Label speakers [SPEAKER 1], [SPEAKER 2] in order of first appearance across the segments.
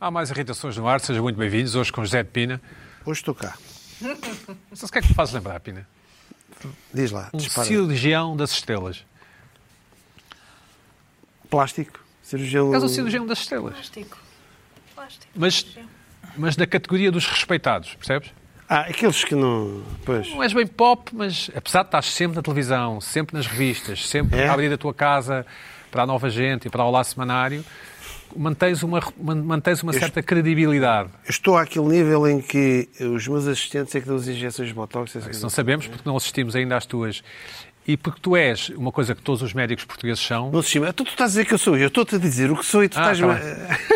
[SPEAKER 1] Há mais irritações no ar, sejam muito bem-vindos. Hoje com José de Pina.
[SPEAKER 2] Hoje estou cá.
[SPEAKER 1] Não sei o que é que te faz lembrar, Pina.
[SPEAKER 2] Diz lá.
[SPEAKER 1] Um
[SPEAKER 2] dispara.
[SPEAKER 1] cirurgião das estrelas.
[SPEAKER 2] Plástico. Cirurgião.
[SPEAKER 1] És um cirurgião das estrelas.
[SPEAKER 3] Plástico. Plástico.
[SPEAKER 1] Mas, mas da categoria dos respeitados, percebes?
[SPEAKER 2] Ah, aqueles que não. Pois.
[SPEAKER 1] Não és bem pop, mas apesar de estás sempre na televisão, sempre nas revistas, sempre
[SPEAKER 2] É?
[SPEAKER 1] a abrir a tua casa para a nova gente e para o Olá Semanário, mantens uma, man- mantens uma certa credibilidade.
[SPEAKER 2] Eu Estou àquele nível em que os meus assistentes é que dão as injeções de botox. essas
[SPEAKER 1] Ah, Isso não
[SPEAKER 2] coisas.
[SPEAKER 1] sabemos porque não assistimos ainda às tuas. E porque tu és uma coisa que todos os médicos portugueses são.
[SPEAKER 2] Não se chama. Tu, tu estás a dizer que eu sou eu. Eu Estou-te a dizer o que sou e tu
[SPEAKER 1] Ah,
[SPEAKER 2] estás.
[SPEAKER 1] tá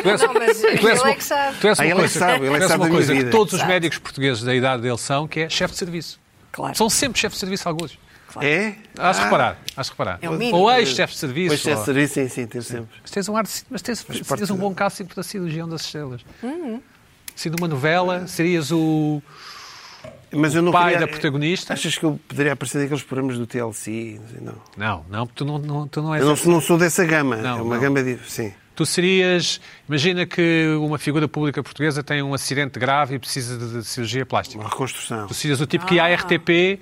[SPEAKER 1] bem. Tu és-
[SPEAKER 3] Não, mas
[SPEAKER 1] tu és
[SPEAKER 3] ele
[SPEAKER 1] uma-
[SPEAKER 3] é que sabe.
[SPEAKER 1] tu és
[SPEAKER 2] Ah,
[SPEAKER 1] uma
[SPEAKER 2] ele é que
[SPEAKER 1] coisa-
[SPEAKER 2] sabe, ele é
[SPEAKER 1] tu
[SPEAKER 2] que
[SPEAKER 1] és
[SPEAKER 2] sabe
[SPEAKER 1] uma
[SPEAKER 2] da minha
[SPEAKER 1] coisa que
[SPEAKER 2] vida.
[SPEAKER 1] todos os
[SPEAKER 3] Sabe.
[SPEAKER 1] médicos portugueses da idade dele são, que é chefe de serviço.
[SPEAKER 3] Claro.
[SPEAKER 1] São sempre chefe de serviço alguns.
[SPEAKER 2] É?
[SPEAKER 1] Hás de Ah, reparar, hás de reparar.
[SPEAKER 3] É o mínimo.
[SPEAKER 1] Ou ex-chefe de serviço.
[SPEAKER 2] Pois é,
[SPEAKER 1] ou-
[SPEAKER 2] serviço, sim, sim, tem sempre.
[SPEAKER 1] Mas tens um ar, de- mas tens, tens
[SPEAKER 2] parte
[SPEAKER 1] um
[SPEAKER 2] da-
[SPEAKER 1] bom caso tipo da cirurgião das estrelas.
[SPEAKER 3] Uhum.
[SPEAKER 1] Sendo uma novela, serias o
[SPEAKER 2] Mas eu não
[SPEAKER 1] pai
[SPEAKER 2] queria-
[SPEAKER 1] da protagonista.
[SPEAKER 2] Achas que eu poderia aparecer naqueles programas do TLC? Não. sei, não.
[SPEAKER 1] Não, não, tu não, não- tu não és.
[SPEAKER 2] Eu não, sou- não sou dessa gama.
[SPEAKER 1] Não,
[SPEAKER 2] é uma
[SPEAKER 1] não.
[SPEAKER 2] gama de. Sim.
[SPEAKER 1] Tu serias. Imagina que uma figura pública portuguesa tem um acidente grave e precisa de, de cirurgia plástica.
[SPEAKER 2] Uma reconstrução.
[SPEAKER 1] Tu serias o tipo
[SPEAKER 3] Ah.
[SPEAKER 1] que ia à RTP,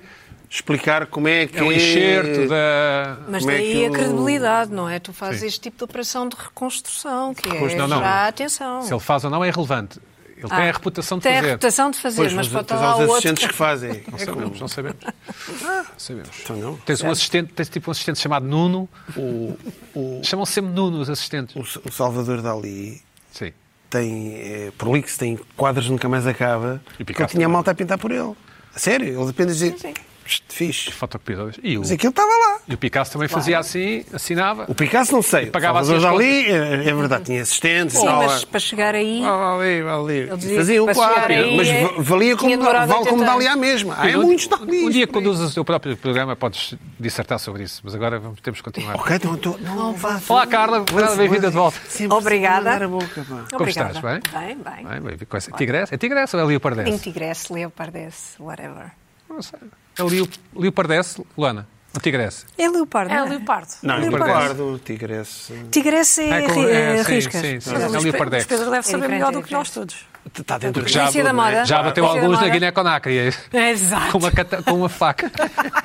[SPEAKER 2] Explicar como é que.
[SPEAKER 1] é um enxerto da.
[SPEAKER 3] Mas
[SPEAKER 2] Como é
[SPEAKER 3] daí
[SPEAKER 2] que
[SPEAKER 3] a
[SPEAKER 2] o-
[SPEAKER 3] credibilidade, não é? Tu fazes
[SPEAKER 1] Sim.
[SPEAKER 3] este tipo de operação de reconstrução, que é
[SPEAKER 1] Reconstrução, não.
[SPEAKER 3] já atenção. Ah,
[SPEAKER 1] Se ele faz ou não é irrelevante. Ele
[SPEAKER 2] Ah,
[SPEAKER 1] tem a reputação de
[SPEAKER 3] tem
[SPEAKER 1] fazer.
[SPEAKER 3] a reputação de fazer,
[SPEAKER 2] Pois,
[SPEAKER 3] mas
[SPEAKER 2] mas,
[SPEAKER 3] pode
[SPEAKER 2] mas há
[SPEAKER 3] estar lá
[SPEAKER 2] os
[SPEAKER 3] o outro. É
[SPEAKER 2] assistentes que fazem.
[SPEAKER 1] Não sabemos, não sabemos. Não sabemos.
[SPEAKER 2] Então não.
[SPEAKER 1] Tens um assistente, tens tipo um assistente chamado Nuno.
[SPEAKER 2] O, o,
[SPEAKER 1] Chamam sempre Nuno os assistentes.
[SPEAKER 2] o, o Salvador Dali
[SPEAKER 1] Sim.
[SPEAKER 2] tem, é, prolixo, tem quadros nunca mais acaba,
[SPEAKER 1] E
[SPEAKER 2] porque ele
[SPEAKER 1] Picasso
[SPEAKER 2] tinha
[SPEAKER 1] também.
[SPEAKER 2] malta a pintar por ele. A sério, ele apenas dizia,
[SPEAKER 3] Sim, sim.
[SPEAKER 2] "Pst, fixe.
[SPEAKER 1] Fotocopiadores. E o,
[SPEAKER 2] Mas é aquilo estava lá.
[SPEAKER 1] e o Picasso também fazia assim, assinava.
[SPEAKER 2] O Picasso não sei, o
[SPEAKER 1] pagava
[SPEAKER 2] Salvador
[SPEAKER 1] assim as
[SPEAKER 2] Dali, é, é verdade, tinha assistentes,
[SPEAKER 3] Sim,
[SPEAKER 2] tal,
[SPEAKER 3] mas
[SPEAKER 2] é.
[SPEAKER 3] para chegar aí,
[SPEAKER 2] Ah, vale, vale.
[SPEAKER 3] dizia
[SPEAKER 2] Fazia
[SPEAKER 3] que
[SPEAKER 2] um
[SPEAKER 3] para
[SPEAKER 2] quadro,
[SPEAKER 3] chegar aí
[SPEAKER 2] mas
[SPEAKER 3] é-
[SPEAKER 2] va- valia como,
[SPEAKER 3] tinha demorado
[SPEAKER 2] vale como
[SPEAKER 3] 80
[SPEAKER 2] dá ali à mesma. Há é
[SPEAKER 1] um-
[SPEAKER 2] muitos
[SPEAKER 1] um, dia
[SPEAKER 2] Dalis.
[SPEAKER 1] que conduzes o teu próprio programa podes dissertar sobre isso, mas agora vamos, temos que continuar.
[SPEAKER 2] Ok, então estou. Não, vá.
[SPEAKER 1] Olá, Carla,
[SPEAKER 2] Lance-
[SPEAKER 1] bem-vinda de volta.
[SPEAKER 2] Sempre
[SPEAKER 3] Obrigada.
[SPEAKER 2] sem mandar a boca, pá.
[SPEAKER 1] Como
[SPEAKER 3] Obrigada.
[SPEAKER 1] estás? Bem?
[SPEAKER 3] Bem, bem.
[SPEAKER 1] Bem, bem, com essa- Tigresse? É tigresse ou é
[SPEAKER 3] tem
[SPEAKER 1] leopardesse?
[SPEAKER 3] tigresse, leopardesse, whatever.
[SPEAKER 1] Não sei. É leo- leopardesse, Luana? Ou tigresse?
[SPEAKER 3] É leopardo,
[SPEAKER 4] É
[SPEAKER 3] não é?
[SPEAKER 4] leopardo.
[SPEAKER 2] Não, eu
[SPEAKER 1] Leopardo.
[SPEAKER 2] guardo, tigresse.
[SPEAKER 3] Tigresse é,
[SPEAKER 1] Ah, é com-
[SPEAKER 3] ri-
[SPEAKER 1] é, sim,
[SPEAKER 3] riscas.
[SPEAKER 1] sim, sim.
[SPEAKER 4] Mas
[SPEAKER 1] É
[SPEAKER 4] o
[SPEAKER 1] leopardo.
[SPEAKER 4] Pedro- o Pedro deve saber
[SPEAKER 3] diferente,
[SPEAKER 4] melhor
[SPEAKER 3] é
[SPEAKER 4] do que nós
[SPEAKER 3] diferente.
[SPEAKER 4] todos.
[SPEAKER 2] Está dentro
[SPEAKER 1] Tá Já- é?
[SPEAKER 3] Conhecida da moda.
[SPEAKER 1] Já bateu
[SPEAKER 4] Conhecida
[SPEAKER 1] alguns
[SPEAKER 4] da
[SPEAKER 1] na
[SPEAKER 4] moda.
[SPEAKER 1] Guiné-Conakry, é isso? com,
[SPEAKER 4] Exato.
[SPEAKER 1] uma cata- com uma faca.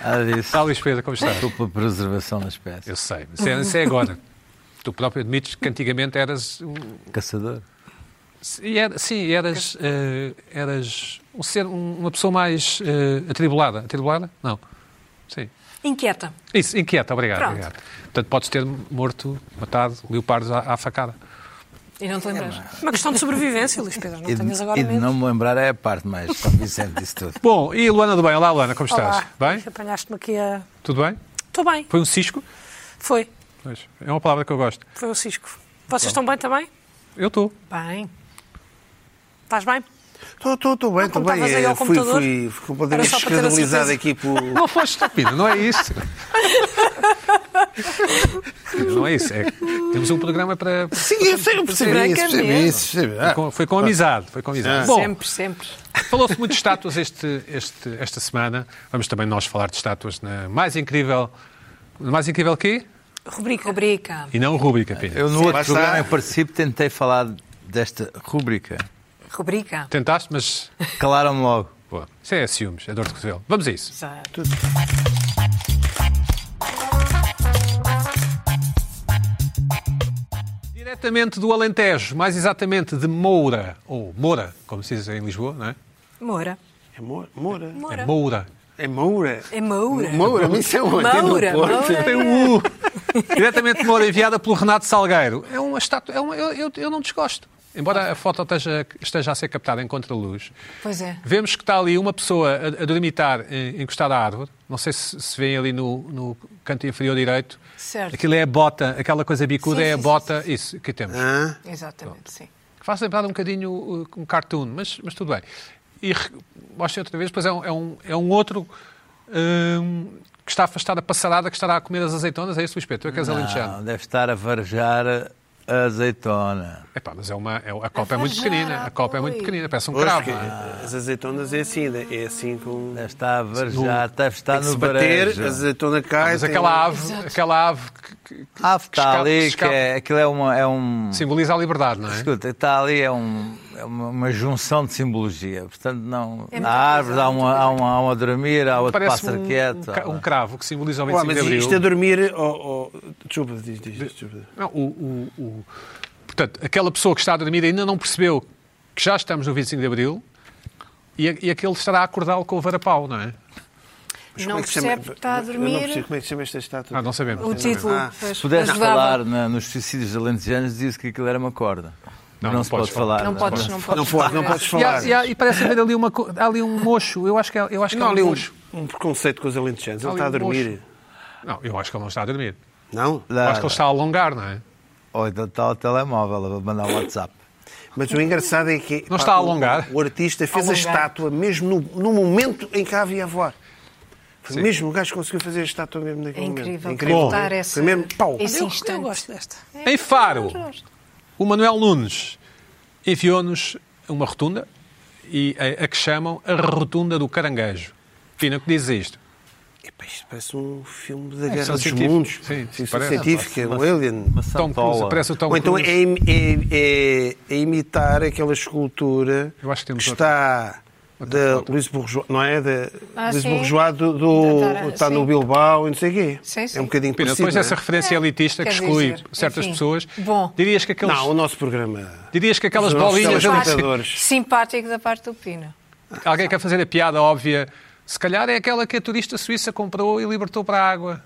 [SPEAKER 5] Ah, disse.
[SPEAKER 1] Está, Luís Pedro, como está?
[SPEAKER 5] Estou pela preservação da espécie.
[SPEAKER 1] Eu sei, mas é, isso é agora. Tu próprio admites que antigamente eras um-
[SPEAKER 5] Caçador.
[SPEAKER 1] E era- sim, eras, eh, eras um ser, um- uma pessoa mais eh, atribulada. Atribulada? Não. Sim.
[SPEAKER 4] Inquieta.
[SPEAKER 1] Isso, inquieta, obrigado.
[SPEAKER 4] Pronto.
[SPEAKER 1] obrigado. Portanto, podes ter morto, matado leopardos à, à facada.
[SPEAKER 4] E não te
[SPEAKER 1] É,
[SPEAKER 4] lembras. Uma questão de sobrevivência, Luís Pedro. Não
[SPEAKER 5] E de,
[SPEAKER 4] tenhas Então, agora
[SPEAKER 5] e de
[SPEAKER 4] medo.
[SPEAKER 5] não me lembrar é a parte mais. São Vicente disse tudo.
[SPEAKER 1] Bom, e Luana do Bem? Olá, Luana, como
[SPEAKER 4] Olá.
[SPEAKER 1] estás? Bem?
[SPEAKER 4] Apanhaste-me aqui a...
[SPEAKER 1] Tudo bem?
[SPEAKER 4] Estou bem.
[SPEAKER 1] Foi um cisco?
[SPEAKER 4] Foi.
[SPEAKER 1] Pois, é uma palavra que eu gosto.
[SPEAKER 4] Foi o Cisco. Vocês estão bem também?
[SPEAKER 1] Eu estou.
[SPEAKER 4] Bem. Estás bem?
[SPEAKER 2] Estou, estou bem, estou
[SPEAKER 4] Como
[SPEAKER 2] bem.
[SPEAKER 4] estavas aí
[SPEAKER 2] Eh,
[SPEAKER 4] ao
[SPEAKER 2] Fui,
[SPEAKER 4] computador,
[SPEAKER 2] fui, fui
[SPEAKER 4] era
[SPEAKER 2] completamente
[SPEAKER 4] só para ter a
[SPEAKER 2] descredibilizado
[SPEAKER 4] certeza.
[SPEAKER 2] aqui por.
[SPEAKER 1] Não foste estúpido, não é isso. não é isso. é que temos um programa para.
[SPEAKER 2] Sim, eu sei, eu percebi isso, percebi isso. percebi.
[SPEAKER 1] Foi
[SPEAKER 2] Ah,
[SPEAKER 1] com, foi com amizade. Foi com amizade. Bom,
[SPEAKER 3] Sempre, sempre.
[SPEAKER 1] Falou-se muito de estátuas este- este- esta semana. Vamos também nós falar de estátuas na mais incrível. na Mais incrível que?
[SPEAKER 4] Rubrica.
[SPEAKER 3] Rubrica.
[SPEAKER 1] E não rubrica, Pina.
[SPEAKER 5] Eu, no outro
[SPEAKER 2] está.
[SPEAKER 5] programa em que participo, tentei falar desta rúbrica.
[SPEAKER 3] Rubrica.
[SPEAKER 1] Tentaste, mas.
[SPEAKER 5] Calaram-me logo.
[SPEAKER 1] Boa. Isso é ciúmes, é dor de cotovelo. Vamos a isso.
[SPEAKER 3] Exato.
[SPEAKER 1] Diretamente do Alentejo, mais exatamente de Moura, ou Moura, como se diz em Lisboa, não é?
[SPEAKER 3] Moura.
[SPEAKER 2] É Moura? Moura?
[SPEAKER 1] É
[SPEAKER 3] Moura.
[SPEAKER 1] Moura.
[SPEAKER 2] É Moura?
[SPEAKER 3] É Moura.
[SPEAKER 2] Moura, mas isso é onde? É no
[SPEAKER 3] Moura,
[SPEAKER 2] Porto.
[SPEAKER 3] Moura.
[SPEAKER 1] Tem um U. Diretamente de Moura, enviada pelo Renato Salgueiro. É uma estátua. É uma- eu, eu- eu não desgosto. Embora a foto esteja, esteja a ser captada em contraluz,
[SPEAKER 3] Pois é.
[SPEAKER 1] Vemos que está ali uma pessoa a, a dormitar eh, encostada à árvore. Não sei se, se vê ali no, no canto inferior direito.
[SPEAKER 3] Certo.
[SPEAKER 1] Aquilo é a bota, aquela coisa bicuda
[SPEAKER 3] Sim,
[SPEAKER 1] é a
[SPEAKER 3] sim,
[SPEAKER 1] bota, isso que temos.
[SPEAKER 2] Ah,
[SPEAKER 3] Exatamente, sim.
[SPEAKER 1] Que faz lembrar um bocadinho uh, um cartoon, mas, mas tudo bem. E re- mostrem outra vez, pois é um, é um, é um outro hum, que
[SPEAKER 5] Ah,
[SPEAKER 1] está afastado da passarada, que estará a comer as azeitonas. É isso, Luís Pedro? Tu é que és alentejano.
[SPEAKER 5] Não, deve estar a varejar azeitona.
[SPEAKER 1] Epá, mas é uma, é- a copa é muito
[SPEAKER 3] Alfajor,
[SPEAKER 1] pequenina. A copa é muito
[SPEAKER 3] ui.
[SPEAKER 1] pequenina, parece um
[SPEAKER 2] Pois,
[SPEAKER 1] cravo.
[SPEAKER 2] que
[SPEAKER 1] não é?
[SPEAKER 2] as azeitonas é assim, né? é assim com.
[SPEAKER 5] Deve estar a varjar, deve estar
[SPEAKER 2] Tem que
[SPEAKER 5] no
[SPEAKER 2] se bater,
[SPEAKER 5] varejo.
[SPEAKER 2] a azeitona cai.
[SPEAKER 1] Ah, Mas
[SPEAKER 2] tem- um-
[SPEAKER 1] aquela ave, aquela ave que, que- que
[SPEAKER 5] Ah, está
[SPEAKER 1] escapa- que
[SPEAKER 5] ali, que
[SPEAKER 1] escapa-
[SPEAKER 5] é, aquilo é, uma, é um...
[SPEAKER 1] simboliza a liberdade, não é?
[SPEAKER 5] Escuta, está ali é, um- é uma, uma junção de simbologia. Portanto, não,
[SPEAKER 3] É
[SPEAKER 5] há
[SPEAKER 3] muita
[SPEAKER 5] árvores,
[SPEAKER 3] coisa,
[SPEAKER 5] há
[SPEAKER 3] muita
[SPEAKER 5] uma, há, uma, há uma a dormir, há outro
[SPEAKER 1] Parece
[SPEAKER 5] pássaro
[SPEAKER 1] um,
[SPEAKER 5] quieto.
[SPEAKER 1] um ca- um cravo que simboliza o
[SPEAKER 2] Ué,
[SPEAKER 1] 25
[SPEAKER 2] mas
[SPEAKER 1] de Abril.
[SPEAKER 2] isto é a dormir. Oh, oh, desculpa, diz, diz, diz, desculpa.
[SPEAKER 1] Não, o, o- o- portanto, aquela pessoa que está a dormir ainda não percebeu que já estamos no 25 de Abril e, a- e aquele estará a acordá-lo com o varapau, não é?
[SPEAKER 2] Mas
[SPEAKER 3] Não
[SPEAKER 2] como é que se chama-
[SPEAKER 3] percebe que está a
[SPEAKER 2] Eu não percebo
[SPEAKER 3] dormir.
[SPEAKER 2] como é que se chama esta estátua.
[SPEAKER 1] Ah, não sabemos.
[SPEAKER 3] O
[SPEAKER 1] não sabemos.
[SPEAKER 3] título.
[SPEAKER 2] Ah,
[SPEAKER 5] Se pudesse
[SPEAKER 3] ajudava.
[SPEAKER 5] falar na- nos suicídios de alentejanos, disse que aquilo era uma corda.
[SPEAKER 1] Não,
[SPEAKER 5] Não,
[SPEAKER 1] não
[SPEAKER 5] se
[SPEAKER 1] podes
[SPEAKER 5] pode falar.
[SPEAKER 3] Não podes, não podes.
[SPEAKER 2] Não pode, não
[SPEAKER 3] falar
[SPEAKER 2] podes
[SPEAKER 3] dessas.
[SPEAKER 1] E, há-
[SPEAKER 2] falar.
[SPEAKER 1] e há- e parece haver ali, uma, co- há ali um mocho. Eu acho que é, eu acho que
[SPEAKER 2] Não,
[SPEAKER 1] é
[SPEAKER 2] ali
[SPEAKER 1] um
[SPEAKER 2] um,
[SPEAKER 1] mocho.
[SPEAKER 2] um preconceito com os alentejanos. Ele
[SPEAKER 1] Ali
[SPEAKER 2] está a
[SPEAKER 1] um
[SPEAKER 2] dormir.
[SPEAKER 1] Não, eu acho que ele não está a dormir.
[SPEAKER 2] Não?
[SPEAKER 1] Eu
[SPEAKER 5] Não,
[SPEAKER 1] acho que ele está a alongar, não é?
[SPEAKER 5] Ou então está o telemóvel, vou mandar um WhatsApp.
[SPEAKER 2] Mas o engraçado é que.
[SPEAKER 1] Não está a alongar?
[SPEAKER 2] O, o artista fez a
[SPEAKER 3] Alongar.
[SPEAKER 2] estátua mesmo no, no momento em que a havia a voar. Foi mesmo o gajo conseguiu fazer a estátua mesmo
[SPEAKER 3] É
[SPEAKER 2] naquele momento.
[SPEAKER 3] incrível.
[SPEAKER 1] Bom.
[SPEAKER 3] contar essa,
[SPEAKER 2] Foi mesmo, pau.
[SPEAKER 3] Esse
[SPEAKER 4] Eu, eu
[SPEAKER 3] instante.
[SPEAKER 4] gosto desta.
[SPEAKER 1] Em Faro, o Manuel Nunes enviou-nos uma rotunda e a, a que chamam a rotunda do caranguejo. Pina, o que diz isto?
[SPEAKER 2] Epá, isto parece um filme da
[SPEAKER 1] ficção
[SPEAKER 2] Guerra dos
[SPEAKER 1] científica.
[SPEAKER 2] Mundos.
[SPEAKER 1] É Sim,
[SPEAKER 2] Ficção
[SPEAKER 1] parece.
[SPEAKER 2] científica, um alien.
[SPEAKER 5] Uma
[SPEAKER 1] Tom Cruise,
[SPEAKER 5] santola.
[SPEAKER 1] parece o Tom
[SPEAKER 2] Ou então
[SPEAKER 1] Cruise.
[SPEAKER 2] é, im- é- é- é imitar aquela escultura
[SPEAKER 1] Eu acho que temos outra-
[SPEAKER 2] está da
[SPEAKER 1] foto.
[SPEAKER 2] Luís Bourgeois, não é? Da
[SPEAKER 3] Ah,
[SPEAKER 2] Luís
[SPEAKER 3] sim.
[SPEAKER 2] Bourgeois do, do-
[SPEAKER 3] Da Tara,
[SPEAKER 2] está
[SPEAKER 3] sim.
[SPEAKER 2] no Bilbao e não sei o quê.
[SPEAKER 3] Sim, sim.
[SPEAKER 2] É um bocadinho
[SPEAKER 1] Pina,
[SPEAKER 2] parecido.
[SPEAKER 1] depois dessa
[SPEAKER 2] não, é?
[SPEAKER 1] referência elitista que
[SPEAKER 3] quer
[SPEAKER 1] exclui
[SPEAKER 3] dizer,
[SPEAKER 1] certas
[SPEAKER 3] enfim,
[SPEAKER 1] pessoas,
[SPEAKER 3] bom.
[SPEAKER 1] dirias que aqueles,
[SPEAKER 2] Não, o nosso programa.
[SPEAKER 1] dirias que aquelas
[SPEAKER 2] Os nossos
[SPEAKER 1] bolinhas...
[SPEAKER 2] telespectadores.
[SPEAKER 3] Simpático da parte do Pino.
[SPEAKER 1] Alguém quer fazer a piada óbvia? Se calhar é aquela que a turista suíça comprou e libertou para a água.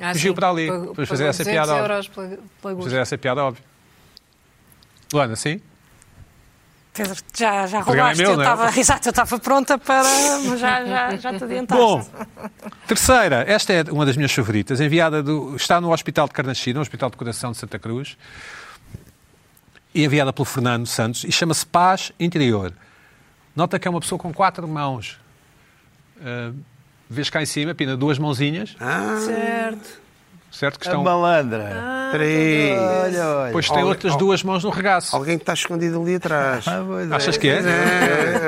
[SPEAKER 3] Ah,
[SPEAKER 1] Fugiu
[SPEAKER 3] sim.
[SPEAKER 1] para ali.
[SPEAKER 3] Pagou-
[SPEAKER 1] Vamos fazer
[SPEAKER 3] pagou
[SPEAKER 1] essa
[SPEAKER 3] 200
[SPEAKER 1] piada óbvia.
[SPEAKER 3] euros pela- pela
[SPEAKER 1] Vou
[SPEAKER 3] Gusto.
[SPEAKER 1] Fazer essa piada óbvia. Luana, sim?
[SPEAKER 4] Pedro, já, já
[SPEAKER 1] programa é
[SPEAKER 4] roubaste.
[SPEAKER 1] meu,
[SPEAKER 4] eu
[SPEAKER 1] não é?
[SPEAKER 4] estava exato, eu estava pronta para. Mas já, já, já te adiantaste.
[SPEAKER 1] Bom, terceira, esta é uma das minhas favoritas, enviada do. Está no Hospital de Carnachina, um Hospital de Coração de Santa Cruz, e é enviada pelo Fernando Santos, e chama-se Paz Interior. Nota que é uma pessoa com quatro mãos. Ah, vês cá em cima, Pina, duas mãozinhas,
[SPEAKER 2] Ah,
[SPEAKER 3] Certo.
[SPEAKER 1] certo? Que
[SPEAKER 5] A
[SPEAKER 1] estão.
[SPEAKER 5] malandra.
[SPEAKER 3] Ah,
[SPEAKER 2] espera aí.
[SPEAKER 5] Olha, olha.
[SPEAKER 1] Pois tem
[SPEAKER 2] Olha,
[SPEAKER 1] outras
[SPEAKER 2] olha.
[SPEAKER 1] duas mãos no regaço.
[SPEAKER 2] Alguém que está escondido ali atrás.
[SPEAKER 5] Ah, pois
[SPEAKER 1] Achas que é?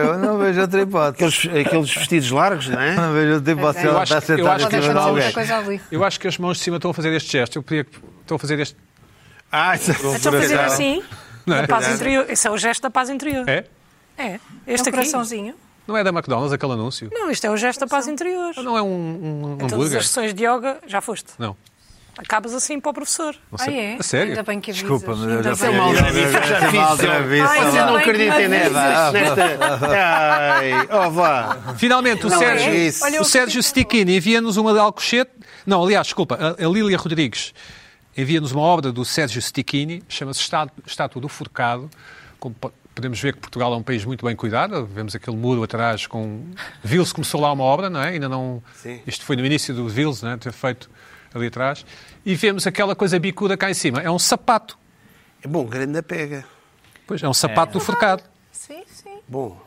[SPEAKER 5] Eu não vejo outra hipótese.
[SPEAKER 2] Aqueles, aqueles vestidos largos, não
[SPEAKER 5] Eu
[SPEAKER 2] é?
[SPEAKER 5] Não vejo outra hipótese.
[SPEAKER 3] Eu
[SPEAKER 5] Ela
[SPEAKER 1] acho
[SPEAKER 5] está
[SPEAKER 1] que- eu
[SPEAKER 5] sentada
[SPEAKER 1] acho
[SPEAKER 5] em
[SPEAKER 1] que
[SPEAKER 3] Pode
[SPEAKER 5] cima de
[SPEAKER 3] acontecer muita
[SPEAKER 5] alguém.
[SPEAKER 3] coisa ali.
[SPEAKER 1] Eu acho que as mãos de cima estão a fazer este gesto. Eu podia. Estão a fazer este.
[SPEAKER 2] Ah, isso
[SPEAKER 4] Então fazer assim,
[SPEAKER 1] Não
[SPEAKER 4] da
[SPEAKER 1] é?
[SPEAKER 4] paz interior. Esse é o gesto da paz interior.
[SPEAKER 1] É?
[SPEAKER 4] É.
[SPEAKER 3] É
[SPEAKER 4] Este
[SPEAKER 3] um
[SPEAKER 4] aqui.
[SPEAKER 3] coraçãozinho.
[SPEAKER 1] Não é da McDonald's aquele anúncio?
[SPEAKER 4] Não, isto é o gesto da paz interior.
[SPEAKER 1] Não é um, um
[SPEAKER 4] Todas
[SPEAKER 1] hambúrguer?
[SPEAKER 4] as sessões de yoga, já foste.
[SPEAKER 1] Não.
[SPEAKER 4] Acabas assim para o professor.
[SPEAKER 1] não
[SPEAKER 3] Ah,
[SPEAKER 1] sei.
[SPEAKER 3] é?
[SPEAKER 1] A sério?
[SPEAKER 3] Ainda bem que avisas.
[SPEAKER 5] Desculpa, mas eu
[SPEAKER 3] Ainda
[SPEAKER 5] já
[SPEAKER 3] bem.
[SPEAKER 5] fui já fiz outra vez.
[SPEAKER 3] Ai,
[SPEAKER 5] sei
[SPEAKER 2] Vocês
[SPEAKER 5] lá.
[SPEAKER 2] não
[SPEAKER 3] bem que
[SPEAKER 2] acreditem
[SPEAKER 3] avisas.
[SPEAKER 2] nesta. nesta- Ai, ó vá.
[SPEAKER 1] Finalmente, o
[SPEAKER 3] Não é?
[SPEAKER 1] Sérgio,
[SPEAKER 2] Isso.
[SPEAKER 3] Olha, eu
[SPEAKER 1] o Sérgio
[SPEAKER 3] fiquei-
[SPEAKER 1] Stichini envia-nos uma de Alcochete. Não, aliás, desculpa, a, a Lília Rodrigues envia-nos uma obra do Sérgio Stichini, chama-se Está- Estátua do Forcado. Como po- podemos ver que Portugal é um país muito bem cuidado, vemos aquele muro atrás com. Vils começou lá uma obra, não é? Ainda não.
[SPEAKER 2] Sim.
[SPEAKER 1] Isto foi no início do Vils, não é? Ter feito ali atrás. E vemos aquela coisa bicuda cá em cima. É um sapato.
[SPEAKER 2] É bom, grande a pega.
[SPEAKER 1] Pois, é um sapato do forcado.
[SPEAKER 3] Sim, sim.
[SPEAKER 2] Bom.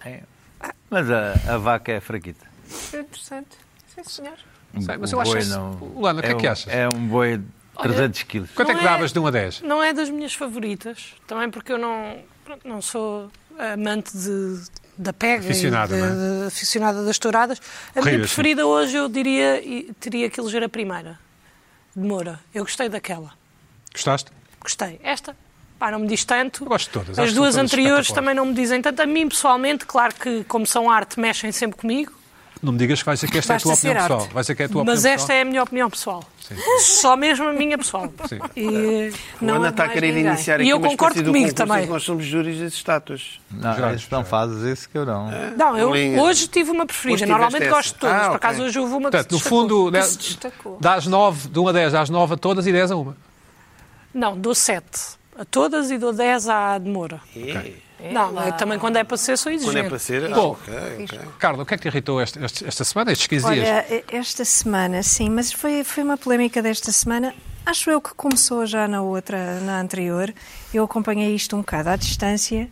[SPEAKER 5] Mas a, a vaca é fraquita.
[SPEAKER 3] Foi interessante. Sim, senhor.
[SPEAKER 1] Sei, mas
[SPEAKER 5] O
[SPEAKER 1] eu acho
[SPEAKER 5] boi
[SPEAKER 1] isso-
[SPEAKER 5] não-
[SPEAKER 1] Lana, o que é que
[SPEAKER 5] um-
[SPEAKER 1] achas?
[SPEAKER 5] É um boi de 300 quilos.
[SPEAKER 1] Quanto é
[SPEAKER 4] Não
[SPEAKER 1] que
[SPEAKER 4] é-
[SPEAKER 1] davas de 1 a 10?
[SPEAKER 4] Não é das minhas favoritas, também porque eu não, pronto, não sou amante de, da pega, e
[SPEAKER 1] Aficionada,
[SPEAKER 4] de-
[SPEAKER 1] não é?
[SPEAKER 4] de- aficionada das touradas. A minha
[SPEAKER 1] Corridas, sim.
[SPEAKER 4] preferida hoje eu diria e teria que eleger a primeira, de Moura. Eu gostei daquela,
[SPEAKER 1] Gostaste?
[SPEAKER 4] gostei. Esta, pá, não me diz tanto.
[SPEAKER 1] Eu gosto de todas, acho
[SPEAKER 4] As
[SPEAKER 1] que
[SPEAKER 4] duas
[SPEAKER 1] são todas
[SPEAKER 4] anteriores
[SPEAKER 1] espetaculares.
[SPEAKER 4] também não me dizem tanto. A mim pessoalmente, claro que como são arte mexem sempre comigo,
[SPEAKER 1] Não me digas que vais dizer que esta é a
[SPEAKER 3] Basta
[SPEAKER 1] tua opinião
[SPEAKER 3] ser arte.
[SPEAKER 1] pessoal. Vais dizer que é a tua
[SPEAKER 4] mas
[SPEAKER 1] opinião
[SPEAKER 4] esta é a minha opinião pessoal.
[SPEAKER 1] Sim.
[SPEAKER 4] Só mesmo a minha pessoal.
[SPEAKER 1] Sim.
[SPEAKER 4] E,
[SPEAKER 2] Não
[SPEAKER 3] há
[SPEAKER 2] Ana está a
[SPEAKER 3] mais
[SPEAKER 2] querer
[SPEAKER 3] ninguém.
[SPEAKER 2] iniciar
[SPEAKER 4] E
[SPEAKER 2] aqui
[SPEAKER 4] eu
[SPEAKER 2] uma
[SPEAKER 4] concordo
[SPEAKER 2] espécie de
[SPEAKER 4] comigo
[SPEAKER 2] concurso em
[SPEAKER 4] também.
[SPEAKER 2] que Nós somos júris das estátuas.
[SPEAKER 5] Não,
[SPEAKER 1] Jurados,
[SPEAKER 5] isso não fazes isso que eu não.
[SPEAKER 4] Não, eu
[SPEAKER 2] Linha.
[SPEAKER 4] hoje tive uma preferida.
[SPEAKER 2] Hoje
[SPEAKER 4] Normalmente
[SPEAKER 2] tiveste
[SPEAKER 4] gosto de todas.
[SPEAKER 2] essa. Ah,
[SPEAKER 4] Por
[SPEAKER 2] ok.
[SPEAKER 4] acaso hoje houve uma que
[SPEAKER 1] Portanto, no
[SPEAKER 4] se destacou.
[SPEAKER 1] fundo,
[SPEAKER 3] Que
[SPEAKER 1] né,
[SPEAKER 3] se destacou.
[SPEAKER 1] dás 9, de 1 a 10, dás 9 a todas e 10 a uma.
[SPEAKER 4] Não, dou 7 a todas e dou 10 à demora.
[SPEAKER 2] Ok.
[SPEAKER 4] Não, eu também quando é para ser sou exigente.
[SPEAKER 2] Quando é para ser. ah,
[SPEAKER 1] Bom.
[SPEAKER 2] ok, ok.
[SPEAKER 1] Carla, o que é que te irritou este- este- esta semana, estes 15 dias?
[SPEAKER 3] Olha, e- esta semana, sim, mas foi, foi uma polémica desta semana. Acho eu que começou já na outra, na anterior. Eu acompanhei isto um bocado à distância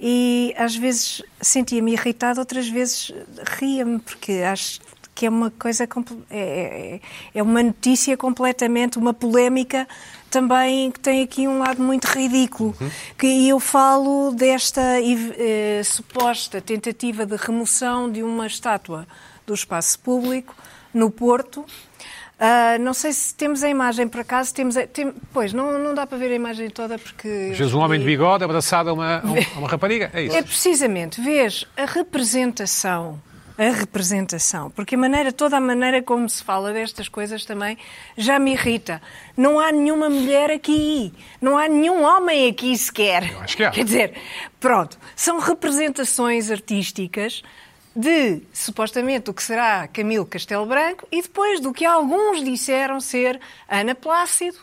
[SPEAKER 3] e às vezes sentia-me irritada, outras vezes ria-me, porque acho que é uma coisa comple- é, é- é uma notícia completamente uma polémica também que tem aqui um lado muito ridículo que e eu falo desta ev- eh, suposta tentativa de remoção de uma estátua do espaço público no Porto Ah, não sei se temos a imagem por acaso temos a- tem- pois não, não dá para ver a imagem toda porque
[SPEAKER 1] Às vezes um homem de bigode abraçado a uma, a um- a uma rapariga. É isso.
[SPEAKER 3] é precisamente, vês, a representação, a representação, porque a maneira, toda a maneira como se fala destas coisas também já me irrita. Não há nenhuma mulher aqui, não há nenhum homem aqui sequer.
[SPEAKER 1] Eu acho que há.
[SPEAKER 3] Quer dizer, pronto, são representações artísticas de, supostamente, o que será Camilo Castelo Branco e depois do que alguns disseram ser Ana Plácido,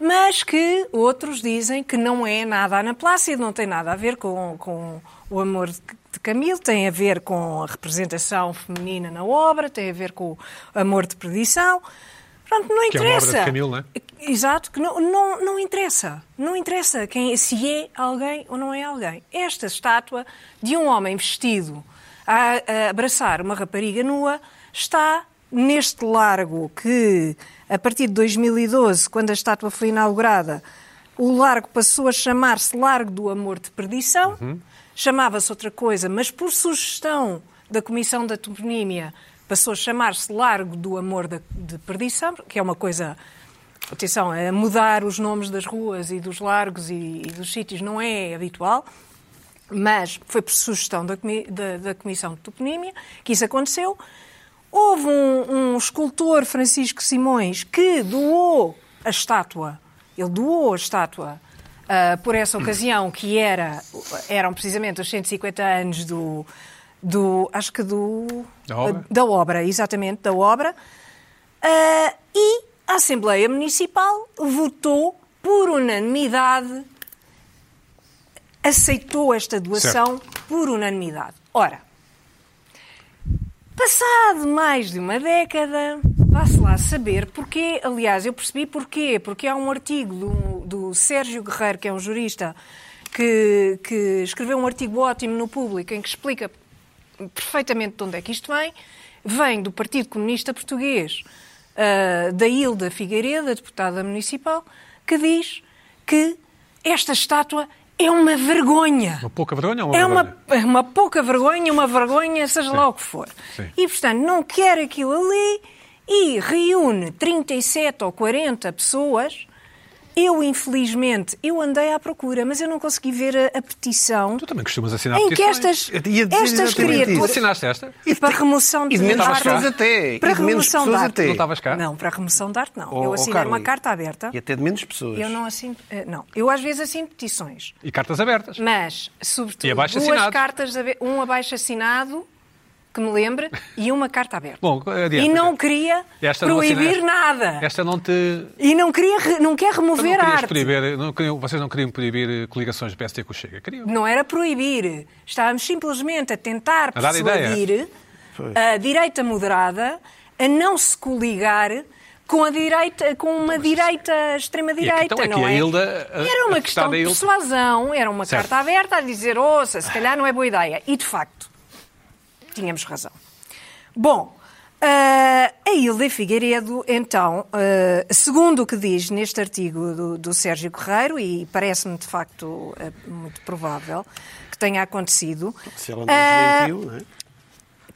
[SPEAKER 3] mas que outros dizem que não é nada Ana Plácido, não tem nada a ver com, com o amor de de Camilo, tem a ver com a representação feminina na obra, tem a ver com o amor de perdição. Pronto, não
[SPEAKER 1] Que é uma obra de
[SPEAKER 3] interessa.
[SPEAKER 1] Camilo, não é?
[SPEAKER 3] Exato, que não, não, não interessa. Não interessa quem, se é alguém ou não é alguém. Esta estátua de um homem vestido a, a abraçar uma rapariga nua está neste largo que, a partir de 2012, quando a estátua foi inaugurada, o largo passou a chamar-se Largo do Amor de Perdição. Chamava-se outra coisa, mas por sugestão da Comissão da Toponímia passou a chamar-se Largo do Amor da- de Perdição, que é uma coisa atenção, a mudar os nomes das ruas e dos largos e, e dos sítios não é habitual, mas foi por sugestão da, comi- da- da Comissão de Toponímia que isso aconteceu. Houve um, um escultor, Francisco Simões, que doou a estátua, ele doou a estátua ah, por essa ocasião, que era, eram precisamente os 150 anos do, do acho que do... Ah,
[SPEAKER 1] Da obra?
[SPEAKER 3] Da obra, exatamente, da obra. Ah, e a Assembleia Municipal votou por unanimidade, aceitou esta doação por unanimidade. Ora, passado mais de uma década, vá-se lá saber porquê. Aliás, eu percebi porquê. Porque há um artigo do, do Sérgio Guerreiro, que é um jurista, que, que escreveu um artigo ótimo no público em que explica perfeitamente de onde é que isto vem. Vem do Partido Comunista Português, ah, da Hilda Figueiredo, a deputada municipal, que diz que esta estátua é uma vergonha.
[SPEAKER 1] Uma pouca vergonha ou uma
[SPEAKER 3] É uma,
[SPEAKER 1] vergonha?
[SPEAKER 3] é uma pouca vergonha, uma vergonha, seja lá o que for.
[SPEAKER 1] Sim.
[SPEAKER 3] E, portanto, não quer aquilo ali e reúne 37 ou 40 pessoas. Eu, infelizmente, eu andei à procura, mas eu não consegui ver a, a petição
[SPEAKER 1] Tu também costumas assinar
[SPEAKER 3] em que
[SPEAKER 1] petições.
[SPEAKER 3] estas,
[SPEAKER 2] Eu ia dizer
[SPEAKER 3] estas
[SPEAKER 2] exatamente
[SPEAKER 1] Tu
[SPEAKER 3] criaturas...
[SPEAKER 2] isso.
[SPEAKER 1] assinaste esta?
[SPEAKER 3] E para remoção de
[SPEAKER 2] e de menos
[SPEAKER 3] arte.
[SPEAKER 2] pessoas até.
[SPEAKER 3] Para
[SPEAKER 2] E de menos
[SPEAKER 3] remoção
[SPEAKER 2] pessoas
[SPEAKER 3] de
[SPEAKER 2] até.
[SPEAKER 3] arte.
[SPEAKER 1] Não estavas cá?
[SPEAKER 3] Não, para remoção de arte não.
[SPEAKER 2] Ó,
[SPEAKER 3] eu
[SPEAKER 2] ó,
[SPEAKER 3] assinei
[SPEAKER 2] Carla,
[SPEAKER 3] uma carta aberta.
[SPEAKER 2] E até de menos pessoas.
[SPEAKER 3] Eu não assino... eh, Não, eu às vezes assino petições.
[SPEAKER 1] E cartas abertas.
[SPEAKER 3] Mas, sobretudo,
[SPEAKER 1] E
[SPEAKER 3] duas
[SPEAKER 1] abaixo assinado.
[SPEAKER 3] cartas, abe- um abaixo assinado, que me lembre, e uma carta aberta.
[SPEAKER 1] Bom, adiante.
[SPEAKER 3] e não queria
[SPEAKER 1] Esta não
[SPEAKER 3] proibir
[SPEAKER 1] assinaste.
[SPEAKER 3] nada.
[SPEAKER 1] Esta não te.
[SPEAKER 3] E não, queria, re- não quer
[SPEAKER 1] Não
[SPEAKER 3] remover a
[SPEAKER 1] querias
[SPEAKER 3] arte.
[SPEAKER 1] proibir, não queriam- vocês não queriam proibir eh, coligações de PST com o Chega. Queriam.
[SPEAKER 3] Não era proibir. Estávamos simplesmente a tentar
[SPEAKER 1] A dar
[SPEAKER 3] persuadir a direita moderada a não se coligar com a direita, com uma direita extrema-direita,
[SPEAKER 1] E aqui, então, é que
[SPEAKER 3] não
[SPEAKER 1] a
[SPEAKER 3] é?
[SPEAKER 1] Hilda, a-
[SPEAKER 3] era
[SPEAKER 1] a
[SPEAKER 3] uma
[SPEAKER 1] deputada
[SPEAKER 3] questão de
[SPEAKER 1] Hilda-
[SPEAKER 3] persuasão, era uma
[SPEAKER 1] Certo.
[SPEAKER 3] carta aberta a dizer, ouça, se calhar não é boa ideia. E, de facto, tínhamos razão. Bom, ah, a Hilda Figueiredo, então, ah, segundo o que diz neste artigo do, do Sérgio Correiro, e parece-me de facto ah, muito provável que tenha acontecido,
[SPEAKER 2] Se ela
[SPEAKER 3] ah,
[SPEAKER 2] não desmentiu, não é?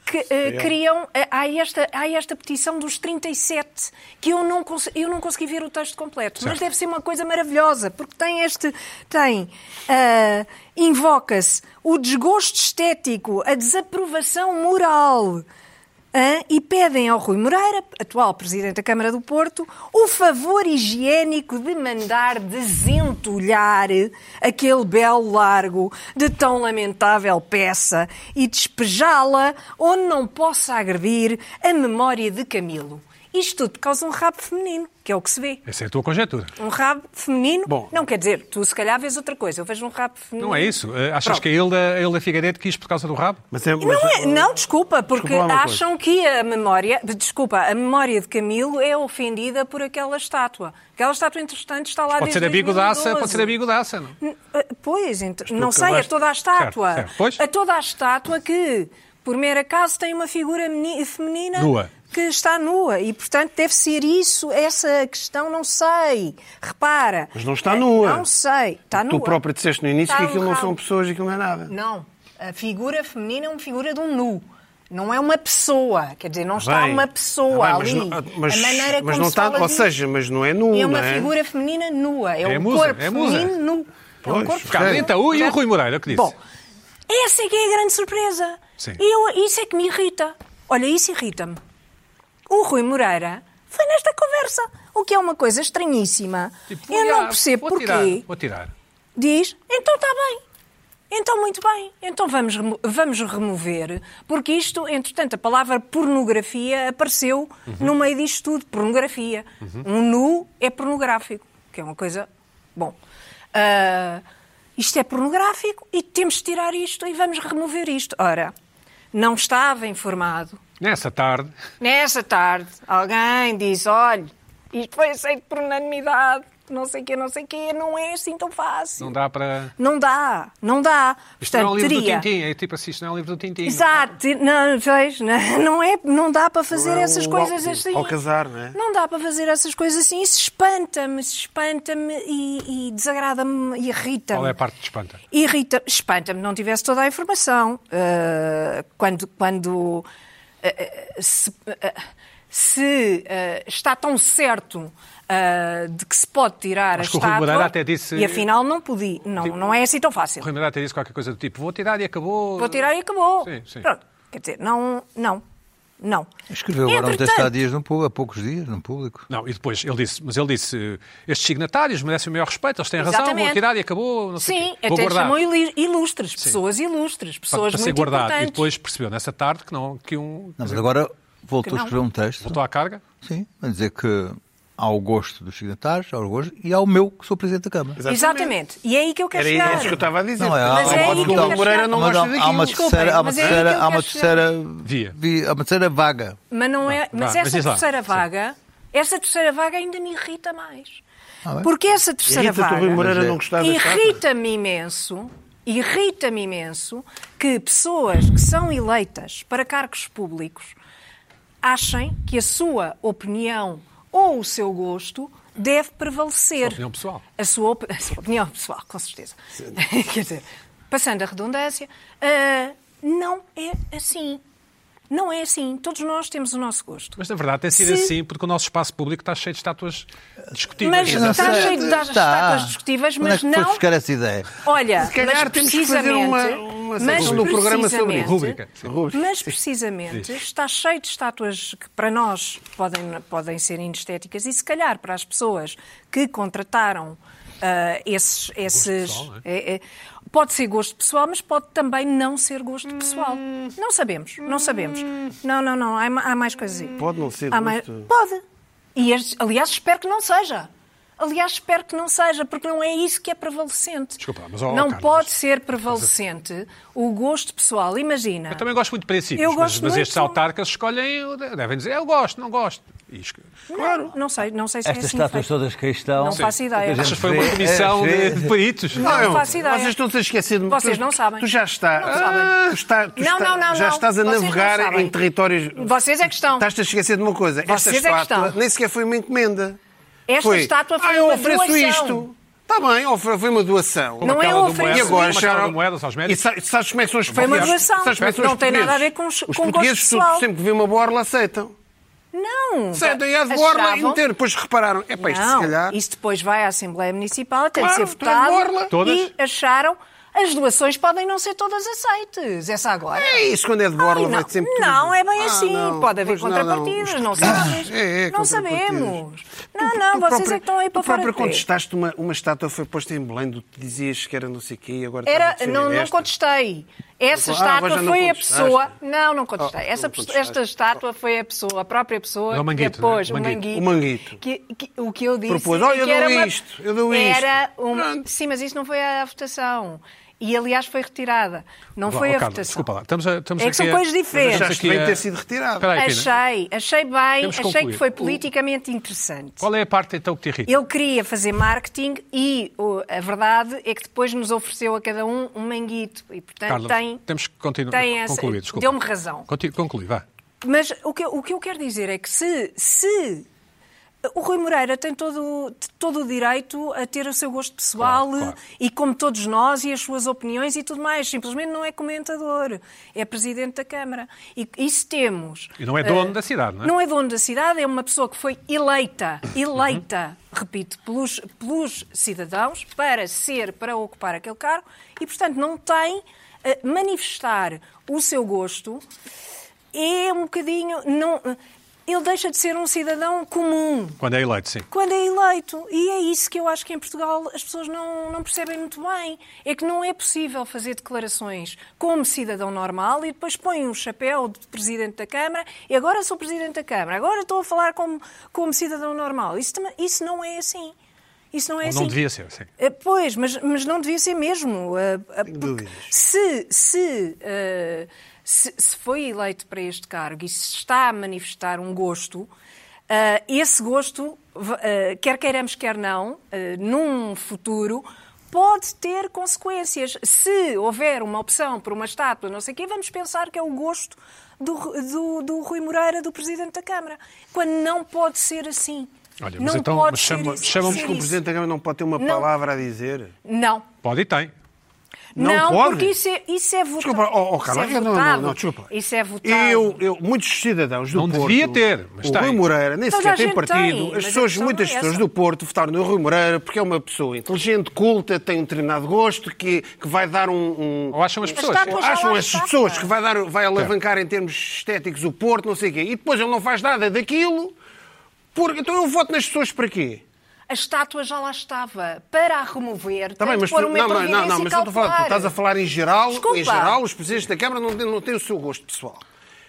[SPEAKER 3] que, eh, criam. eh, há, esta, há esta petição dos 37, que eu não, cons- eu não consegui ver o texto completo, mas deve ser uma coisa maravilhosa, porque tem este. tem. ah, invoca-se o desgosto estético, a desaprovação moral. hã? e pedem ao Rui Moreira, atual Presidente da Câmara do Porto, o favor higiênico de mandar desentulhar aquele belo largo de tão lamentável peça e despejá-la onde não possa agredir a memória de Camilo. Isto tudo por causa de um rabo feminino, que é o que se vê.
[SPEAKER 1] Essa é a tua conjetura.
[SPEAKER 3] Um rabo feminino
[SPEAKER 1] Bom.
[SPEAKER 3] não quer dizer, tu se calhar vês outra coisa, eu vejo um rabo feminino.
[SPEAKER 1] Não é isso. Eh, Achas
[SPEAKER 3] Pronto.
[SPEAKER 1] que a Hilda, a Hilda Figueiredo quis por causa do rabo?
[SPEAKER 2] Mas é, mas,
[SPEAKER 3] Não, é- não, desculpa, porque
[SPEAKER 2] Desculpa lá uma
[SPEAKER 3] acham que a memória, desculpa, a memória de Camilo é ofendida por aquela estátua. Aquela estátua, entretanto, está lá
[SPEAKER 1] Pode
[SPEAKER 3] desde
[SPEAKER 1] ser a bigodaça,
[SPEAKER 3] 2012.
[SPEAKER 1] pode ser a bigodaça. Não?
[SPEAKER 3] N- eh, Pois, ent- não
[SPEAKER 2] que
[SPEAKER 3] sei, a
[SPEAKER 2] vais-
[SPEAKER 3] toda a estátua.
[SPEAKER 1] Certo, certo, pois.
[SPEAKER 3] A toda a estátua que por mero acaso, tem uma figura meni- feminina
[SPEAKER 1] Nua.
[SPEAKER 3] que está nua. E, portanto, deve ser isso, essa questão, não sei. Repara.
[SPEAKER 2] Mas não está nua.
[SPEAKER 3] Não sei. Está nua.
[SPEAKER 2] Tu próprio disseste no início
[SPEAKER 3] Está
[SPEAKER 2] que
[SPEAKER 3] um
[SPEAKER 2] aquilo não são
[SPEAKER 3] rabo.
[SPEAKER 2] pessoas, aquilo não é nada.
[SPEAKER 3] Não. A figura feminina é uma figura de um nu. Não é uma pessoa. Quer dizer, não está
[SPEAKER 2] Bem,
[SPEAKER 3] uma pessoa
[SPEAKER 2] tá bem,
[SPEAKER 3] ali.
[SPEAKER 2] não- mas-
[SPEAKER 3] a maneira
[SPEAKER 2] mas
[SPEAKER 3] como
[SPEAKER 2] não tá-
[SPEAKER 3] se fala
[SPEAKER 2] ou
[SPEAKER 3] disso
[SPEAKER 2] seja, mas não é nu,
[SPEAKER 3] é uma
[SPEAKER 2] não é?
[SPEAKER 3] figura feminina nua. É,
[SPEAKER 1] É
[SPEAKER 3] um
[SPEAKER 1] musa,
[SPEAKER 3] corpo
[SPEAKER 1] é musa.
[SPEAKER 3] feminino nu. é
[SPEAKER 2] Pois, tá
[SPEAKER 3] um corpo
[SPEAKER 1] Ricardo,
[SPEAKER 3] feminino.
[SPEAKER 1] então, o- e o Rui Moreira, que disse?
[SPEAKER 3] Bom, essa é que é a grande surpresa.
[SPEAKER 1] Sim.
[SPEAKER 3] E eu- isso é que me irrita. Olha, isso irrita-me. O Rui Moreira foi nesta conversa, o que é uma coisa estranhíssima.
[SPEAKER 1] Tipo,
[SPEAKER 3] eu
[SPEAKER 1] olhar,
[SPEAKER 3] não percebo
[SPEAKER 1] vou
[SPEAKER 3] porquê.
[SPEAKER 1] tirar, Vou tirar.
[SPEAKER 3] Diz, então está bem. Então, muito bem. Então vamos, remo- vamos remover, porque isto, entretanto, a palavra pornografia apareceu no meio disto tudo. Pornografia. Um nu é pornográfico, que é uma coisa. Bom. ah, isto é pornográfico e temos de tirar isto e vamos remover isto. Ora, não estava informado
[SPEAKER 1] Nessa tarde,
[SPEAKER 3] Nessa tarde, alguém diz: olha, isto foi aceito por unanimidade, não sei o quê, não sei o quê, não é assim tão fácil.
[SPEAKER 1] não dá para.
[SPEAKER 3] Não dá, não dá.
[SPEAKER 1] Isto não é um
[SPEAKER 3] Portanto,
[SPEAKER 1] livro
[SPEAKER 3] teria.
[SPEAKER 1] do Tintim, é tipo assim, isto não é um livro do Tintim.
[SPEAKER 3] Exato, te- não, pois, não, não é, não dá para fazer
[SPEAKER 2] Não é
[SPEAKER 3] essas
[SPEAKER 2] um
[SPEAKER 3] coisas
[SPEAKER 2] al-
[SPEAKER 3] assim.
[SPEAKER 2] alcazar, não é?
[SPEAKER 3] Não dá para fazer essas coisas assim. Isso espanta-me, espanta-me e, e desagrada-me e irrita-me.
[SPEAKER 1] Qual é a parte que te espanta?
[SPEAKER 3] Irrita, espanta-me não tivesse toda a informação. Ah, quando quando ah, ah, se, ah, se, ah, está tão certo ah, de que se pode tirar
[SPEAKER 1] Acho
[SPEAKER 3] a
[SPEAKER 1] que o Rui
[SPEAKER 3] estátua,
[SPEAKER 1] Moreira até disse-
[SPEAKER 3] e afinal não podia, não, não é assim tão
[SPEAKER 1] O
[SPEAKER 3] fácil.
[SPEAKER 1] Rui Moreira até disse qualquer coisa do tipo, vou tirar e acabou.
[SPEAKER 3] Vou tirar e acabou.
[SPEAKER 1] Sim, sim.
[SPEAKER 3] Pronto. Quer dizer, não, não, não.
[SPEAKER 5] Escreveu agora um texto há
[SPEAKER 3] Entretanto,
[SPEAKER 5] dias no público, há poucos dias, no público.
[SPEAKER 1] Não, e depois ele disse, mas ele disse, estes signatários merecem o maior respeito, eles têm razão, vou
[SPEAKER 3] Exatamente.
[SPEAKER 1] tirar e acabou, não sei o
[SPEAKER 3] Sim,
[SPEAKER 1] quê. Vou
[SPEAKER 3] até
[SPEAKER 1] guardar.
[SPEAKER 3] chamam ilu- ilustres, pessoas ilustres,
[SPEAKER 1] para,
[SPEAKER 3] pessoas
[SPEAKER 1] para ser
[SPEAKER 3] muito
[SPEAKER 1] guardado.
[SPEAKER 3] importantes.
[SPEAKER 1] E depois percebeu nessa tarde que não, que um
[SPEAKER 5] Não, mas agora voltou
[SPEAKER 3] Que
[SPEAKER 5] a
[SPEAKER 3] não.
[SPEAKER 5] escrever um texto.
[SPEAKER 1] voltou à carga.
[SPEAKER 5] Sim, a dizer que há o gosto dos signatários, há o gosto, e há o meu, que sou Presidente da Câmara.
[SPEAKER 3] Exatamente. E é aí que eu quero
[SPEAKER 2] Era
[SPEAKER 3] chegar.
[SPEAKER 2] isso que eu estava a dizer.
[SPEAKER 5] Não, é, há-
[SPEAKER 3] Mas
[SPEAKER 5] há
[SPEAKER 3] é
[SPEAKER 5] uma-
[SPEAKER 3] aí que eu
[SPEAKER 5] há-
[SPEAKER 3] quero chegar.
[SPEAKER 2] não
[SPEAKER 5] mas
[SPEAKER 1] é
[SPEAKER 2] gosta
[SPEAKER 5] há-
[SPEAKER 2] daquilo.
[SPEAKER 5] há uma
[SPEAKER 3] Desculpem,
[SPEAKER 5] terceira, há uma
[SPEAKER 3] mas é aí que
[SPEAKER 5] terceira,
[SPEAKER 3] eu
[SPEAKER 5] há uma
[SPEAKER 3] quero
[SPEAKER 5] terceira
[SPEAKER 1] Via.
[SPEAKER 5] Há uma terceira vaga.
[SPEAKER 3] Mas não é, mas
[SPEAKER 1] vá, mas
[SPEAKER 3] essa
[SPEAKER 1] diz lá.
[SPEAKER 3] terceira
[SPEAKER 1] Sim.
[SPEAKER 3] vaga, essa terceira vaga ainda me irrita mais.
[SPEAKER 5] Ah, bem.
[SPEAKER 3] Porque essa terceira
[SPEAKER 2] Irrita-te o Rui
[SPEAKER 3] vaga
[SPEAKER 2] Moreira
[SPEAKER 5] Mas é-
[SPEAKER 2] não gostar da estátua?
[SPEAKER 3] irrita-me imenso, irrita-me imenso que pessoas que são eleitas para cargos públicos achem que a sua opinião ou o seu gosto deve prevalecer.
[SPEAKER 1] A opinião pessoal.
[SPEAKER 3] A sua, op- a sua opinião pessoal, com certeza. Quer dizer, passando a redundância, ah, não é assim. Não é assim. Todos nós temos o nosso gosto.
[SPEAKER 1] Mas na verdade tem sido
[SPEAKER 3] Sim.
[SPEAKER 1] assim, porque o nosso espaço público está cheio de estátuas discutíveis.
[SPEAKER 3] Mas
[SPEAKER 1] Não é?
[SPEAKER 3] está
[SPEAKER 5] sei,
[SPEAKER 3] cheio de
[SPEAKER 5] está.
[SPEAKER 3] estátuas discutíveis,
[SPEAKER 5] Onde é
[SPEAKER 3] mas
[SPEAKER 5] que foste
[SPEAKER 3] não. É
[SPEAKER 5] buscar essa ideia?
[SPEAKER 3] Olha,
[SPEAKER 2] Se calhar
[SPEAKER 3] mas
[SPEAKER 2] temos que fazer uma-
[SPEAKER 3] precisamente-
[SPEAKER 2] uma
[SPEAKER 3] mas
[SPEAKER 2] sessão do programa sobre
[SPEAKER 3] precisamente-
[SPEAKER 2] isso.
[SPEAKER 1] Rúbrica. Sim.
[SPEAKER 2] Rubens.
[SPEAKER 3] Mas precisamente está cheio de estátuas que para nós podem, podem ser inestéticas e se calhar para as pessoas que contrataram ah, esses. esses
[SPEAKER 1] pessoal, não é?
[SPEAKER 3] é, é, pode ser gosto pessoal, mas pode também não ser gosto pessoal. Não sabemos, não sabemos. Não, não, não. Há, ma- há mais coisas aí.
[SPEAKER 2] Pode não ser
[SPEAKER 3] Há mais-
[SPEAKER 2] gosto.
[SPEAKER 3] Pode. E, as- aliás, espero que não seja. Aliás, espero que não seja, porque não é isso que é prevalecente.
[SPEAKER 1] Desculpa, mas, ó,
[SPEAKER 3] não
[SPEAKER 1] Carlos,
[SPEAKER 3] pode ser prevalecente o gosto pessoal. Imagina.
[SPEAKER 1] Eu também gosto muito de princípios,
[SPEAKER 3] Eu
[SPEAKER 1] mas-
[SPEAKER 3] gosto
[SPEAKER 1] mas,
[SPEAKER 3] muito.
[SPEAKER 1] estes autarcas escolhem, devem dizer, eu gosto, não gosto. E isto-
[SPEAKER 3] Claro. Não sei, não sei se é
[SPEAKER 5] Estas
[SPEAKER 3] assim
[SPEAKER 5] estátuas
[SPEAKER 3] feito.
[SPEAKER 5] todas que aí estão.
[SPEAKER 3] Não faço
[SPEAKER 2] É.
[SPEAKER 3] ideia.
[SPEAKER 5] que a gente
[SPEAKER 1] Achas que foi uma
[SPEAKER 5] vê-
[SPEAKER 1] comissão
[SPEAKER 5] é,
[SPEAKER 1] de, de peritos?
[SPEAKER 3] Não, não faço ideia.
[SPEAKER 2] Vocês estão a esquecer de
[SPEAKER 3] Vocês
[SPEAKER 2] tu-
[SPEAKER 3] não sabem.
[SPEAKER 2] Tu já está.
[SPEAKER 3] Não sabem.
[SPEAKER 2] Ah, tu está- tu
[SPEAKER 3] Não,
[SPEAKER 2] está-
[SPEAKER 3] não, não,
[SPEAKER 2] Já
[SPEAKER 3] não.
[SPEAKER 2] estás a
[SPEAKER 3] Vocês não
[SPEAKER 2] navegar
[SPEAKER 3] sabem.
[SPEAKER 2] em territórios.
[SPEAKER 3] Vocês é que estão.
[SPEAKER 2] Estás-te a esquecer de uma coisa.
[SPEAKER 3] Vocês é que
[SPEAKER 2] Esta estátua
[SPEAKER 3] estão.
[SPEAKER 2] nem sequer foi uma encomenda.
[SPEAKER 3] Esta estátua foi
[SPEAKER 2] ah, eu
[SPEAKER 3] uma
[SPEAKER 2] ofereço
[SPEAKER 3] doação."
[SPEAKER 2] isto. Está bem, ofere- foi uma doação.
[SPEAKER 3] Não é
[SPEAKER 1] aquela do
[SPEAKER 3] um
[SPEAKER 1] Moedas,
[SPEAKER 2] E
[SPEAKER 3] oferecimento.
[SPEAKER 2] agora
[SPEAKER 1] Uma
[SPEAKER 2] já-
[SPEAKER 1] cara de moedas aos médicos?
[SPEAKER 2] E sa- sabes como é que são os
[SPEAKER 3] Foi uma
[SPEAKER 2] portugueses?
[SPEAKER 3] doação.
[SPEAKER 2] Sabes como é que são os
[SPEAKER 3] Não tem nada
[SPEAKER 2] portugueses?
[SPEAKER 3] a ver com os-
[SPEAKER 2] Os
[SPEAKER 3] com gosto
[SPEAKER 2] portugueses, tu-
[SPEAKER 3] pessoal.
[SPEAKER 2] sempre que vê uma borla, aceitam.
[SPEAKER 3] Não.
[SPEAKER 2] Aceitam e há de borla
[SPEAKER 3] Achavam-
[SPEAKER 2] inteira. Depois repararam. É para isto, se
[SPEAKER 3] Não,
[SPEAKER 2] calhar.
[SPEAKER 3] Isso depois vai à Assembleia Municipal, tem de
[SPEAKER 2] Claro,
[SPEAKER 3] ser
[SPEAKER 2] tu és
[SPEAKER 3] votado.
[SPEAKER 2] borla.
[SPEAKER 1] Todas?
[SPEAKER 3] E acharam. As doações podem não ser todas aceites. Essa agora.
[SPEAKER 2] É isso, quando é de borla,
[SPEAKER 3] Ai,
[SPEAKER 2] vai
[SPEAKER 3] não.
[SPEAKER 2] sempre. tudo.
[SPEAKER 3] Não, é bem
[SPEAKER 2] Ah,
[SPEAKER 3] assim.
[SPEAKER 2] não.
[SPEAKER 3] Pode haver
[SPEAKER 2] Pois não, não.
[SPEAKER 3] contrapartidas, não, sabemos.
[SPEAKER 2] É, é,
[SPEAKER 3] não
[SPEAKER 2] contrapartidas.
[SPEAKER 3] sabemos.
[SPEAKER 2] Tu-
[SPEAKER 3] Não,
[SPEAKER 2] tu
[SPEAKER 3] não, vocês
[SPEAKER 2] próprio-
[SPEAKER 3] é que estão aí para
[SPEAKER 2] Tu
[SPEAKER 3] fora.
[SPEAKER 2] próprio
[SPEAKER 3] de pé.
[SPEAKER 2] contestaste uma, uma estátua foi posta em Belém, do que dizias que era não sei o quê e agora
[SPEAKER 3] Era,
[SPEAKER 2] estás a defender
[SPEAKER 3] não, não
[SPEAKER 2] Então, esta.
[SPEAKER 3] contestei. Essa
[SPEAKER 2] Ah,
[SPEAKER 3] estátua
[SPEAKER 2] agora já não
[SPEAKER 3] foi a
[SPEAKER 2] contestaste.
[SPEAKER 3] pessoa. Não, não contestei.
[SPEAKER 2] Ah,
[SPEAKER 3] Essa,
[SPEAKER 2] não
[SPEAKER 3] pesso-
[SPEAKER 2] contestaste.
[SPEAKER 3] Esta estátua foi a pessoa, a própria pessoa.
[SPEAKER 1] É o Manguito,
[SPEAKER 3] que depois,
[SPEAKER 1] né? O
[SPEAKER 3] o
[SPEAKER 1] Manguito.
[SPEAKER 3] Manguito.
[SPEAKER 2] O Manguito.
[SPEAKER 3] Que, que- o que eu disse.
[SPEAKER 2] Propôs, "Olha, eu
[SPEAKER 3] que era
[SPEAKER 2] dou
[SPEAKER 3] uma-
[SPEAKER 2] isto, eu dou
[SPEAKER 3] era
[SPEAKER 2] isto."
[SPEAKER 3] Um,
[SPEAKER 2] Pronto.
[SPEAKER 3] sim, mas isso não foi à votação. E, aliás, foi retirada. Não
[SPEAKER 1] Vá,
[SPEAKER 3] foi
[SPEAKER 1] ó,
[SPEAKER 3] a
[SPEAKER 1] Carla,
[SPEAKER 3] votação.
[SPEAKER 1] Desculpa lá. Estamos a, estamos
[SPEAKER 3] É que
[SPEAKER 1] aqui
[SPEAKER 3] são
[SPEAKER 1] a-
[SPEAKER 3] coisas diferentes.
[SPEAKER 1] estamos
[SPEAKER 2] Achaste
[SPEAKER 1] aqui
[SPEAKER 2] bem
[SPEAKER 1] a-
[SPEAKER 2] ter sido retirado.
[SPEAKER 1] Espera aí, Pina.
[SPEAKER 3] Achei, achei bem,
[SPEAKER 1] Temos que
[SPEAKER 3] achei que
[SPEAKER 1] concluir.
[SPEAKER 3] foi
[SPEAKER 1] O-
[SPEAKER 3] politicamente interessante.
[SPEAKER 1] Qual é a parte então que te irrita?
[SPEAKER 3] Ele queria fazer marketing e o- a verdade é que depois nos ofereceu a cada um um manguito. E, portanto,
[SPEAKER 1] Carla,
[SPEAKER 3] tem.
[SPEAKER 1] temos que continuar.
[SPEAKER 3] tem essa-
[SPEAKER 1] concluir, desculpa.
[SPEAKER 3] Deu-me razão.
[SPEAKER 1] Conti- Conclui, vá.
[SPEAKER 3] Mas o que, eu- o que eu quero dizer é que se, se o Rui Moreira tem todo, todo o direito a ter o seu gosto pessoal
[SPEAKER 1] Claro, claro.
[SPEAKER 3] e como todos nós e as suas opiniões e tudo mais, simplesmente não é comentador, é presidente da Câmara. E isso temos.
[SPEAKER 1] E não é dono da cidade, não é?
[SPEAKER 3] Não é dono da cidade, é uma pessoa que foi eleita, eleita, repito, pelos, pelos cidadãos para ser, para ocupar aquele cargo e, portanto, não tem eh, manifestar o seu gosto é um bocadinho. Não, eh, ele deixa de ser um cidadão comum
[SPEAKER 1] Quando é eleito, sim.
[SPEAKER 3] quando é eleito. E é isso que eu acho que em Portugal as pessoas não, não percebem muito bem. É que não é possível fazer declarações como cidadão normal e depois põe um chapéu de presidente da Câmara e agora sou presidente da Câmara, agora estou a falar como, como cidadão normal. Isso, também- isso não é assim. Isso não é
[SPEAKER 1] Ou
[SPEAKER 3] assim.
[SPEAKER 1] não devia ser, sim.
[SPEAKER 3] Eh, Pois, mas, mas não devia ser mesmo. eh, eh, porque
[SPEAKER 2] dúvidas.
[SPEAKER 3] se, se, eh, se, se foi eleito para este cargo e se está a manifestar um gosto, eh, esse gosto, v- eh, quer queiramos, quer não, eh, num futuro, pode ter consequências. Se houver uma opção por uma estátua, não sei o quê, vamos pensar que é o gosto do, Ru- do, do Rui Moreira, do Presidente da Câmara. Quando não pode ser assim.
[SPEAKER 1] Olha,
[SPEAKER 3] não
[SPEAKER 1] mas então
[SPEAKER 3] pode
[SPEAKER 1] chama-
[SPEAKER 3] ser isso-
[SPEAKER 1] chamamos
[SPEAKER 3] ser
[SPEAKER 2] que o
[SPEAKER 3] isso.
[SPEAKER 2] Presidente da Câmara não pode ter uma
[SPEAKER 3] Não.
[SPEAKER 2] palavra a dizer.
[SPEAKER 3] Não.
[SPEAKER 1] Pode e tem.
[SPEAKER 2] Não
[SPEAKER 3] Não,
[SPEAKER 2] pode?
[SPEAKER 3] porque isso é, isso é votado.
[SPEAKER 2] Desculpa, oh, oh, Carla,
[SPEAKER 3] isso é
[SPEAKER 2] não, não,
[SPEAKER 3] votado.
[SPEAKER 2] não, desculpa.
[SPEAKER 3] Isso é votado.
[SPEAKER 2] Eu, eu, muitos cidadãos do
[SPEAKER 1] Não
[SPEAKER 2] Porto.
[SPEAKER 1] devia ter, mas
[SPEAKER 2] o
[SPEAKER 1] tem.
[SPEAKER 2] Rui Moreira, nem
[SPEAKER 3] Toda
[SPEAKER 2] sequer
[SPEAKER 3] a
[SPEAKER 2] tem
[SPEAKER 3] Então gente
[SPEAKER 2] partido.
[SPEAKER 3] tem, mas
[SPEAKER 2] As
[SPEAKER 3] a
[SPEAKER 2] pessoas,
[SPEAKER 3] questão
[SPEAKER 2] muitas
[SPEAKER 3] não é
[SPEAKER 2] pessoas
[SPEAKER 3] essa.
[SPEAKER 2] do Porto votaram no Rui Moreira porque é uma pessoa inteligente, culta, tem um determinado gosto, que, que vai dar um. um-
[SPEAKER 1] Ou acham as
[SPEAKER 3] Mas
[SPEAKER 1] pessoas.
[SPEAKER 3] Então está com- Pois
[SPEAKER 2] acham
[SPEAKER 3] não há
[SPEAKER 2] as
[SPEAKER 3] chapa.
[SPEAKER 2] pessoas que vai, dar, vai alavancar em termos estéticos o Porto, não sei o quê, e depois ele não faz nada daquilo. Porque, então eu voto nas pessoas para quê?
[SPEAKER 3] A estátua já lá estava. Para a remover,
[SPEAKER 2] Tá bem,
[SPEAKER 3] tem
[SPEAKER 2] mas
[SPEAKER 3] de pôr
[SPEAKER 2] tu-
[SPEAKER 3] uma
[SPEAKER 2] não, não, não, não, mas eu
[SPEAKER 3] estou
[SPEAKER 2] estou a falar, tu estás a falar em geral,
[SPEAKER 3] Desculpa.
[SPEAKER 2] em geral, os presidentes da Câmara não, têm- não têm o seu gosto pessoal.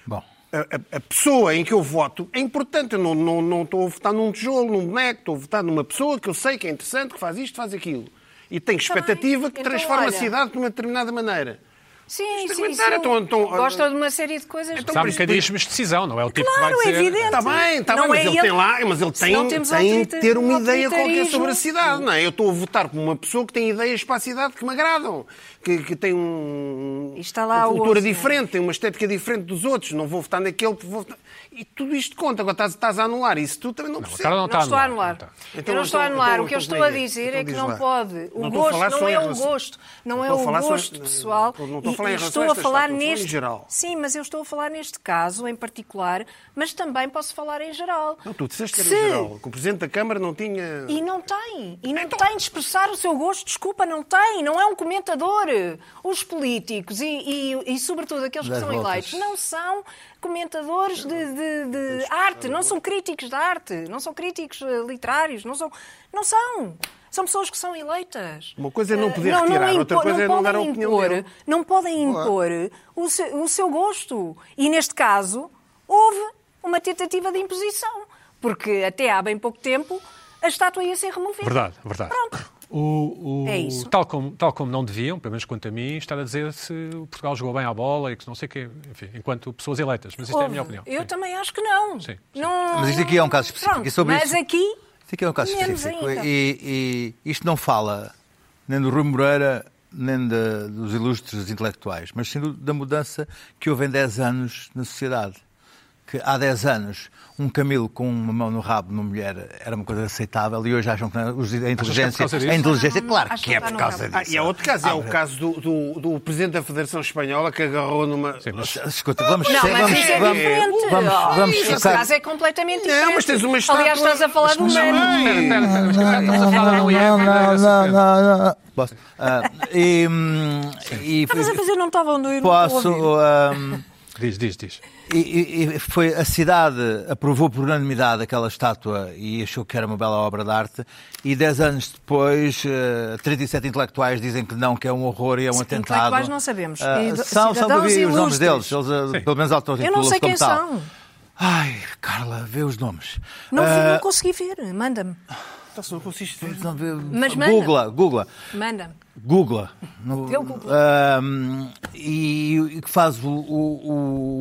[SPEAKER 5] Bom,
[SPEAKER 2] A, a- a pessoa em que eu voto é importante. Eu não, não, não estou a votar num tijolo, num boneco, estou a votar numa pessoa que eu sei que é interessante, que faz isto, faz aquilo. E tenho expectativa que
[SPEAKER 3] então,
[SPEAKER 2] transforma
[SPEAKER 3] olha.
[SPEAKER 2] a cidade de uma determinada maneira.
[SPEAKER 3] Sim,
[SPEAKER 2] Isto
[SPEAKER 3] sim, sim.
[SPEAKER 2] aguentar, então- então-
[SPEAKER 3] Gostam de uma série de coisas.
[SPEAKER 2] Então,
[SPEAKER 1] Há
[SPEAKER 2] mas-
[SPEAKER 1] mecanismos de decisão, não é o tipo que vai
[SPEAKER 3] claro, é
[SPEAKER 1] dizer.
[SPEAKER 3] evidente.
[SPEAKER 2] Está Tá bem, está bem,
[SPEAKER 3] Não
[SPEAKER 2] mas
[SPEAKER 3] é
[SPEAKER 2] ele,
[SPEAKER 3] ele-
[SPEAKER 2] tem lá, mas ele
[SPEAKER 3] Senão
[SPEAKER 2] tem,
[SPEAKER 3] temos
[SPEAKER 2] tem de
[SPEAKER 3] autorita- um
[SPEAKER 2] ter uma ideia qualquer
[SPEAKER 3] autoritarismo.
[SPEAKER 2] sobre a cidade, não é? Eu estou a votar por uma pessoa que tem ideias para a cidade que me agradam, que, que tem um,
[SPEAKER 3] E está lá
[SPEAKER 2] uma
[SPEAKER 3] o
[SPEAKER 2] cultura
[SPEAKER 3] outro. é?
[SPEAKER 2] diferente, tem uma estética diferente dos outros, não vou votar naquele, porque vou votar... E tudo isto conta, agora estás, estás a anular isso, tu também não,
[SPEAKER 1] Não, a
[SPEAKER 2] percebes.
[SPEAKER 1] Carla
[SPEAKER 3] Não
[SPEAKER 1] está
[SPEAKER 3] estou a
[SPEAKER 1] anular,
[SPEAKER 3] anular.
[SPEAKER 1] não está.
[SPEAKER 2] Então,
[SPEAKER 3] eu não estou a
[SPEAKER 2] então,
[SPEAKER 3] anular.
[SPEAKER 2] então,
[SPEAKER 3] o que eu
[SPEAKER 2] então,
[SPEAKER 3] estou a
[SPEAKER 2] diga.
[SPEAKER 3] dizer
[SPEAKER 2] Então,
[SPEAKER 3] é que
[SPEAKER 2] diz
[SPEAKER 3] não
[SPEAKER 2] lá.
[SPEAKER 3] pode. O
[SPEAKER 2] Não estou a falar
[SPEAKER 3] gosto
[SPEAKER 2] só
[SPEAKER 3] não
[SPEAKER 2] em
[SPEAKER 3] é o
[SPEAKER 2] relação-
[SPEAKER 3] gosto. Não
[SPEAKER 2] não
[SPEAKER 3] é
[SPEAKER 2] estou a
[SPEAKER 3] o
[SPEAKER 2] falar só-
[SPEAKER 3] gosto
[SPEAKER 2] não-
[SPEAKER 3] pessoal.
[SPEAKER 2] não estou a
[SPEAKER 3] E-
[SPEAKER 2] falar em
[SPEAKER 3] e
[SPEAKER 2] relação
[SPEAKER 3] estou
[SPEAKER 2] a esta estátua,
[SPEAKER 3] a falar
[SPEAKER 2] estou a falar em
[SPEAKER 3] neste.
[SPEAKER 2] geral.
[SPEAKER 3] Sim, mas eu estou a falar neste caso em particular, mas também posso falar em geral.
[SPEAKER 2] Não, tu disseste que
[SPEAKER 3] Se-
[SPEAKER 2] era em geral, que o Presidente da Câmara não tinha...
[SPEAKER 3] e não tem. E não
[SPEAKER 2] Então-
[SPEAKER 3] tem de expressar o seu gosto. Desculpa, não tem. Não é um comentador. Os políticos e, e, e, sobretudo, aqueles que
[SPEAKER 5] Das
[SPEAKER 3] são
[SPEAKER 5] voltas.
[SPEAKER 3] eleitos não são comentadores de, de- de arte. Não são críticos de arte. Não são críticos eh, literários. Não são. Não são. São pessoas que são eleitas.
[SPEAKER 2] Uma coisa é não
[SPEAKER 3] Eh,
[SPEAKER 2] poder retirar, outra
[SPEAKER 3] impo-
[SPEAKER 2] coisa é não dar a
[SPEAKER 3] podem
[SPEAKER 2] opinião
[SPEAKER 3] impor,
[SPEAKER 2] dele.
[SPEAKER 3] Não podem impor o seu, o seu gosto. E neste caso, houve uma tentativa de imposição. Porque até há bem pouco tempo a estátua ia ser removida.
[SPEAKER 1] Verdade, verdade.
[SPEAKER 3] Pronto.
[SPEAKER 1] O, o-
[SPEAKER 3] É isso.
[SPEAKER 1] Tal como, tal como não deviam, pelo menos quanto a mim, estar a dizer se o Portugal jogou bem à bola e que não sei o quê, enfim, enquanto pessoas eleitas. Mas isto é a
[SPEAKER 3] Houve.
[SPEAKER 1] minha opinião.
[SPEAKER 3] Eu
[SPEAKER 1] Sim.
[SPEAKER 3] também acho que não.
[SPEAKER 1] Sim, sim.
[SPEAKER 3] Não-
[SPEAKER 5] Mas isto aqui é um caso específico.
[SPEAKER 3] Pronto,
[SPEAKER 5] E sobre
[SPEAKER 3] mas
[SPEAKER 5] isso-
[SPEAKER 3] aqui
[SPEAKER 5] isto aqui é um caso
[SPEAKER 3] menos
[SPEAKER 5] específico.
[SPEAKER 3] ainda.
[SPEAKER 5] E, e isto não fala nem do Rui Moreira, nem da- dos ilustres intelectuais, mas sim do- da mudança que houve em 10 anos na sociedade. Que há 10 anos um Camilo com uma mão no rabo de uma mulher era uma coisa aceitável e hoje acham que não- é?
[SPEAKER 2] é
[SPEAKER 5] os- a inteligência.
[SPEAKER 1] causa disso?
[SPEAKER 5] a inteligência, claro
[SPEAKER 3] Acho
[SPEAKER 5] que é
[SPEAKER 3] que está
[SPEAKER 5] por
[SPEAKER 3] no
[SPEAKER 5] causa
[SPEAKER 3] rabo.
[SPEAKER 5] disso.
[SPEAKER 2] Ah, e há outro caso, é o caso do, do, do Presidente da Federação Espanhola que agarrou numa...
[SPEAKER 1] Sim, mas-
[SPEAKER 5] Escuta, vamos,
[SPEAKER 3] Não, mas
[SPEAKER 5] vamos,
[SPEAKER 3] isso é
[SPEAKER 5] vamos,
[SPEAKER 3] diferente.
[SPEAKER 5] vamos,
[SPEAKER 3] Oh,
[SPEAKER 5] vamos
[SPEAKER 3] isso,
[SPEAKER 5] focar-
[SPEAKER 3] caso é completamente
[SPEAKER 2] Não,
[SPEAKER 3] diferente.
[SPEAKER 2] mas tens uma estátua-
[SPEAKER 3] Aliás, estás a falar de um
[SPEAKER 2] Não, é.
[SPEAKER 3] ano.
[SPEAKER 1] Espera, espera, espera, mas
[SPEAKER 5] Não,
[SPEAKER 1] estamos
[SPEAKER 3] é
[SPEAKER 1] a falar
[SPEAKER 5] não,
[SPEAKER 1] da IEF,
[SPEAKER 5] não,
[SPEAKER 1] ainda
[SPEAKER 5] não,
[SPEAKER 1] é
[SPEAKER 5] não, não. Posso? Ah, e, hum, e
[SPEAKER 3] Estavas a fazer, não estava onde eu não
[SPEAKER 5] posso.
[SPEAKER 3] estou a ouvir.
[SPEAKER 5] hum,
[SPEAKER 1] Diz, diz, diz.
[SPEAKER 5] e, e- e foi a cidade aprovou por unanimidade aquela estátua e achou que era uma bela obra de arte. E 10 anos depois, eh, 37 intelectuais dizem que não, que é um horror e é um
[SPEAKER 3] Sim,
[SPEAKER 5] atentado.
[SPEAKER 3] intelectuais não sabemos.
[SPEAKER 5] Ah,
[SPEAKER 3] E do-
[SPEAKER 5] são, são
[SPEAKER 3] cidadãos
[SPEAKER 5] dúvidas os nomes
[SPEAKER 3] ilustres.
[SPEAKER 5] deles, eles, eh,
[SPEAKER 1] Sim.
[SPEAKER 5] pelo
[SPEAKER 3] Eu
[SPEAKER 5] menos
[SPEAKER 3] não
[SPEAKER 5] autorretulam-se
[SPEAKER 3] sei
[SPEAKER 5] como
[SPEAKER 3] quem
[SPEAKER 5] tal.
[SPEAKER 3] são.
[SPEAKER 5] Ai, Carla, vê os nomes.
[SPEAKER 3] Não, vi,
[SPEAKER 5] Ah,
[SPEAKER 3] não consegui ver. Manda-me.
[SPEAKER 2] Tá, só consiste-
[SPEAKER 5] não vê-
[SPEAKER 3] Mas manda.
[SPEAKER 5] Googla, Googla.
[SPEAKER 3] Manda-me.
[SPEAKER 5] Google. No,
[SPEAKER 3] Ele googla.
[SPEAKER 5] Ahm, e e que faz o, o-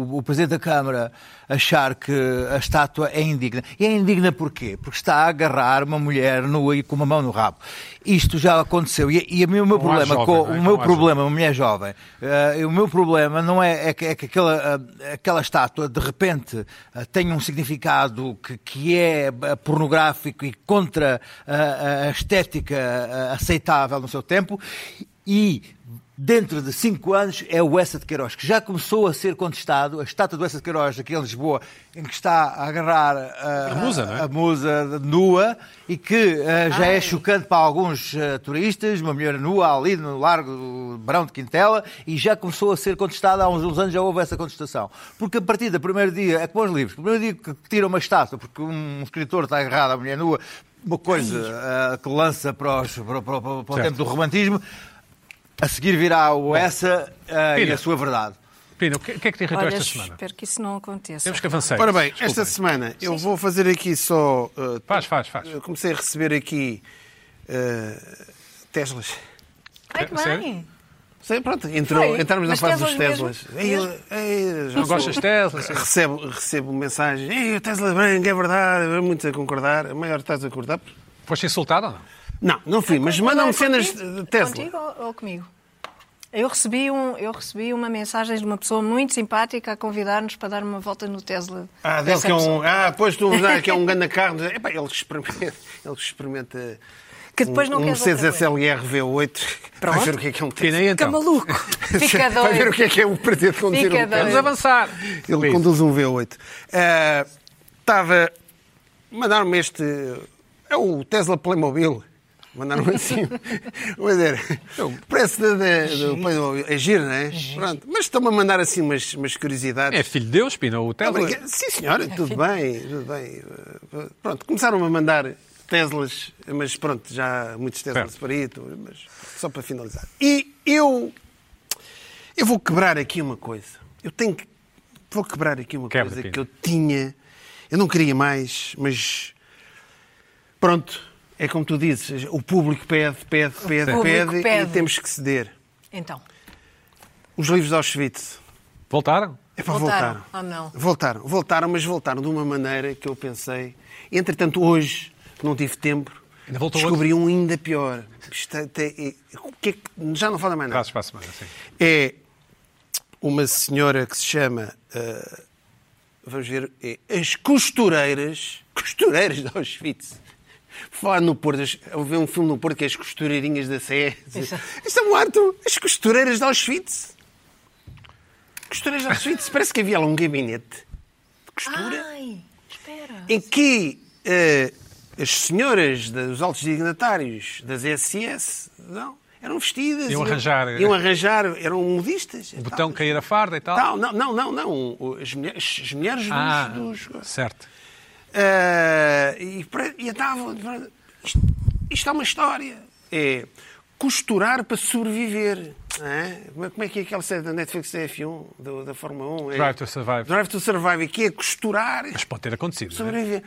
[SPEAKER 5] o- o Presidente da Câmara achar que a estátua é indigna. E é indigna porquê? Porque está a agarrar uma mulher nua e com uma mão no rabo. Isto já aconteceu. E, e a mim, o
[SPEAKER 1] Não
[SPEAKER 5] meu
[SPEAKER 1] há
[SPEAKER 5] problema,
[SPEAKER 1] jovem,
[SPEAKER 5] com,
[SPEAKER 1] não é?
[SPEAKER 5] o meu
[SPEAKER 1] Não há
[SPEAKER 5] problema, uma mulher jovem, eh, e o meu problema não é, é que, é que aquela, ah, aquela estátua de repente ah, tenha um significado que, que é ah, pornográfico e contra ah, a estética ah, aceitável no seu tempo e dentro de cinco anos é o Essa de Queiroz, que já começou a ser contestado, a estátua do Essa de Queiroz aqui em Lisboa, em que está a agarrar ah,
[SPEAKER 1] A musa, não é?
[SPEAKER 5] a musa nua e que eh, já é chocante para alguns eh, turistas, uma mulher nua ali no Largo do Barão de Quintela e já começou a ser contestada, há uns, uns anos já houve essa contestação. Porque a partir do primeiro dia, é como os livros, o primeiro dia que tira uma estátua porque um escritor está agarrado à mulher nua, uma coisa eh, que lança para, os- para- para- para o tempo do romantismo, a seguir virá o essa eh, e
[SPEAKER 1] Pina.
[SPEAKER 5] a sua verdade.
[SPEAKER 1] Pina, o que, o que é que te irritou
[SPEAKER 3] Olha,
[SPEAKER 1] esta semana?
[SPEAKER 3] espero que isso não aconteça.
[SPEAKER 1] Temos que avançar.
[SPEAKER 2] Ora bem,
[SPEAKER 1] Desculpem.
[SPEAKER 2] esta semana eu vou fazer aqui só. eh,
[SPEAKER 1] Faz, faz, faz.
[SPEAKER 2] Eu comecei a receber aqui eh, Teslas.
[SPEAKER 3] Ai, que
[SPEAKER 1] Sério?
[SPEAKER 3] bem.
[SPEAKER 2] Sei, pronto, entrou,
[SPEAKER 3] Foi,
[SPEAKER 2] entramos na
[SPEAKER 3] mas
[SPEAKER 2] fase dos
[SPEAKER 3] Teslas
[SPEAKER 2] Teslas.
[SPEAKER 3] mesmo?
[SPEAKER 2] Ei, eu- ei, já
[SPEAKER 1] Não
[SPEAKER 2] sou-
[SPEAKER 1] gostas de Tesla? sei lá.
[SPEAKER 2] Recebo, recebo mensagem, Ei, o Tesla branco, é verdade, é muito a concordar, a maior estás a concordar.
[SPEAKER 1] Foste insultado ou não?
[SPEAKER 2] Não, não fui, mas mandam cenas
[SPEAKER 3] Ah, Contigo?
[SPEAKER 2] de Tesla.
[SPEAKER 3] Contigo ou- ou comigo? Eu recebi, um, eu recebi uma mensagem de uma pessoa muito simpática a convidar-nos para dar uma volta no Tesla.
[SPEAKER 2] Ah, dele
[SPEAKER 3] dessa
[SPEAKER 2] que é
[SPEAKER 3] pessoa.
[SPEAKER 2] um. Ah, pois tu ah, que é um ganda carro. Epá, ele experimenta. Ele experimenta
[SPEAKER 3] Que depois não
[SPEAKER 2] um,
[SPEAKER 3] quer
[SPEAKER 2] um
[SPEAKER 3] outra coisa.
[SPEAKER 2] Mercedes SLR V8.
[SPEAKER 3] Pronto.
[SPEAKER 2] Vai ver o que é que é um
[SPEAKER 1] Pina, e
[SPEAKER 2] Tesla.
[SPEAKER 3] Fica
[SPEAKER 1] então?
[SPEAKER 3] maluco.
[SPEAKER 2] Vai
[SPEAKER 3] Fica
[SPEAKER 2] ver o
[SPEAKER 3] doido.
[SPEAKER 2] que é que é o prazer de conduzir
[SPEAKER 3] Fica
[SPEAKER 2] um
[SPEAKER 3] doido.
[SPEAKER 2] Tesla.
[SPEAKER 1] Vamos avançar.
[SPEAKER 2] Ele
[SPEAKER 1] Luís,
[SPEAKER 2] conduz um V8. Ah, Estava. Mandaram-me este. É o Tesla Playmobil. Mandaram-me assim. Vou dizer. O preço da- da- do Playmobil é giro, não é? Pronto. Mas estão-me a mandar assim umas, umas curiosidades.
[SPEAKER 1] É filho de Deus, Pina, o
[SPEAKER 2] Ah,
[SPEAKER 1] Tesla.
[SPEAKER 2] brinca- Sim, senhora, tudo bem, tudo bem. Uh, Pronto, começaram a mandar Teslas, mas pronto, já há muitos Teslas
[SPEAKER 1] Certo.
[SPEAKER 2] para aí, tu- mas só para finalizar. E eu. Eu vou quebrar aqui uma coisa. Eu tenho que. Vou quebrar aqui uma
[SPEAKER 1] Quebra,
[SPEAKER 2] coisa
[SPEAKER 1] Pina.
[SPEAKER 2] que eu tinha. Eu não queria mais, mas. Pronto, é como tu dizes, o público pede, pede, pede,
[SPEAKER 3] público
[SPEAKER 2] pede, e
[SPEAKER 3] pede.
[SPEAKER 2] temos que ceder.
[SPEAKER 3] Então,
[SPEAKER 2] Os livros de Auschwitz.
[SPEAKER 1] Voltaram?
[SPEAKER 2] É para
[SPEAKER 3] Voltaram,
[SPEAKER 2] voltaram.
[SPEAKER 3] ou não?
[SPEAKER 2] Voltaram, voltaram, mas voltaram de uma maneira que eu pensei. Entretanto, hoje, não tive tempo,
[SPEAKER 1] Ainda voltou
[SPEAKER 2] descobri um ainda pior. Isto é- é- é- o que é que- já não fala mais nada.
[SPEAKER 1] Trazes para a semana, sim.
[SPEAKER 2] É uma senhora que se chama. ah, vamos ver. é as costureiras. Costureiras de Auschwitz. Falar no Porto. as- Houve um filme no Porto que é As Costureirinhas da Sé.
[SPEAKER 3] Isso.
[SPEAKER 2] Isto é um arto. As costureiras de Auschwitz. Costureiras de Auschwitz. Parece que havia lá um gabinete de costura
[SPEAKER 3] Ai, espera.
[SPEAKER 2] em que eh, as senhoras dos altos dignatários das SS não, eram vestidas.
[SPEAKER 1] Iam arranjar-
[SPEAKER 2] Iam arranjar, eram modistas.
[SPEAKER 1] O
[SPEAKER 2] Então,
[SPEAKER 3] Ah.
[SPEAKER 1] botão cair a farda e tal.
[SPEAKER 3] Tá.
[SPEAKER 2] Tal, não, não, não, não. As mulheres, as mulheres dos-
[SPEAKER 1] Ah,
[SPEAKER 2] dos.
[SPEAKER 1] certo.
[SPEAKER 2] Eh, e pre- e estavam. Isto, isto é uma história. É costurar para sobreviver. não é? Como é- como é que é aquela série da Netflix da F1, do- da Fórmula 1? É-
[SPEAKER 1] Drive to Survive.
[SPEAKER 2] Drive to Survive, que é costurar
[SPEAKER 1] Mas pode ter acontecido, não é?
[SPEAKER 2] sobreviver.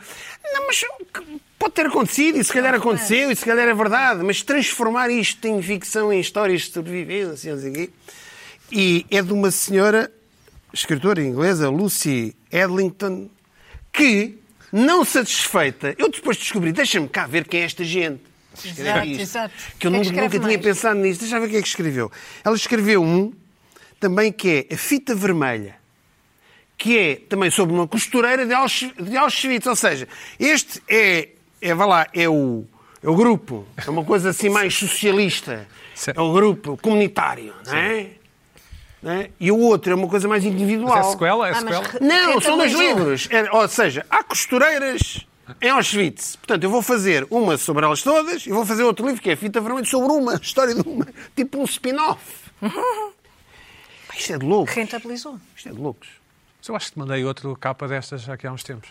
[SPEAKER 2] Não, mas pode ter acontecido, e se calhar aconteceu, e se calhar é verdade, mas transformar isto em ficção, em histórias de sobrevivência, assim, não sei o quê. E é de uma senhora, escritora inglesa, Lucy Edlington, que, não satisfeita, eu depois descobri, deixa-me cá ver quem é esta gente.
[SPEAKER 3] Exato,
[SPEAKER 2] Isto,
[SPEAKER 3] exato.
[SPEAKER 2] Que eu
[SPEAKER 3] Quem é que
[SPEAKER 2] nunca,
[SPEAKER 3] escreve
[SPEAKER 2] nunca tinha
[SPEAKER 3] mais?
[SPEAKER 2] pensado nisto. Deixa eu ver o que é que escreveu. Ela escreveu um também que é a fita vermelha que é também sobre uma costureira de, Ausch- de Auschwitz. Ou seja, este é, é vá lá, é o, é o grupo, é uma coisa assim mais socialista,
[SPEAKER 1] Certo.
[SPEAKER 2] é o grupo comunitário, não é? Não é? E o outro é uma coisa mais individual.
[SPEAKER 1] Mas é sequela? É
[SPEAKER 3] Ah, mas
[SPEAKER 1] sequela?
[SPEAKER 3] re-
[SPEAKER 2] Não, são dois
[SPEAKER 3] Rentabilizou.
[SPEAKER 2] livros. É, ou seja, há costureiras em Auschwitz. Portanto, eu vou fazer uma sobre elas todas e vou fazer outro livro que é Fita Vermelha sobre uma, história de uma, tipo um spin-off. Pá, Isto é de loucos.
[SPEAKER 3] Rentabilizou.
[SPEAKER 2] Isto é de loucos.
[SPEAKER 1] Mas eu acho que te mandei outro capa destas aqui há uns tempos.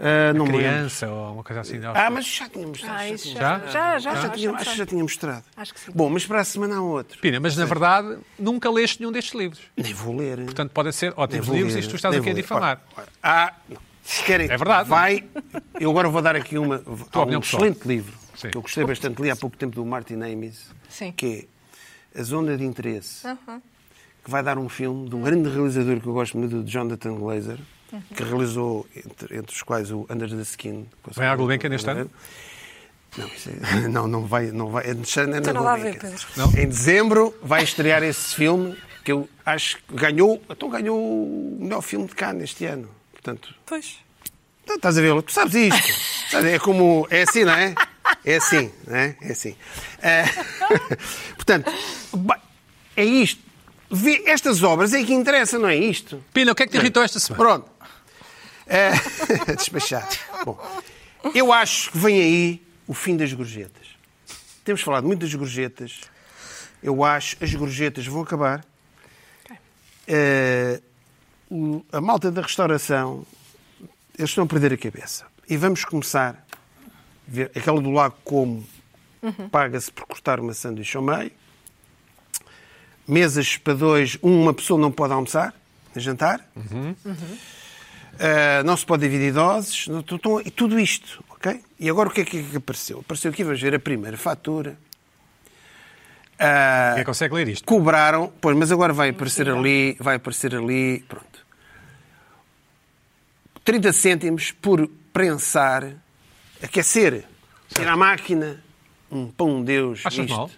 [SPEAKER 2] Ah, não me lembro.
[SPEAKER 1] Criança ou uma coisa assim. não.
[SPEAKER 2] Ah, mas já tinha mostrado.
[SPEAKER 3] Ah,
[SPEAKER 2] já
[SPEAKER 3] isso
[SPEAKER 2] tinha-
[SPEAKER 3] já,
[SPEAKER 1] Já?
[SPEAKER 3] já, já,
[SPEAKER 2] acho que
[SPEAKER 3] já,
[SPEAKER 2] já tinha-
[SPEAKER 3] já,
[SPEAKER 2] acho que
[SPEAKER 3] já.
[SPEAKER 2] já tinha mostrado.
[SPEAKER 3] Acho que sim.
[SPEAKER 2] Bom, mas para a semana há outro.
[SPEAKER 1] Pina, mas na verdade nunca leste nenhum destes livros.
[SPEAKER 2] Nem vou ler. hein?
[SPEAKER 1] Portanto, podem ser
[SPEAKER 2] Nem
[SPEAKER 1] ótimos
[SPEAKER 2] vou
[SPEAKER 1] livros
[SPEAKER 2] ler,
[SPEAKER 1] e tu estás
[SPEAKER 2] nem
[SPEAKER 1] aqui a
[SPEAKER 2] vou ler.
[SPEAKER 1] difamar.
[SPEAKER 2] Ora, ora, Ah, não. Se querem,
[SPEAKER 1] É verdade.
[SPEAKER 2] Vai. Eu agora vou dar aqui uma. Há um
[SPEAKER 1] opinião pessoal.
[SPEAKER 2] excelente livro.
[SPEAKER 1] Sim.
[SPEAKER 2] que eu gostei bastante, li há pouco tempo do Martin Amis,
[SPEAKER 3] Sim.
[SPEAKER 2] que é A Zona de Interesse, que vai dar um filme de um grande realizador que eu gosto muito, do Jonathan Glazer, que realizou, entre, entre os quais, o Under the Skin.
[SPEAKER 1] Vai à Gulbenkian neste ano?
[SPEAKER 2] Não, isso é- não, não vai. Não vai é neste ano é na
[SPEAKER 4] Então não vai
[SPEAKER 2] Gulbenkian.
[SPEAKER 4] ver, Pedro.
[SPEAKER 2] Em dezembro vai estrear esse filme que eu acho que ganhou, então ganhou o melhor filme de cá neste ano. Portanto,
[SPEAKER 4] Pois.
[SPEAKER 2] não, Estás a ver? Tu sabes isto. Sabe, É como. É assim, não é? É assim, não é? É assim. Eh, portanto, ba- é isto. Vê, estas obras é que interessa, não é isto?
[SPEAKER 1] Pina, o que é que te irritou esta semana?
[SPEAKER 2] Pronto. Eh, despachado. Bom, eu acho que vem aí o fim das gorjetas. Temos falado muito das gorjetas. Eu acho que as gorjetas vão acabar. Eh, o- a malta da restauração, eles estão a perder a cabeça. E vamos começar a ver aquela do lago como paga-se por cortar uma sanduíche ao meio. Mesas para dois, um, uma pessoa não pode almoçar, jantar. Uh, não se pode dividir doses, não- tu- tu- e tudo isto, ok? E agora o que é que que apareceu? Apareceu aqui, vamos ver, a primeira fatura. Ah,
[SPEAKER 1] Quem consegue ler isto?
[SPEAKER 2] cobraram, pois, mas agora vai aparecer ali, vai aparecer ali, pronto. 30 cêntimos por prensar, aquecer, ir à máquina, um pão Deus,
[SPEAKER 1] Achas
[SPEAKER 2] isto.
[SPEAKER 1] mal?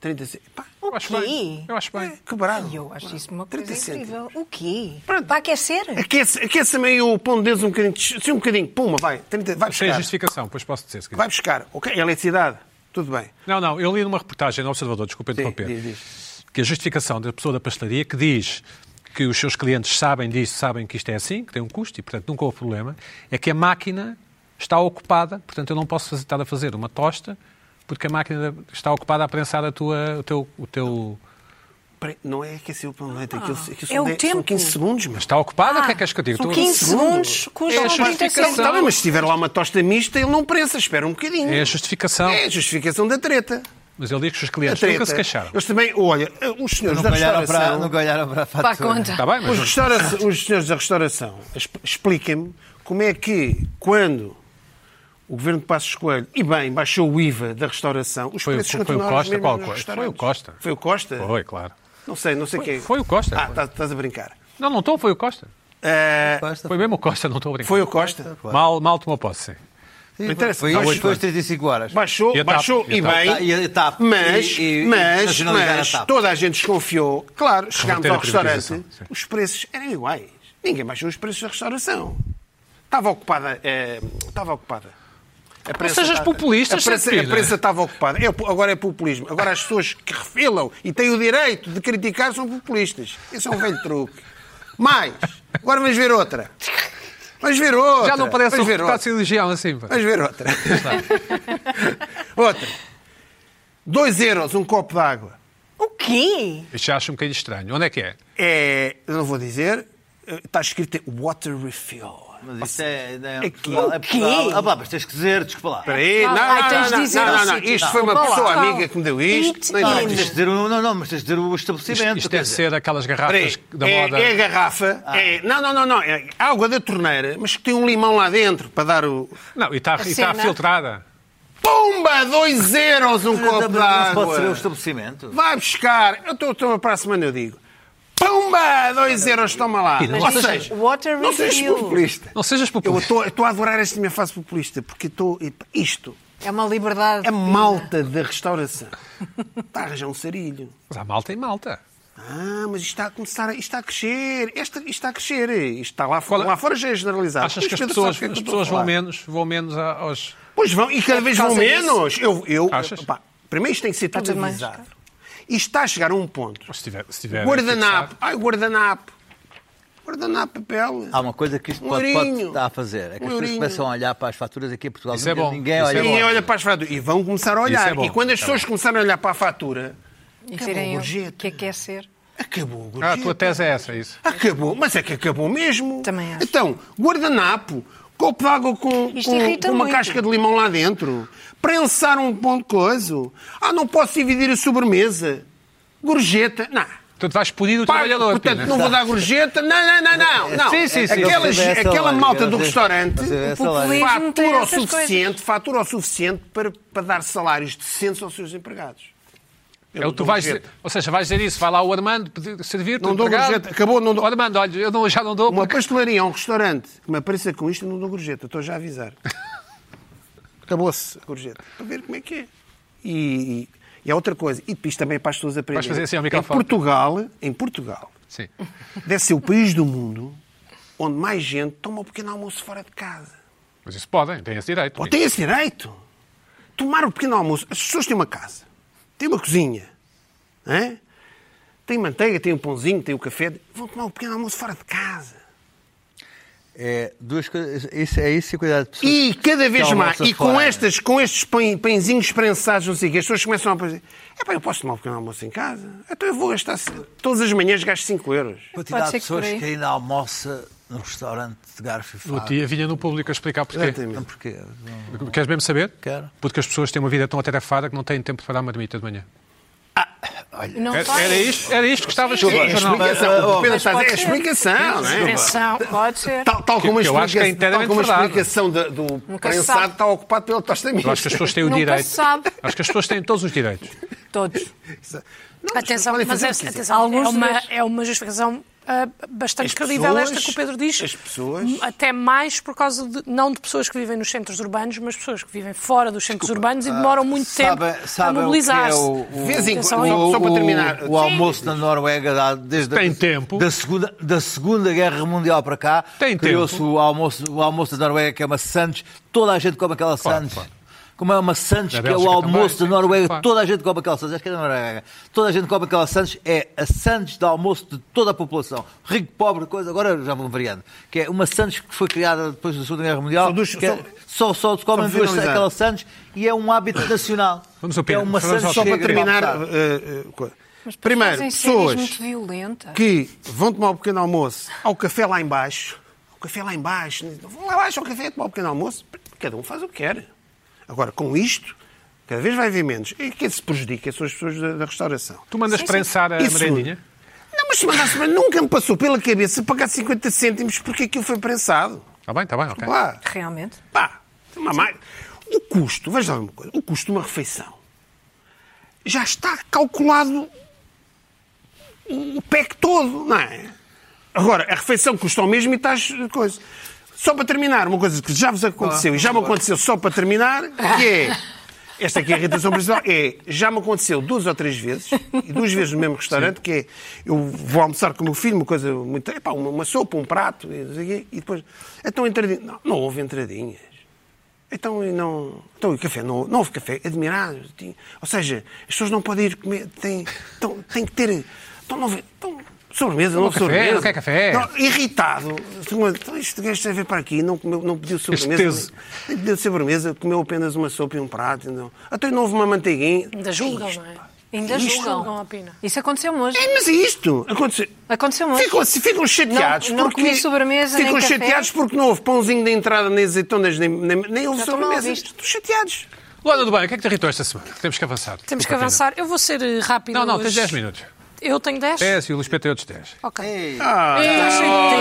[SPEAKER 2] 30 cêntimos. Pá,
[SPEAKER 1] Eu acho bem. Eu acho bem.
[SPEAKER 2] quebraram.
[SPEAKER 3] Ai, eu acho isso uma coisa
[SPEAKER 2] 30 cêntimos.
[SPEAKER 3] incrível. O quê?
[SPEAKER 2] Pronto. É
[SPEAKER 3] Para aquecer?
[SPEAKER 2] Aquece, aquece meio o pão de Deus um bocadinho. Sim, um bocadinho. Puma, vai. 30, vai
[SPEAKER 1] Sem
[SPEAKER 2] buscar.
[SPEAKER 1] é justificação, depois posso dizer. Se quiser.
[SPEAKER 2] Vai buscar. Ok, eletricidade. Tudo bem.
[SPEAKER 1] Não, não, eu li numa reportagem no Observador, desculpa
[SPEAKER 2] Sim,
[SPEAKER 1] interromper,
[SPEAKER 2] diz, diz.
[SPEAKER 1] que a justificação da pessoa da pastelaria que diz que os seus clientes sabem disso, sabem que isto é assim, que tem um custo e, portanto, nunca houve problema, é que a máquina está ocupada, portanto, eu não posso fazer- estar a fazer uma tosta porque a máquina está ocupada a prensar a tua, o teu... O teu...
[SPEAKER 2] Pre- Não é aquecer o pão de leite. Aquilo, aquilo
[SPEAKER 3] é
[SPEAKER 2] são,
[SPEAKER 3] o
[SPEAKER 2] dez-
[SPEAKER 3] tempo.
[SPEAKER 2] são 15 segundos, mas.
[SPEAKER 1] Está ocupada? o que é que queres que eu diga?
[SPEAKER 2] Ah,
[SPEAKER 3] São
[SPEAKER 1] Estou-
[SPEAKER 3] 15 segundos,
[SPEAKER 1] É
[SPEAKER 3] custam
[SPEAKER 1] a
[SPEAKER 3] 30
[SPEAKER 1] justificação.
[SPEAKER 3] cêntimos.
[SPEAKER 2] Está Tá bem, mas se tiver lá uma tosta mista, ele não prensa. Espera um bocadinho.
[SPEAKER 1] É a justificação.
[SPEAKER 2] É a justificação da treta.
[SPEAKER 1] Mas ele diz que os
[SPEAKER 2] A
[SPEAKER 1] clientes
[SPEAKER 2] treta.
[SPEAKER 1] nunca se queixaram.
[SPEAKER 2] Eles também, olha, os senhores da
[SPEAKER 5] Nunca olharam para,
[SPEAKER 2] restauração.
[SPEAKER 5] nunca olharam para a
[SPEAKER 3] Para
[SPEAKER 5] fatura.
[SPEAKER 2] tá
[SPEAKER 3] a conta.
[SPEAKER 1] Está bem, mas...
[SPEAKER 2] Os, restaura- os senhores da restauração, exp- expliquem-me como é que, quando o governo de Passos Coelho, e bem, baixou o IVA da restauração, os
[SPEAKER 1] Foi o-
[SPEAKER 2] preços
[SPEAKER 1] foi o
[SPEAKER 2] continuaram os
[SPEAKER 1] Costa?
[SPEAKER 2] mesmos
[SPEAKER 1] Qual
[SPEAKER 2] nos
[SPEAKER 1] Costa?
[SPEAKER 2] restaurantes.
[SPEAKER 1] Foi o Costa.
[SPEAKER 2] Foi o Costa?
[SPEAKER 1] Foi, claro.
[SPEAKER 2] Não sei, não sei quem. é.
[SPEAKER 1] foi o Costa.
[SPEAKER 2] Ah, tá- estás a brincar.
[SPEAKER 1] Não, não estou, foi o Costa.
[SPEAKER 2] Ah,
[SPEAKER 5] Costa.
[SPEAKER 1] Foi mesmo o Costa, não estou a brincar.
[SPEAKER 2] foi o Costa.
[SPEAKER 1] Mal, mal tomou posse, sim.
[SPEAKER 5] Sim,
[SPEAKER 2] Não interessa.
[SPEAKER 5] Foi
[SPEAKER 2] Há
[SPEAKER 5] isto,
[SPEAKER 2] oito
[SPEAKER 5] foi as
[SPEAKER 2] anos.
[SPEAKER 5] 35 horas.
[SPEAKER 2] Baixou,
[SPEAKER 1] E a TAP?
[SPEAKER 2] baixou
[SPEAKER 1] E a
[SPEAKER 2] e
[SPEAKER 1] TAP?
[SPEAKER 2] bem,
[SPEAKER 5] E a TAP?
[SPEAKER 2] mas,
[SPEAKER 5] E- e- e
[SPEAKER 2] mas,
[SPEAKER 5] nacionalizar
[SPEAKER 2] mas
[SPEAKER 5] a TAP?
[SPEAKER 2] toda a gente desconfiou. Claro, chegámos
[SPEAKER 1] Reverter a
[SPEAKER 2] ao restaurante,
[SPEAKER 1] privatização, sim.
[SPEAKER 2] os preços eram iguais. Ninguém baixou os preços da restauração. Estava ocupada. eh, estava ocupada. A
[SPEAKER 1] sejas
[SPEAKER 2] estava-
[SPEAKER 1] populista,
[SPEAKER 2] a prensa,
[SPEAKER 1] Sérgio
[SPEAKER 2] a
[SPEAKER 1] Pina.
[SPEAKER 2] prensa estava ocupada. É po- agora é populismo. Agora as pessoas que refilam e têm o direito de criticar são populistas. Esse é um velho truque. Mais, agora vamos ver outra. Vamos ver outra.
[SPEAKER 1] Já não parece um
[SPEAKER 2] vamos ver outra.
[SPEAKER 1] deputado cirurgião assim. pá.
[SPEAKER 2] Vamos ver outra. outra. 2 euros um copo d'água.
[SPEAKER 3] O quê?
[SPEAKER 1] Isto já acho um bocadinho estranho. Onde é que é?
[SPEAKER 2] É, eu não vou dizer, eh, está escrito water refill.
[SPEAKER 5] Mas isto é. não, é
[SPEAKER 2] Aqui.
[SPEAKER 5] Portugal, é
[SPEAKER 3] O quê?
[SPEAKER 5] Portugal. Ah, pá, mas tens que dizer, desculpa lá.
[SPEAKER 2] Espera aí, não,
[SPEAKER 3] Ah, tens de
[SPEAKER 2] não, não,
[SPEAKER 3] dizer
[SPEAKER 2] não,
[SPEAKER 3] o
[SPEAKER 2] não, não.
[SPEAKER 3] sítio.
[SPEAKER 2] Isto foi uma
[SPEAKER 3] Não,
[SPEAKER 2] pessoa
[SPEAKER 3] não.
[SPEAKER 2] amiga que me deu isto.
[SPEAKER 3] It
[SPEAKER 2] Não,
[SPEAKER 5] Não,
[SPEAKER 2] interessa.
[SPEAKER 5] mas tens de dizer o, não, não, mas tens de dizer o estabelecimento.
[SPEAKER 1] Isto, isto
[SPEAKER 5] quer
[SPEAKER 1] deve
[SPEAKER 5] dizer.
[SPEAKER 1] ser aquelas
[SPEAKER 2] Espera
[SPEAKER 1] garrafas
[SPEAKER 2] aí,
[SPEAKER 1] da
[SPEAKER 2] é,
[SPEAKER 1] moda.
[SPEAKER 2] é a garrafa,
[SPEAKER 5] Ah.
[SPEAKER 2] é- não, não, não, não, é água da torneira, mas que tem um limão lá dentro para dar o.
[SPEAKER 1] Não, e está e está
[SPEAKER 3] cena.
[SPEAKER 1] filtrada.
[SPEAKER 2] Pumba! 2 euros um
[SPEAKER 5] Não,
[SPEAKER 2] copo
[SPEAKER 5] mas Não se
[SPEAKER 2] d'água!
[SPEAKER 5] pode ser o estabelecimento.
[SPEAKER 2] Vai buscar. Eu estou- estou para a semana, eu digo. Pumba! 2 euros, toma lá.
[SPEAKER 1] não
[SPEAKER 2] Ou
[SPEAKER 1] sejas-
[SPEAKER 2] seja,
[SPEAKER 3] water
[SPEAKER 2] não sejas
[SPEAKER 3] refill.
[SPEAKER 2] populista.
[SPEAKER 1] Não sejas
[SPEAKER 2] Eu
[SPEAKER 1] populista.
[SPEAKER 2] estou- eu estou a adorar esta minha fase populista, porque estou. Isto
[SPEAKER 3] É uma liberdade.
[SPEAKER 2] é malta da restauração. Está a arranjar um sarilho.
[SPEAKER 1] Mas há malta e malta.
[SPEAKER 2] Ah, mas isto está a começar, a- isto está a crescer. Esta, isto está a crescer. Isto está
[SPEAKER 1] Qual
[SPEAKER 2] lá, fora.
[SPEAKER 1] é-
[SPEAKER 2] lá fora já é generalizado.
[SPEAKER 1] Achas
[SPEAKER 2] Mas
[SPEAKER 1] que as
[SPEAKER 2] Pedro
[SPEAKER 1] pessoas,
[SPEAKER 2] sabe o é
[SPEAKER 1] as
[SPEAKER 2] eu estou a
[SPEAKER 1] pessoas vão
[SPEAKER 2] falar.
[SPEAKER 1] menos, vão menos a- aos...
[SPEAKER 2] Pois vão, e cada
[SPEAKER 3] É por
[SPEAKER 2] vez vão
[SPEAKER 3] causa disso.
[SPEAKER 2] menos. Eu, eu,
[SPEAKER 1] Achas?
[SPEAKER 2] pá, primeiro isto tem que ser tudo
[SPEAKER 3] tudo mais
[SPEAKER 2] avisado. Isto está a chegar a um ponto.
[SPEAKER 1] Se tiver, se tiver
[SPEAKER 2] Guardanapo. Ai, guardanapo. Guardanapo, papel.
[SPEAKER 5] Há uma coisa que isto
[SPEAKER 2] Um
[SPEAKER 5] pode, pode
[SPEAKER 2] eurinho.
[SPEAKER 5] estar a fazer. É que
[SPEAKER 2] Um
[SPEAKER 5] as pessoas
[SPEAKER 2] eurinho.
[SPEAKER 5] começam a olhar para as faturas aqui em Portugal.
[SPEAKER 1] Isso é
[SPEAKER 5] Ninguém-
[SPEAKER 1] bom.
[SPEAKER 5] Ninguém
[SPEAKER 1] Isso é
[SPEAKER 5] olha
[SPEAKER 1] bom.
[SPEAKER 2] Ninguém olha para as faturas. E vão começar a olhar.
[SPEAKER 1] é bom.
[SPEAKER 2] e quando as
[SPEAKER 1] Tá
[SPEAKER 2] pessoas começarem a olhar para a fatura,
[SPEAKER 3] E terem
[SPEAKER 2] Acabou, gente.
[SPEAKER 3] o que é aquecer.
[SPEAKER 2] acabou o
[SPEAKER 1] Ah, a
[SPEAKER 2] gorjeta.
[SPEAKER 1] tua tese é essa, é isso.
[SPEAKER 2] Acabou. Mas é que acabou mesmo.
[SPEAKER 3] Também acho.
[SPEAKER 2] Então, guardanapo, copo de água com,
[SPEAKER 3] Isto
[SPEAKER 2] com-
[SPEAKER 3] irrita
[SPEAKER 2] com uma
[SPEAKER 3] muito.
[SPEAKER 2] casca de limão lá dentro, prensar um pão de coiso. Ah, não posso dividir a sobremesa. Gorjeta. Não.
[SPEAKER 1] Portanto, vais punir o
[SPEAKER 2] Pá,
[SPEAKER 1] trabalhador.
[SPEAKER 2] portanto,
[SPEAKER 1] Pina.
[SPEAKER 2] não vou dar gorjeta. Não, não, não, não. não.
[SPEAKER 1] Sim, sim, sim.
[SPEAKER 2] Aquela,
[SPEAKER 5] Eles tivessem
[SPEAKER 2] aquela
[SPEAKER 5] lá,
[SPEAKER 2] malta do
[SPEAKER 5] eles-
[SPEAKER 2] restaurante
[SPEAKER 5] eles tivessem
[SPEAKER 3] o
[SPEAKER 5] lá.
[SPEAKER 3] polícia- Mesmo tem
[SPEAKER 2] fatura o
[SPEAKER 3] essas
[SPEAKER 2] suficiente, fatura o suficiente para, para dar salários decentes aos seus empregados. Eu
[SPEAKER 1] É o
[SPEAKER 2] não
[SPEAKER 1] que tu
[SPEAKER 2] dou
[SPEAKER 1] vais dizer.
[SPEAKER 2] gorjeta.
[SPEAKER 1] Ou seja, vais dizer isso, vai lá o Armando pedir- servir-te.
[SPEAKER 2] Não dou
[SPEAKER 1] empregado.
[SPEAKER 2] gorjeta. Acabou, não dou.
[SPEAKER 1] Oh, Armando, olha, eu não- já não dou.
[SPEAKER 2] Uma
[SPEAKER 1] porque-
[SPEAKER 2] pastelaria, um restaurante que me apareça com isto, eu não dou gorjeta. Estou já a avisar. Acabou-se a gorjeta. Para ver como é que é. E, e é outra coisa. E isto também é para as pessoas aprenderem.
[SPEAKER 1] fazer assim ao
[SPEAKER 2] em
[SPEAKER 1] microfone.
[SPEAKER 2] Portugal, em Portugal,
[SPEAKER 1] Sim.
[SPEAKER 2] deve ser o país do mundo onde mais gente toma um pequeno almoço fora de casa.
[SPEAKER 1] Mas isso podem, têm esse direito.
[SPEAKER 2] Ou tem esse direito. Tomar o pequeno almoço. As pessoas têm uma casa, têm uma cozinha, não é? têm manteiga, têm um pãozinho, têm o café. Vão tomar o pequeno almoço fora de casa.
[SPEAKER 5] É, duas coisas. Isso, é isso e cuidado de pessoas.
[SPEAKER 2] E cada vez
[SPEAKER 5] Então,
[SPEAKER 2] mais,
[SPEAKER 5] almoça
[SPEAKER 2] e com,
[SPEAKER 5] fora.
[SPEAKER 2] estas, com estes pãe- pãezinhos prensados, não sei o quê, as pessoas começam a dizer: é pá, eu posso tomar um pequeno almoço em casa? Então eu vou gastar todas as manhãs gasto 5 euros.
[SPEAKER 5] quantidade
[SPEAKER 3] Pode
[SPEAKER 5] de
[SPEAKER 3] ser que por
[SPEAKER 5] pessoas
[SPEAKER 3] aí.
[SPEAKER 5] que ainda almoça no restaurante de garfo e
[SPEAKER 1] O
[SPEAKER 5] faca.
[SPEAKER 1] tia vinha no público a explicar
[SPEAKER 2] É,
[SPEAKER 1] porquê.
[SPEAKER 5] Não, porquê? Não.
[SPEAKER 1] Queres mesmo saber?
[SPEAKER 5] Quero.
[SPEAKER 1] Porque as pessoas têm uma vida tão atarefada que não têm tempo para dar marmita de manhã.
[SPEAKER 3] Não
[SPEAKER 1] Era,
[SPEAKER 3] faz.
[SPEAKER 1] era isto, era isto que estavas
[SPEAKER 2] É a explicação, o que o Pedro está a dizer é a
[SPEAKER 3] Mas
[SPEAKER 1] né?
[SPEAKER 2] explicação, não é?
[SPEAKER 4] Atenção.
[SPEAKER 3] Pode ser.
[SPEAKER 2] Tal, tal
[SPEAKER 1] Que-
[SPEAKER 2] como a
[SPEAKER 1] que eu acho que é
[SPEAKER 2] explicação, tal
[SPEAKER 1] inteiramente
[SPEAKER 2] como a
[SPEAKER 1] verdade.
[SPEAKER 2] explicação da- do
[SPEAKER 3] Nunca se
[SPEAKER 2] prensado
[SPEAKER 3] sabe.
[SPEAKER 2] está ocupado pelo tostamento.
[SPEAKER 1] Eu acho que as pessoas têm o
[SPEAKER 3] Nunca se
[SPEAKER 1] direito.
[SPEAKER 3] sabe.
[SPEAKER 1] Acho que as pessoas têm todos os direitos.
[SPEAKER 3] Todos.
[SPEAKER 4] Atenção,
[SPEAKER 2] podem
[SPEAKER 4] mas
[SPEAKER 2] fazer
[SPEAKER 4] é,
[SPEAKER 2] o que quiser.
[SPEAKER 4] atenção,
[SPEAKER 3] Alguns
[SPEAKER 4] é, uma,
[SPEAKER 3] deles.
[SPEAKER 4] é uma justificação ah, bastante
[SPEAKER 2] As
[SPEAKER 4] credível
[SPEAKER 2] pessoas-
[SPEAKER 4] esta que o Pedro diz.
[SPEAKER 2] as pessoas-
[SPEAKER 4] M- Até mais por causa, de, não de pessoas que vivem nos centros urbanos, mas pessoas que vivem fora dos centros urbanos e demoram muito
[SPEAKER 5] Sabe-
[SPEAKER 4] tempo
[SPEAKER 5] sabe o que
[SPEAKER 4] a
[SPEAKER 5] é
[SPEAKER 4] mobilizar-se.
[SPEAKER 5] o- o-
[SPEAKER 2] De vez em
[SPEAKER 4] Atenção, então,
[SPEAKER 2] quando,
[SPEAKER 4] o-
[SPEAKER 2] só para terminar.
[SPEAKER 5] O almoço na Noruega, dá- desde
[SPEAKER 1] Tem
[SPEAKER 5] a,
[SPEAKER 1] tempo.
[SPEAKER 5] Da segunda, da segunda Guerra Mundial para cá,
[SPEAKER 1] Tem
[SPEAKER 5] criou-se
[SPEAKER 1] tempo.
[SPEAKER 5] o almoço, o almoço da Noruega, que é uma sandes. Toda a gente come aquela sandes.
[SPEAKER 1] claro.
[SPEAKER 5] Como é uma sandes,
[SPEAKER 1] Na
[SPEAKER 5] que é o
[SPEAKER 1] Bélgica
[SPEAKER 5] almoço
[SPEAKER 1] também,
[SPEAKER 5] da
[SPEAKER 1] sim,
[SPEAKER 5] Noruega,
[SPEAKER 1] claro.
[SPEAKER 5] toda a gente come aquela sandes. Acho que é da Noruega. Toda a gente come aquela sandes. É a sandes de almoço de toda a população. Rico, pobre, coisa. Agora já vou variando. Que é uma sandes que foi criada depois da Segunda Guerra Mundial.
[SPEAKER 2] Só duas-
[SPEAKER 5] que é-
[SPEAKER 2] só-
[SPEAKER 5] só, só se comem
[SPEAKER 2] só
[SPEAKER 5] duas
[SPEAKER 2] finalizar.
[SPEAKER 5] aquela sandes e é um hábito nacional.
[SPEAKER 1] Vamos ao Pedro.
[SPEAKER 5] É uma
[SPEAKER 1] Vamos
[SPEAKER 5] sandes
[SPEAKER 1] ao
[SPEAKER 2] Só para
[SPEAKER 1] Chega,
[SPEAKER 2] terminar.
[SPEAKER 5] almoçar.
[SPEAKER 2] eh, eh, coisa. Primeiro,
[SPEAKER 3] Fazem cenas
[SPEAKER 2] pessoas
[SPEAKER 3] muito violenta.
[SPEAKER 2] que vão tomar um pequeno almoço ao café lá embaixo, ao café lá embaixo, né? vão lá embaixo ao café tomar um pequeno almoço, cada um faz o que quer. Agora, com isto, cada vez vai haver menos. E quem se prejudica são as pessoas da, da restauração.
[SPEAKER 1] Tu é mandas
[SPEAKER 3] Sim, sim.
[SPEAKER 1] prensar a
[SPEAKER 2] E segundo,
[SPEAKER 1] merendinha?
[SPEAKER 2] Não, mas se mandasse, mas nunca me passou pela cabeça pagar 50 cêntimos porque aquilo foi prensado.
[SPEAKER 1] Está Tá bem, está bem, ok.
[SPEAKER 2] Lá.
[SPEAKER 3] Realmente.
[SPEAKER 2] Pá, tem uma mais. O custo, veja lá uma coisa, o custo de uma refeição já está calculado o PEC todo, não é? Agora, a refeição custa o mesmo e estás coisa. Só para terminar, uma coisa que já vos aconteceu e já me aconteceu só para terminar, que é. Esta aqui é a irritação principal. É, já me aconteceu duas ou três vezes, e duas vezes no mesmo restaurante, que é, eu vou almoçar com o meu filho, uma coisa muito. Epá, uma, uma sopa, um prato, e, não sei o quê, e depois. Então, entradinha. Não, não houve entradinhas. Então, e não, então e o café? Não, não houve café. Admirado. Tinha- Ou seja, as pessoas não podem ir comer. Têm, então, têm que ter. Então, não, houve- então, sobremesa, não, houve
[SPEAKER 1] café,
[SPEAKER 2] sobremesa.
[SPEAKER 1] não quer café.
[SPEAKER 2] Não, irritado. Então, este gajo esteve para aqui, não, comeu, não pediu sobremesa.
[SPEAKER 1] teso.
[SPEAKER 2] Nem pediu sobremesa, comeu apenas uma sopa e um prato. Então, até não houve uma manteiguinha.
[SPEAKER 4] Ainda julgam, não é?
[SPEAKER 3] Ainda
[SPEAKER 2] Isto
[SPEAKER 4] julgam
[SPEAKER 3] julgam.
[SPEAKER 4] a pena.
[SPEAKER 3] Isso aconteceu hoje.
[SPEAKER 2] É, mas é isto. Aconteceu.
[SPEAKER 3] Aconteceu hoje.
[SPEAKER 2] Ficam, ficam chateados.
[SPEAKER 3] Não- não
[SPEAKER 2] porque,
[SPEAKER 3] comi sobremesa, nem
[SPEAKER 2] Ficam
[SPEAKER 3] café.
[SPEAKER 2] chateados porque não houve pãozinho de entrada, nem azeitonas, nem, nem, nem houve
[SPEAKER 3] Já estou mal
[SPEAKER 2] sobremesa.
[SPEAKER 3] visto.
[SPEAKER 2] Estou chateados.
[SPEAKER 1] Luana do Bem, o que é que te irritou esta semana? Temos que avançar.
[SPEAKER 4] Temos
[SPEAKER 1] Desculpa,
[SPEAKER 4] que
[SPEAKER 1] Pina.
[SPEAKER 4] avançar. Eu vou ser eh, rápido
[SPEAKER 1] Não, não,
[SPEAKER 4] hoje.
[SPEAKER 1] tens 10 minutos. É.
[SPEAKER 4] Eu tenho 10?
[SPEAKER 1] 10 e o Luís Pedro tem outros 10.
[SPEAKER 4] Ok.
[SPEAKER 5] É.
[SPEAKER 2] Ah,
[SPEAKER 4] Está sem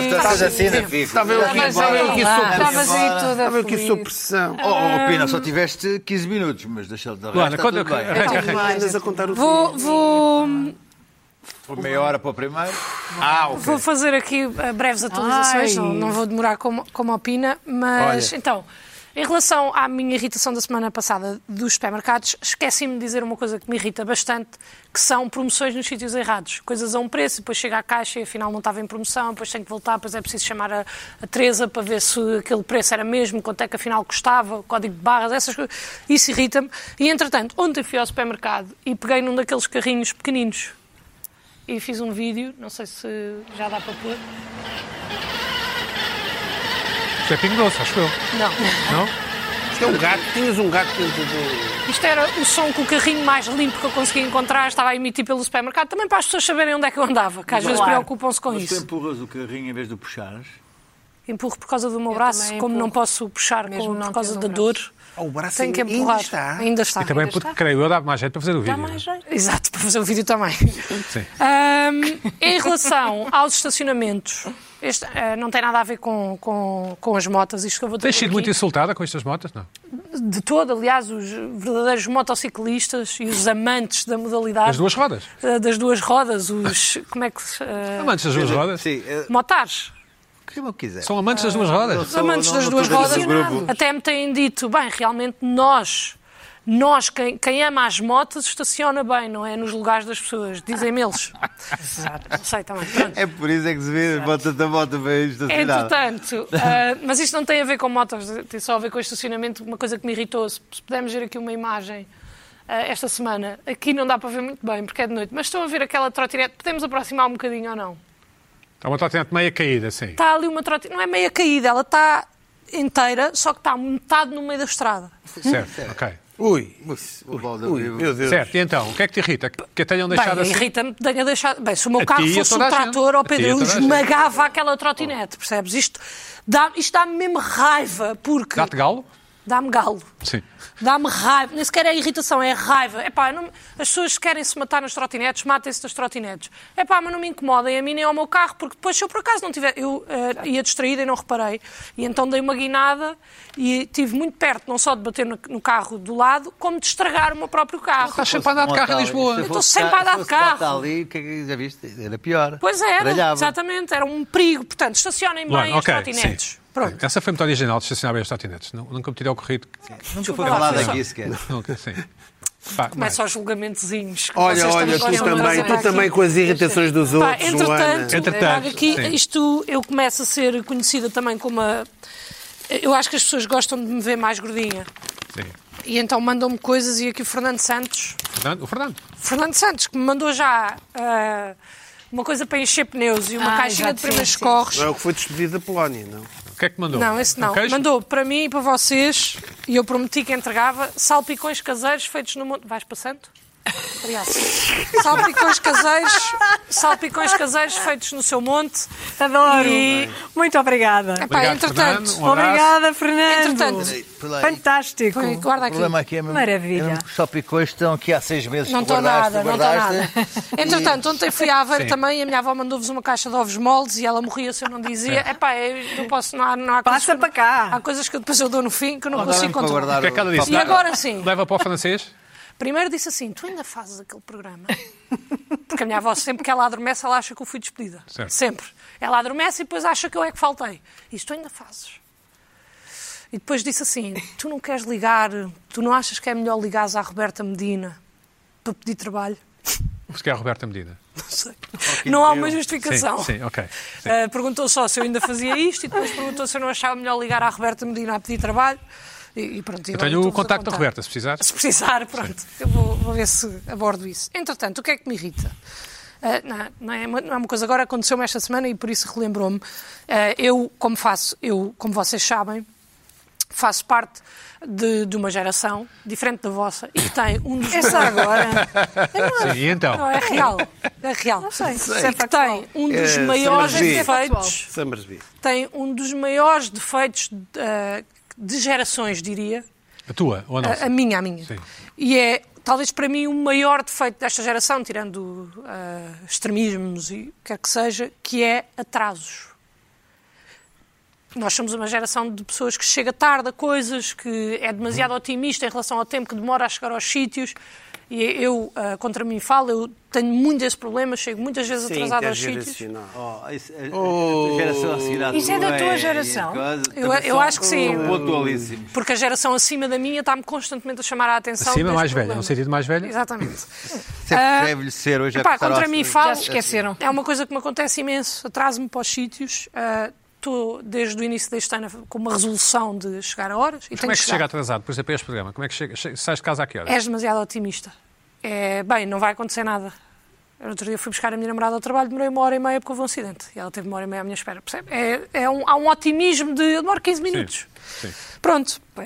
[SPEAKER 4] tempo.
[SPEAKER 5] Estás assim,
[SPEAKER 4] né?
[SPEAKER 5] não
[SPEAKER 2] Estava eu aqui, estava eu aqui sob
[SPEAKER 5] Estava
[SPEAKER 2] pressão.
[SPEAKER 3] Estavas aí
[SPEAKER 5] embora.
[SPEAKER 3] toda
[SPEAKER 2] Estava eu
[SPEAKER 3] a
[SPEAKER 2] aqui é sob pressão.
[SPEAKER 4] Ah,
[SPEAKER 5] Oh, oh, Pina, só tiveste 15 minutos, mas deixa-te dar
[SPEAKER 1] Luana,
[SPEAKER 5] está
[SPEAKER 1] conta-
[SPEAKER 5] tudo bem.
[SPEAKER 1] arranja-
[SPEAKER 2] Oh, andas a contar o
[SPEAKER 4] Vou, vou,
[SPEAKER 5] Foi meia hora para o primeiro.
[SPEAKER 2] Ah, ok.
[SPEAKER 4] vou fazer aqui eh, breves atualizações,
[SPEAKER 3] Ai.
[SPEAKER 4] não, não vou demorar como, como opina, mas então, em relação à minha irritação da semana passada dos supermercados, esqueci-me de dizer uma coisa que me irrita bastante, que são promoções nos sítios errados. Coisas a um preço, depois chega à caixa e afinal não estava em promoção, depois tenho que voltar, depois é preciso chamar a, a Teresa para ver se aquele preço era mesmo, quanto é que afinal custava, o código de barras, essas coisas. Isso irrita-me. E entretanto, ontem fui ao supermercado e peguei num daqueles carrinhos pequeninos e fiz um vídeo, não sei se já dá para pôr.
[SPEAKER 1] Isto é pingo doce, acho eu.
[SPEAKER 4] Não.
[SPEAKER 1] Não?
[SPEAKER 2] Isto é um gato. Tinhas um gato dentro do...
[SPEAKER 4] Isto era o som que o carrinho mais limpo que eu consegui encontrar estava a emitir pelo supermercado, também para as pessoas saberem onde é que eu andava, que às vezes
[SPEAKER 3] Claro.
[SPEAKER 4] preocupam-se com
[SPEAKER 5] Mas tu
[SPEAKER 4] isso.
[SPEAKER 5] empurras o carrinho em vez de o puxares.
[SPEAKER 4] Empurro por causa do meu
[SPEAKER 3] Eu
[SPEAKER 4] braço,
[SPEAKER 3] também
[SPEAKER 4] como não
[SPEAKER 3] empurro.
[SPEAKER 4] posso puxar
[SPEAKER 3] Mesmo
[SPEAKER 4] com,
[SPEAKER 3] não
[SPEAKER 4] por causa da
[SPEAKER 3] tendo um
[SPEAKER 4] dor.
[SPEAKER 3] braço.
[SPEAKER 2] Oh, o braço
[SPEAKER 4] Tem que
[SPEAKER 2] ainda-
[SPEAKER 4] empurrar.
[SPEAKER 2] Ainda está.
[SPEAKER 4] Ainda está.
[SPEAKER 1] E também,
[SPEAKER 4] ainda
[SPEAKER 1] porque
[SPEAKER 4] Ah, está.
[SPEAKER 1] creio eu, dá mais jeito para fazer o vídeo. é?
[SPEAKER 3] Dá mais jeito.
[SPEAKER 4] Exato, para fazer o vídeo também. Ahm, em relação aos estacionamentos, este, ah, não tem nada a ver com, com, com as motas, isto que eu vou dizer.
[SPEAKER 1] Tens sido
[SPEAKER 4] aqui.
[SPEAKER 1] muito insultada com estas motas, não?
[SPEAKER 4] De todo, aliás, os verdadeiros motociclistas e os amantes da modalidade.
[SPEAKER 1] As duas rodas.
[SPEAKER 4] ah, das duas rodas, os. Como é que. se- ah,
[SPEAKER 1] Amantes das duas rodas.
[SPEAKER 5] Sim, é,
[SPEAKER 4] motares.
[SPEAKER 5] o que eu quiser.
[SPEAKER 1] São amantes das duas rodas.
[SPEAKER 4] Os amantes
[SPEAKER 5] não-
[SPEAKER 4] das
[SPEAKER 5] não
[SPEAKER 4] duas
[SPEAKER 5] estou
[SPEAKER 4] rodas
[SPEAKER 5] dentro do grupo.
[SPEAKER 4] até me têm dito, bem, realmente nós, nós quem, quem ama as motas estaciona bem, não é? Nos lugares das pessoas, dizem-me eles. Exato. Não sei também. Pronto.
[SPEAKER 5] É por isso é que se vê a moto da moto bem
[SPEAKER 4] É
[SPEAKER 5] estacionada.
[SPEAKER 4] Entretanto, ah, mas isto não tem a ver com motos, tem só a ver com o estacionamento. Uma coisa que me irritou, se se pudermos ver aqui uma imagem ah, esta semana, aqui não dá para ver muito bem porque é de noite, mas estão a ver aquela trotinete, podemos aproximar um bocadinho ou não?
[SPEAKER 1] Há É uma trotinete meia caída, assim.
[SPEAKER 4] Está ali uma trotinete, não é meia caída, ela está inteira, só que está metade no meio da estrada.
[SPEAKER 1] Certo, ok.
[SPEAKER 2] Ui,
[SPEAKER 5] O balde
[SPEAKER 2] ui,
[SPEAKER 5] vivo.
[SPEAKER 2] meu Deus.
[SPEAKER 1] Certo, e então, o que é que te irrita? Que- Que a tenham deixado
[SPEAKER 4] Bem,
[SPEAKER 1] assim?
[SPEAKER 4] irrita-me de deixar. Bem, se o meu
[SPEAKER 1] A
[SPEAKER 4] carro
[SPEAKER 1] ti e a
[SPEAKER 4] fosse um
[SPEAKER 1] toda a gente.
[SPEAKER 4] trator, ó
[SPEAKER 1] A ti e
[SPEAKER 4] Pedro,
[SPEAKER 1] a
[SPEAKER 4] eu
[SPEAKER 1] toda a gente.
[SPEAKER 4] esmagava aquela trotinete, percebes? Isto dá- isto dá-me mesmo raiva, porque.
[SPEAKER 1] Dá-te galo?
[SPEAKER 4] Dá-me galo.
[SPEAKER 1] Sim.
[SPEAKER 4] Dá-me raiva, nem sequer é irritação, é raiva. Epá, eu não... As pessoas querem se matar nas trotinetes, matem-se nas trotinetes. Epá, mas não me incomodem a mim nem ao meu carro, porque depois se eu por acaso não tiver. Eu eh, ia distraída e não reparei. E então dei uma guinada e estive muito perto, não só de bater no, no carro do lado, como de estragar o meu próprio carro.
[SPEAKER 1] Estás sempre a andar de carro em Lisboa.
[SPEAKER 5] Um Se fosse
[SPEAKER 4] estou sempre a
[SPEAKER 5] ca-
[SPEAKER 4] andar de
[SPEAKER 5] se fosse moto
[SPEAKER 4] carro.
[SPEAKER 5] ali, o que é que já viste? Era pior.
[SPEAKER 4] Pois era,
[SPEAKER 5] Baralhava.
[SPEAKER 4] exatamente, era um perigo. Portanto, estacionem bem
[SPEAKER 1] Luana,
[SPEAKER 4] as
[SPEAKER 1] ok,
[SPEAKER 4] trotinetes.
[SPEAKER 1] sim.
[SPEAKER 4] Pronto.
[SPEAKER 1] Essa foi muito original de estacionar bem as trotinetes. Nu- Nunca me tirei ao corrido.
[SPEAKER 5] Não estou
[SPEAKER 4] Desculpa lá,
[SPEAKER 5] falado
[SPEAKER 4] foi
[SPEAKER 5] aqui
[SPEAKER 4] só-
[SPEAKER 5] sequer.
[SPEAKER 1] Nunca, sim. Pá, mais.
[SPEAKER 4] Começa aos julgamentozinhos. que
[SPEAKER 2] Olha,
[SPEAKER 4] vocês
[SPEAKER 2] olha,
[SPEAKER 4] podem
[SPEAKER 2] tu também,
[SPEAKER 4] fazer
[SPEAKER 2] tu
[SPEAKER 4] aqui.
[SPEAKER 2] também com as irritações dos
[SPEAKER 4] Pá,
[SPEAKER 2] outros, Joana.
[SPEAKER 4] entretanto,
[SPEAKER 1] Entretanto,
[SPEAKER 4] Braga, aqui,
[SPEAKER 1] sim.
[SPEAKER 4] isto eu começo a ser conhecida também como uma. Eu acho que as pessoas gostam de me ver mais gordinha.
[SPEAKER 1] Sim.
[SPEAKER 4] E então mandam-me coisas e aqui o Fernando Santos.
[SPEAKER 1] Fernando, o Fernando.
[SPEAKER 4] Fernando Santos, que me mandou já ah, uma coisa para encher pneus e uma
[SPEAKER 3] Ah,
[SPEAKER 4] caixinha
[SPEAKER 3] já
[SPEAKER 4] de
[SPEAKER 3] sim,
[SPEAKER 4] primeiros
[SPEAKER 3] sim.
[SPEAKER 4] corres.
[SPEAKER 2] Não é o que foi despedido da Polónia, não.
[SPEAKER 1] O que é que mandou?
[SPEAKER 4] Não, esse não.
[SPEAKER 1] Um queijo?
[SPEAKER 4] Mandou para mim e para vocês, e eu prometi que entregava, salpicões caseiros feitos no mundo. Vais passando? Obrigado. salpicões caseiros, salpicões caseiros feitos no seu monte.
[SPEAKER 3] Adoro.
[SPEAKER 4] E-
[SPEAKER 3] Muito obrigada.
[SPEAKER 4] Epá,
[SPEAKER 1] Obrigado,
[SPEAKER 4] entretanto,
[SPEAKER 1] Fernando. Um abraço.
[SPEAKER 3] obrigada, Fernando.
[SPEAKER 4] Entretanto-
[SPEAKER 5] Pela aí.
[SPEAKER 3] Fantástico.
[SPEAKER 4] Põe- guarda
[SPEAKER 5] O
[SPEAKER 4] aqui.
[SPEAKER 5] problema aqui é mesmo,
[SPEAKER 3] Maravilha.
[SPEAKER 5] é mesmo que os salpicões estão aqui há seis meses.
[SPEAKER 4] Não
[SPEAKER 5] tu
[SPEAKER 4] estou
[SPEAKER 5] guardaste,
[SPEAKER 4] nada,
[SPEAKER 5] tu
[SPEAKER 4] não estou nada.
[SPEAKER 5] guardaste.
[SPEAKER 4] Entretanto, ontem fui à Aveiro
[SPEAKER 1] Sim.
[SPEAKER 4] também e a minha avó mandou-vos uma caixa de ovos moles e ela morria se eu não dizia. Epá, eu não posso, não há, não há
[SPEAKER 3] Passa
[SPEAKER 4] coisas que-
[SPEAKER 3] para cá.
[SPEAKER 4] Há coisas que eu depois eu dou no fim que eu não
[SPEAKER 5] Não dá
[SPEAKER 4] consigo
[SPEAKER 5] mesmo para
[SPEAKER 4] controlar.
[SPEAKER 5] guardar
[SPEAKER 1] O que é que ela
[SPEAKER 5] o
[SPEAKER 1] disse?
[SPEAKER 4] E
[SPEAKER 5] salpicão.
[SPEAKER 4] agora sim.
[SPEAKER 1] Leva para o francês?
[SPEAKER 4] Primeiro disse assim: Tu ainda fazes aquele programa? Porque a minha avó, sempre que ela adormece, ela acha que eu fui despedida.
[SPEAKER 1] Certo.
[SPEAKER 4] Sempre. Ela adormece e depois acha que eu é que faltei. Isto tu ainda fazes. E depois disse assim: Tu não queres ligar, tu não achas que é melhor ligares à Roberta Medina para pedir trabalho?
[SPEAKER 1] Porque é a Roberta Medina.
[SPEAKER 4] Não sei. Não há uma
[SPEAKER 1] Sim,
[SPEAKER 4] justificação.
[SPEAKER 1] Oh, sim, ok. Sim.
[SPEAKER 4] Uh, perguntou só se eu ainda fazia isto e depois perguntou se eu não achava melhor ligar à Roberta Medina a pedir trabalho. E, e pronto, e
[SPEAKER 1] Eu
[SPEAKER 4] agora
[SPEAKER 1] tenho o
[SPEAKER 4] estou-vos a
[SPEAKER 1] contacto da
[SPEAKER 4] contar.
[SPEAKER 1] Roberta, se precisares.
[SPEAKER 4] Se precisar, pronto, eu vou, vou ver se abordo isso. Entretanto, o que é que me irrita? Ah, não, não é uma, não é uma coisa agora, aconteceu-me esta semana e por isso relembrou-me. Ah, eu, como faço, eu, como vocês sabem, faço parte de, de uma geração diferente da vossa e que tem um dos
[SPEAKER 3] Essa É agora.
[SPEAKER 1] Sim, e então?
[SPEAKER 4] Não, é real, é real. Não
[SPEAKER 3] sei, isso é
[SPEAKER 4] que tem um dos
[SPEAKER 2] É,
[SPEAKER 4] maiores
[SPEAKER 2] Summerby.
[SPEAKER 4] defeitos
[SPEAKER 2] Summersby.
[SPEAKER 4] tem um dos maiores defeitos ah, de gerações, diria,
[SPEAKER 1] A tua ou a nossa?
[SPEAKER 4] a, a minha, a minha.
[SPEAKER 1] Sim.
[SPEAKER 4] E é, talvez para mim, o maior defeito desta geração, tirando ah, extremismos e o que quer que seja, que é atrasos. Nós somos uma geração de pessoas que chega tarde a coisas, que é demasiado otimista em relação ao tempo que demora a chegar aos sítios. E eu, ah, contra mim, falo, eu tenho muito esse problema, chego muitas vezes
[SPEAKER 2] Sim,
[SPEAKER 4] atrasado aos sítios.
[SPEAKER 2] intergeracional.
[SPEAKER 5] Oh, isso, a- a- a geração a seguir à
[SPEAKER 3] Isso é da
[SPEAKER 5] tua
[SPEAKER 3] tua
[SPEAKER 5] e
[SPEAKER 3] geração?
[SPEAKER 5] coisa,
[SPEAKER 4] Eu-
[SPEAKER 5] também
[SPEAKER 4] eu
[SPEAKER 5] são
[SPEAKER 4] acho que sim.
[SPEAKER 1] é
[SPEAKER 5] Pontualíssimos.
[SPEAKER 4] Porque a geração acima da minha está-me constantemente a chamar a atenção.
[SPEAKER 1] Acima,
[SPEAKER 4] deste
[SPEAKER 1] mais velha,
[SPEAKER 4] problema.
[SPEAKER 1] no sentido mais velha?
[SPEAKER 4] Exatamente.
[SPEAKER 5] Sempre
[SPEAKER 4] Ah,
[SPEAKER 5] deve envelhecer hoje. a
[SPEAKER 4] Epá,
[SPEAKER 5] começar
[SPEAKER 4] contra
[SPEAKER 5] a-
[SPEAKER 4] mim falo.
[SPEAKER 3] Já se esqueceram.
[SPEAKER 4] É uma coisa que me acontece imenso. Atraso-me para os sítios. Estou desde o início deste ano com uma resolução de chegar a horas. E
[SPEAKER 1] Como
[SPEAKER 4] tenho É
[SPEAKER 1] é que
[SPEAKER 4] chegar.
[SPEAKER 1] chega atrasado, por exemplo, a este programa? Como é que chega? che- Sais de casa a que horas?
[SPEAKER 4] És demasiado otimista. É, bem, não vai acontecer nada. No Outro dia fui buscar a minha namorada ao trabalho, demorei uma hora e meia porque houve um acidente. E ela teve uma hora e meia à minha espera, percebe? É, é um, há um otimismo de. Eu demoro 15 minutos.
[SPEAKER 1] sim.
[SPEAKER 4] Pronto. O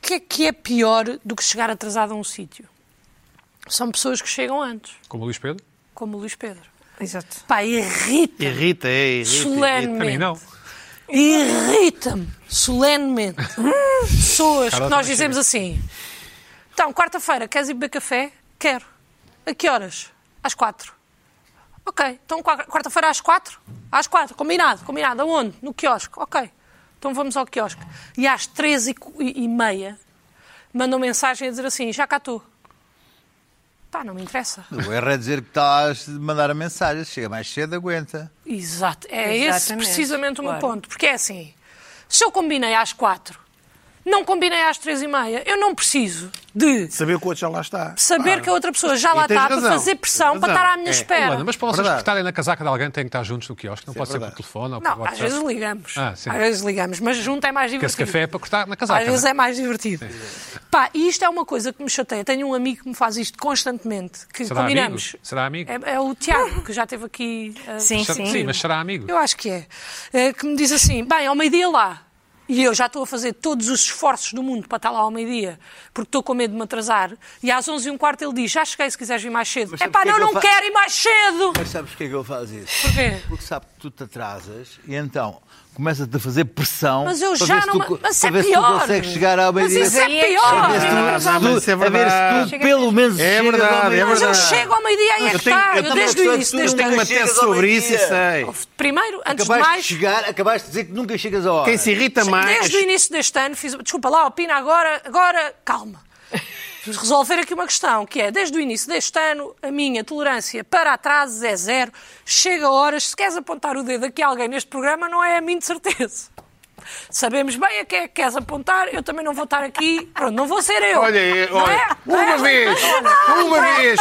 [SPEAKER 4] que é que é pior do que chegar atrasado a um sítio? São pessoas que chegam antes,
[SPEAKER 1] Como o Luís Pedro?
[SPEAKER 4] como o Luís Pedro.
[SPEAKER 3] Exato.
[SPEAKER 4] Pá, irrita
[SPEAKER 2] Irrita, é, irrita. irrita.
[SPEAKER 1] Para mim,
[SPEAKER 4] solenemente.
[SPEAKER 1] não.
[SPEAKER 4] Irrita-me solenemente pessoas que
[SPEAKER 1] Carla
[SPEAKER 4] nós
[SPEAKER 1] também
[SPEAKER 4] dizemos assim: então, quarta-feira, queres ir beber café? Quero. A que horas? Às quatro. Ok, então qua- quarta-feira às quatro? Às quatro, combinado, combinado. Aonde? No quiosque. Ok, então vamos ao quiosque. E às três e, cu- e- e meia mandam mensagem a dizer assim: já cá estou. Pá, não me interessa.
[SPEAKER 5] O erro é dizer que estás a mandar a mensagem. Chega mais cedo, aguenta.
[SPEAKER 4] Exato. É esse
[SPEAKER 3] Exatamente,
[SPEAKER 4] precisamente o meu
[SPEAKER 3] claro.
[SPEAKER 4] ponto. Porque é assim, se eu combinei às quatro, não combinei às três e meia, eu não preciso de
[SPEAKER 2] Saber que o outro já lá está.
[SPEAKER 4] saber
[SPEAKER 2] Claro.
[SPEAKER 4] que a outra pessoa já
[SPEAKER 2] E
[SPEAKER 4] lá
[SPEAKER 2] tens
[SPEAKER 4] está para
[SPEAKER 2] razão,
[SPEAKER 4] fazer pressão
[SPEAKER 2] tens
[SPEAKER 4] para
[SPEAKER 2] razão.
[SPEAKER 4] estar à minha
[SPEAKER 2] É,
[SPEAKER 4] espera.
[SPEAKER 1] Luana, mas para vocês
[SPEAKER 5] Verdade.
[SPEAKER 1] cortarem na casaca de alguém, têm que estar juntos no quiosque. Não pode ser por
[SPEAKER 2] é verdade.
[SPEAKER 1] telefone ou por
[SPEAKER 4] Não, às
[SPEAKER 1] WhatsApp.
[SPEAKER 4] vezes ligamos.
[SPEAKER 1] Ah, sim.
[SPEAKER 4] Às vezes ligamos, mas junto é mais
[SPEAKER 1] Porque esse
[SPEAKER 4] divertido.
[SPEAKER 1] café é para cortar na casaca.
[SPEAKER 4] Às vezes
[SPEAKER 1] não é?
[SPEAKER 4] é mais divertido. Pá, e isto é uma coisa que me chateia. Tenho um amigo que me faz isto constantemente, que
[SPEAKER 1] Será
[SPEAKER 4] combinamos.
[SPEAKER 1] amigo? Será amigo?
[SPEAKER 4] É, é o Tiago, que já esteve aqui. ah,
[SPEAKER 3] Sim,
[SPEAKER 1] Será-
[SPEAKER 3] sim.
[SPEAKER 1] mas será amigo?
[SPEAKER 4] Eu acho que é. Eh, Que me diz assim: bem, ao meio-dia lá. E eu já estou a fazer todos os esforços do mundo para estar lá ao meio-dia, porque estou com medo de me atrasar. E às 11 e um quarto ele diz: já cheguei se quiseres vir mais cedo.
[SPEAKER 5] Mas
[SPEAKER 4] É
[SPEAKER 5] sabe
[SPEAKER 4] pá,
[SPEAKER 5] porquê
[SPEAKER 4] não,
[SPEAKER 5] que eu
[SPEAKER 4] não
[SPEAKER 5] fa-
[SPEAKER 4] quero ir mais cedo!
[SPEAKER 5] Mas sabes porquê que ele faz isso?
[SPEAKER 4] Porquê?
[SPEAKER 5] Porque sabe que tu te atrasas e então começa-te a fazer pressão
[SPEAKER 4] Mas eu
[SPEAKER 5] para
[SPEAKER 4] já
[SPEAKER 5] ver se
[SPEAKER 4] não
[SPEAKER 5] tu,
[SPEAKER 4] me-
[SPEAKER 5] co-
[SPEAKER 4] mas isso
[SPEAKER 5] para
[SPEAKER 4] é
[SPEAKER 5] ver se tu
[SPEAKER 4] pior.
[SPEAKER 5] consegues chegar ao
[SPEAKER 4] Mas
[SPEAKER 5] meio-dia.
[SPEAKER 4] isso é
[SPEAKER 3] Mas aí é
[SPEAKER 4] pior!
[SPEAKER 5] A ver se tu-
[SPEAKER 2] Ah,
[SPEAKER 5] se tu-
[SPEAKER 2] mas isso é
[SPEAKER 5] a ver se
[SPEAKER 2] verdade.
[SPEAKER 5] tu pelo menos
[SPEAKER 2] É
[SPEAKER 5] chegas ao
[SPEAKER 2] verdade, é
[SPEAKER 5] meio-dia.
[SPEAKER 4] Mas eu
[SPEAKER 2] verdade.
[SPEAKER 4] chego ao meio-dia e é
[SPEAKER 2] tenho-
[SPEAKER 4] tarde,
[SPEAKER 2] eu tenho-
[SPEAKER 4] desde o
[SPEAKER 5] eu
[SPEAKER 4] início.
[SPEAKER 5] tenho-
[SPEAKER 4] Desde
[SPEAKER 5] eu
[SPEAKER 4] o
[SPEAKER 2] Tenho uma
[SPEAKER 4] início.
[SPEAKER 5] Chegas
[SPEAKER 2] tese
[SPEAKER 5] ao
[SPEAKER 2] sobre isso e
[SPEAKER 5] meio-dia.
[SPEAKER 2] sei.
[SPEAKER 4] Primeiro, antes de
[SPEAKER 5] Acabaste
[SPEAKER 4] mais,
[SPEAKER 5] de chegar, acabaste de dizer que nunca chegas à hora.
[SPEAKER 2] Quem se irrita mais.
[SPEAKER 4] Desde o início deste ano, fiz. Desculpa lá, opina agora, agora, calma. Vamos Resolver aqui uma questão, que é, desde o início deste ano, a minha tolerância para atrasos é zero, chega a horas, se queres apontar o dedo aqui a alguém neste programa, não é a mim de certeza. Sabemos bem a quem é que queres apontar, eu também não vou estar aqui, pronto, não vou ser eu.
[SPEAKER 2] Olha, é,
[SPEAKER 4] Não é?
[SPEAKER 2] olha,
[SPEAKER 4] Não é?
[SPEAKER 2] uma vez, uma vez.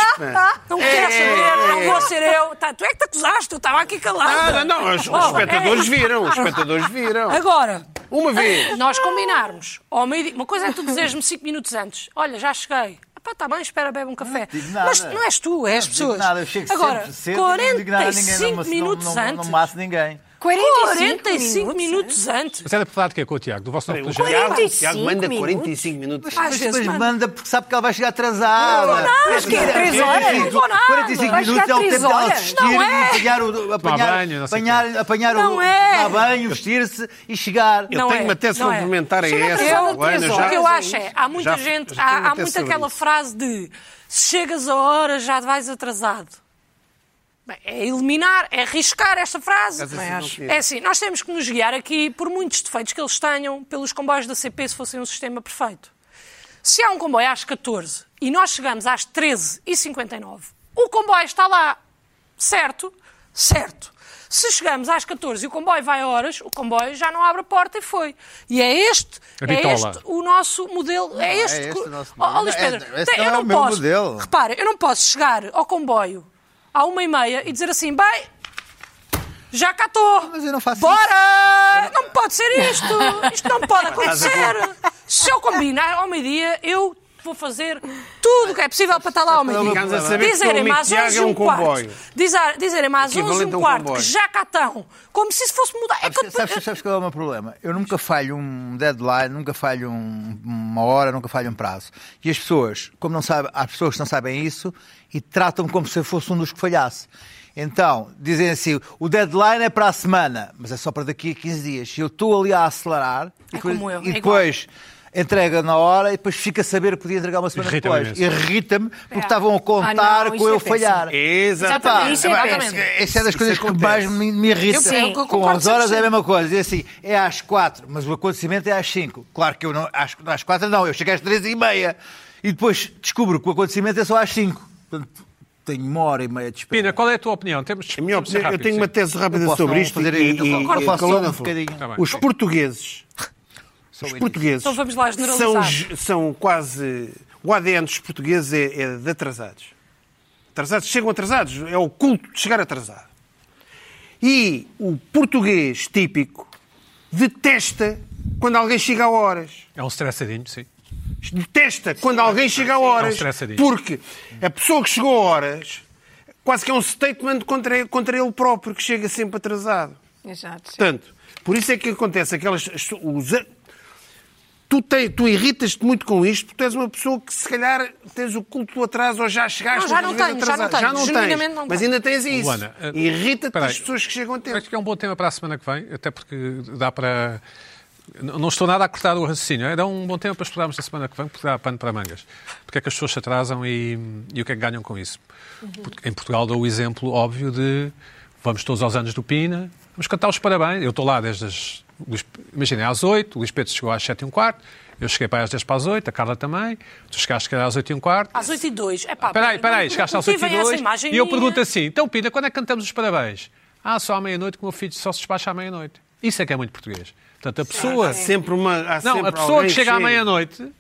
[SPEAKER 4] Não
[SPEAKER 2] É,
[SPEAKER 4] quero saber,
[SPEAKER 2] é,
[SPEAKER 4] não
[SPEAKER 2] é.
[SPEAKER 4] vou ser eu. Tá, tu é que te acusaste, eu estava aqui calada.
[SPEAKER 2] Nada, não, os, os
[SPEAKER 4] Olha,
[SPEAKER 2] espectadores
[SPEAKER 4] é.
[SPEAKER 2] viram, os espectadores viram.
[SPEAKER 4] Agora,
[SPEAKER 2] Uma vez.
[SPEAKER 4] nós combinarmos ao meio uma coisa é tu dizeres-me 5 minutos antes olha já cheguei Epá, está bem, espera, bebe um café.
[SPEAKER 5] te digo nada.
[SPEAKER 4] Mas não és tu, é as
[SPEAKER 5] Não digo
[SPEAKER 4] pessoas.
[SPEAKER 5] Nada, eu chego
[SPEAKER 4] Agora,
[SPEAKER 5] sempre cedo, não digo nada a ninguém, não
[SPEAKER 4] 45
[SPEAKER 5] maço-
[SPEAKER 4] minutos
[SPEAKER 5] não, não,
[SPEAKER 4] antes.
[SPEAKER 5] Não maço ninguém.
[SPEAKER 4] 45 minutos antes.
[SPEAKER 1] Mas era para falar de quê com o Tiago? Do vosso novo
[SPEAKER 2] O
[SPEAKER 1] projeto?
[SPEAKER 2] Tiago- o
[SPEAKER 3] 45
[SPEAKER 2] Tiago manda
[SPEAKER 3] minutos?
[SPEAKER 2] 45 minutos.
[SPEAKER 4] Às
[SPEAKER 5] Mas
[SPEAKER 4] vezes
[SPEAKER 5] depois
[SPEAKER 4] manda.
[SPEAKER 5] manda porque sabe que ela vai chegar atrasada.
[SPEAKER 4] Não, não, mas que é três horas? Não vou nada.
[SPEAKER 5] 45
[SPEAKER 4] Vai
[SPEAKER 3] chegar
[SPEAKER 5] minutos é o tempo
[SPEAKER 3] três
[SPEAKER 5] dela
[SPEAKER 3] horas?
[SPEAKER 5] assistir
[SPEAKER 4] Não é.
[SPEAKER 5] e apanhar o. Apanhar,
[SPEAKER 1] banho, não sei o quê.
[SPEAKER 5] apanhar, apanhar o.
[SPEAKER 4] Não é.
[SPEAKER 5] Tomar banho, vestir-se e chegar.
[SPEAKER 2] Eu
[SPEAKER 4] Não
[SPEAKER 2] tenho
[SPEAKER 4] é,
[SPEAKER 2] uma tese
[SPEAKER 4] não é.
[SPEAKER 2] complementar a
[SPEAKER 4] Chega
[SPEAKER 2] essa.
[SPEAKER 4] atrasada
[SPEAKER 2] Luana,
[SPEAKER 4] três
[SPEAKER 2] já-
[SPEAKER 4] horas. O que eu acho é, há muita
[SPEAKER 2] Já-
[SPEAKER 4] gente,
[SPEAKER 2] já tenho
[SPEAKER 4] há, há
[SPEAKER 2] uma tese
[SPEAKER 4] muito
[SPEAKER 2] sobre
[SPEAKER 4] aquela
[SPEAKER 2] isso.
[SPEAKER 4] frase de se chegas a hora já vais atrasado. Bem, é eliminar, é arriscar esta frase.
[SPEAKER 2] Mas assim não acho.
[SPEAKER 4] É assim, nós temos que nos guiar aqui por muitos defeitos que eles tenham pelos comboios da CP se fossem um sistema perfeito. Se há um comboio às 14 e nós chegamos às 13h59, o comboio está lá, certo? Certo. Se chegamos às 14 e o comboio vai a horas, o comboio já não abre a porta e foi. E é este,
[SPEAKER 1] A
[SPEAKER 4] é
[SPEAKER 1] bitola.
[SPEAKER 4] este o nosso modelo. é
[SPEAKER 5] é
[SPEAKER 4] este.
[SPEAKER 5] este
[SPEAKER 4] co-
[SPEAKER 5] o nosso
[SPEAKER 4] Ó, ó, Luís
[SPEAKER 5] modelo.
[SPEAKER 4] Pedro,
[SPEAKER 5] É, esse não
[SPEAKER 4] eu
[SPEAKER 5] é o
[SPEAKER 4] não
[SPEAKER 5] meu
[SPEAKER 4] posso.
[SPEAKER 5] modelo.
[SPEAKER 4] Repara, eu não posso chegar ao comboio à uma e meia e dizer assim, bem, já cá estou.
[SPEAKER 5] Mas eu não faço
[SPEAKER 4] Bora! Não pode ser isto! Isto não pode acontecer! Se eu combinar ao meio-dia, eu vou fazer tudo o que é possível para estar lá ao meio-dia.
[SPEAKER 2] Ficamos a saber que o teu
[SPEAKER 4] Dizerem-me
[SPEAKER 2] amigo
[SPEAKER 4] às
[SPEAKER 2] Tiago
[SPEAKER 4] 11
[SPEAKER 2] é
[SPEAKER 4] e
[SPEAKER 2] um
[SPEAKER 4] um quarto.
[SPEAKER 2] comboio.
[SPEAKER 4] dizer- Dizerem-me às 11 e
[SPEAKER 2] Equivalente a
[SPEAKER 4] um
[SPEAKER 2] um
[SPEAKER 4] quarto que
[SPEAKER 2] comboio.
[SPEAKER 4] já cá estão. Como se isso fosse mudar. É que eu-
[SPEAKER 5] Sabes, sabes, sabes qual é o meu problema? Eu nunca falho um deadline, nunca falho um- uma hora, nunca falho um prazo. E as pessoas, como não sabem, há pessoas que não sabem isso e tratam-me como se eu fosse um dos que falhasse. Então, dizem assim, o deadline é para a semana, mas é só para daqui a 15 dias. E eu estou ali a acelerar e
[SPEAKER 4] É como eu,
[SPEAKER 5] e
[SPEAKER 4] é
[SPEAKER 5] depois entrega na hora e depois fica a saber que podia entregar uma semana
[SPEAKER 1] Irrita-me
[SPEAKER 5] depois.
[SPEAKER 1] imenso.
[SPEAKER 5] Irrita-me
[SPEAKER 4] É.
[SPEAKER 5] porque estavam a contar
[SPEAKER 3] Ah, não,
[SPEAKER 5] com
[SPEAKER 3] isso
[SPEAKER 5] eu
[SPEAKER 3] é péssimo.
[SPEAKER 5] falhar.
[SPEAKER 2] Exatamente.
[SPEAKER 3] Isso é
[SPEAKER 2] Epá,
[SPEAKER 3] péssimo.
[SPEAKER 5] Essa Ah, tá. é das coisas que
[SPEAKER 2] acontece.
[SPEAKER 5] mais me, me irrita.
[SPEAKER 4] Eu- eu
[SPEAKER 5] Com
[SPEAKER 4] concordo
[SPEAKER 5] as horas é a
[SPEAKER 4] 100%.
[SPEAKER 5] mesma coisa. Diz assim, é às quatro, mas o acontecimento é às cinco. Claro que eu não, às, às quatro não, eu chego às três e meia. E depois descubro que o acontecimento é só às cinco. Portanto, tenho uma hora e meia de espera.
[SPEAKER 1] Pina, qual é a tua opinião? Temos
[SPEAKER 2] A minha
[SPEAKER 1] temos de ser
[SPEAKER 2] opinião, eu
[SPEAKER 1] rápido,
[SPEAKER 2] tenho
[SPEAKER 1] sim.
[SPEAKER 2] uma tese rápida
[SPEAKER 5] Posso
[SPEAKER 2] sobre
[SPEAKER 5] não
[SPEAKER 2] isto.
[SPEAKER 5] fazer-
[SPEAKER 2] e,
[SPEAKER 5] eu
[SPEAKER 2] e-
[SPEAKER 5] concordo,
[SPEAKER 2] e-
[SPEAKER 5] posso só um
[SPEAKER 2] calou-me.
[SPEAKER 5] bocadinho.
[SPEAKER 1] Tá bem. um
[SPEAKER 2] Os portugueses,
[SPEAKER 5] Só o
[SPEAKER 2] os
[SPEAKER 5] início.
[SPEAKER 2] portugueses
[SPEAKER 4] Então vamos lá generalizar.
[SPEAKER 2] são, ge- são quase. O ADN dos portugueses é, é de atrasados. Atrasados, chegam atrasados. É o culto de chegar atrasado. E o português típico detesta quando alguém chega a horas.
[SPEAKER 1] É um stressadinho, sim.
[SPEAKER 2] detesta quando alguém chega a
[SPEAKER 1] Não
[SPEAKER 2] horas.
[SPEAKER 1] estressa disso.
[SPEAKER 2] Porque a pessoa que chegou a horas quase que é um statement contra ele, contra ele próprio, que chega sempre atrasado.
[SPEAKER 3] Exato.
[SPEAKER 2] Portanto, por isso é que acontece aquelas. as- Os, a- Tu, te- tu irritas-te muito com isto, porque tu és uma pessoa que se calhar tens o culto do atraso ou já chegaste.
[SPEAKER 4] Não, já não
[SPEAKER 2] muitas
[SPEAKER 4] tenho,
[SPEAKER 2] vezes
[SPEAKER 4] já não
[SPEAKER 2] atrasado.
[SPEAKER 4] tenho. Genuinamente
[SPEAKER 2] tens,
[SPEAKER 4] não
[SPEAKER 2] mas
[SPEAKER 4] tenho.
[SPEAKER 2] ainda tens isso.
[SPEAKER 1] Luana, eh,
[SPEAKER 2] Irrita-te
[SPEAKER 1] peraí.
[SPEAKER 2] as pessoas que chegam a tempo.
[SPEAKER 1] Acho que é um bom tema para a semana que vem, até porque dá para. N- Não estou nada a cortar o raciocínio. Era um bom tema para explorarmos na semana que vem, porque dá pano para mangas. Porque é que as pessoas se atrasam e, e o que é que ganham com isso? Porque em Portugal dou o exemplo óbvio de vamos todos aos anos do Pina, vamos cantar os parabéns. Eu estou lá desde as. Luís- Imaginem, às 8, o Luís Pedro chegou às 7 e um quarto, eu cheguei para aí às 10 para as 8, a Carla também, tu chegaste se calhar, às 8 e um quarto.
[SPEAKER 4] Às 8 e 2. É pá,
[SPEAKER 1] Espera aí, espera aí, chegaste ao
[SPEAKER 4] motivo é essa
[SPEAKER 1] 102
[SPEAKER 4] imagem
[SPEAKER 1] e eu
[SPEAKER 4] minha?
[SPEAKER 1] pergunto assim, então Pina, quando é que cantamos os parabéns? Ah, só à meia-noite que o meu filho só se despacha à meia-noite. Isso é que é muito português. Portanto, a pessoa...
[SPEAKER 2] Há sempre uma. Há
[SPEAKER 1] Não,
[SPEAKER 2] sempre
[SPEAKER 1] a pessoa
[SPEAKER 2] alguém
[SPEAKER 1] que chega à
[SPEAKER 2] chega.
[SPEAKER 1] meia-noite,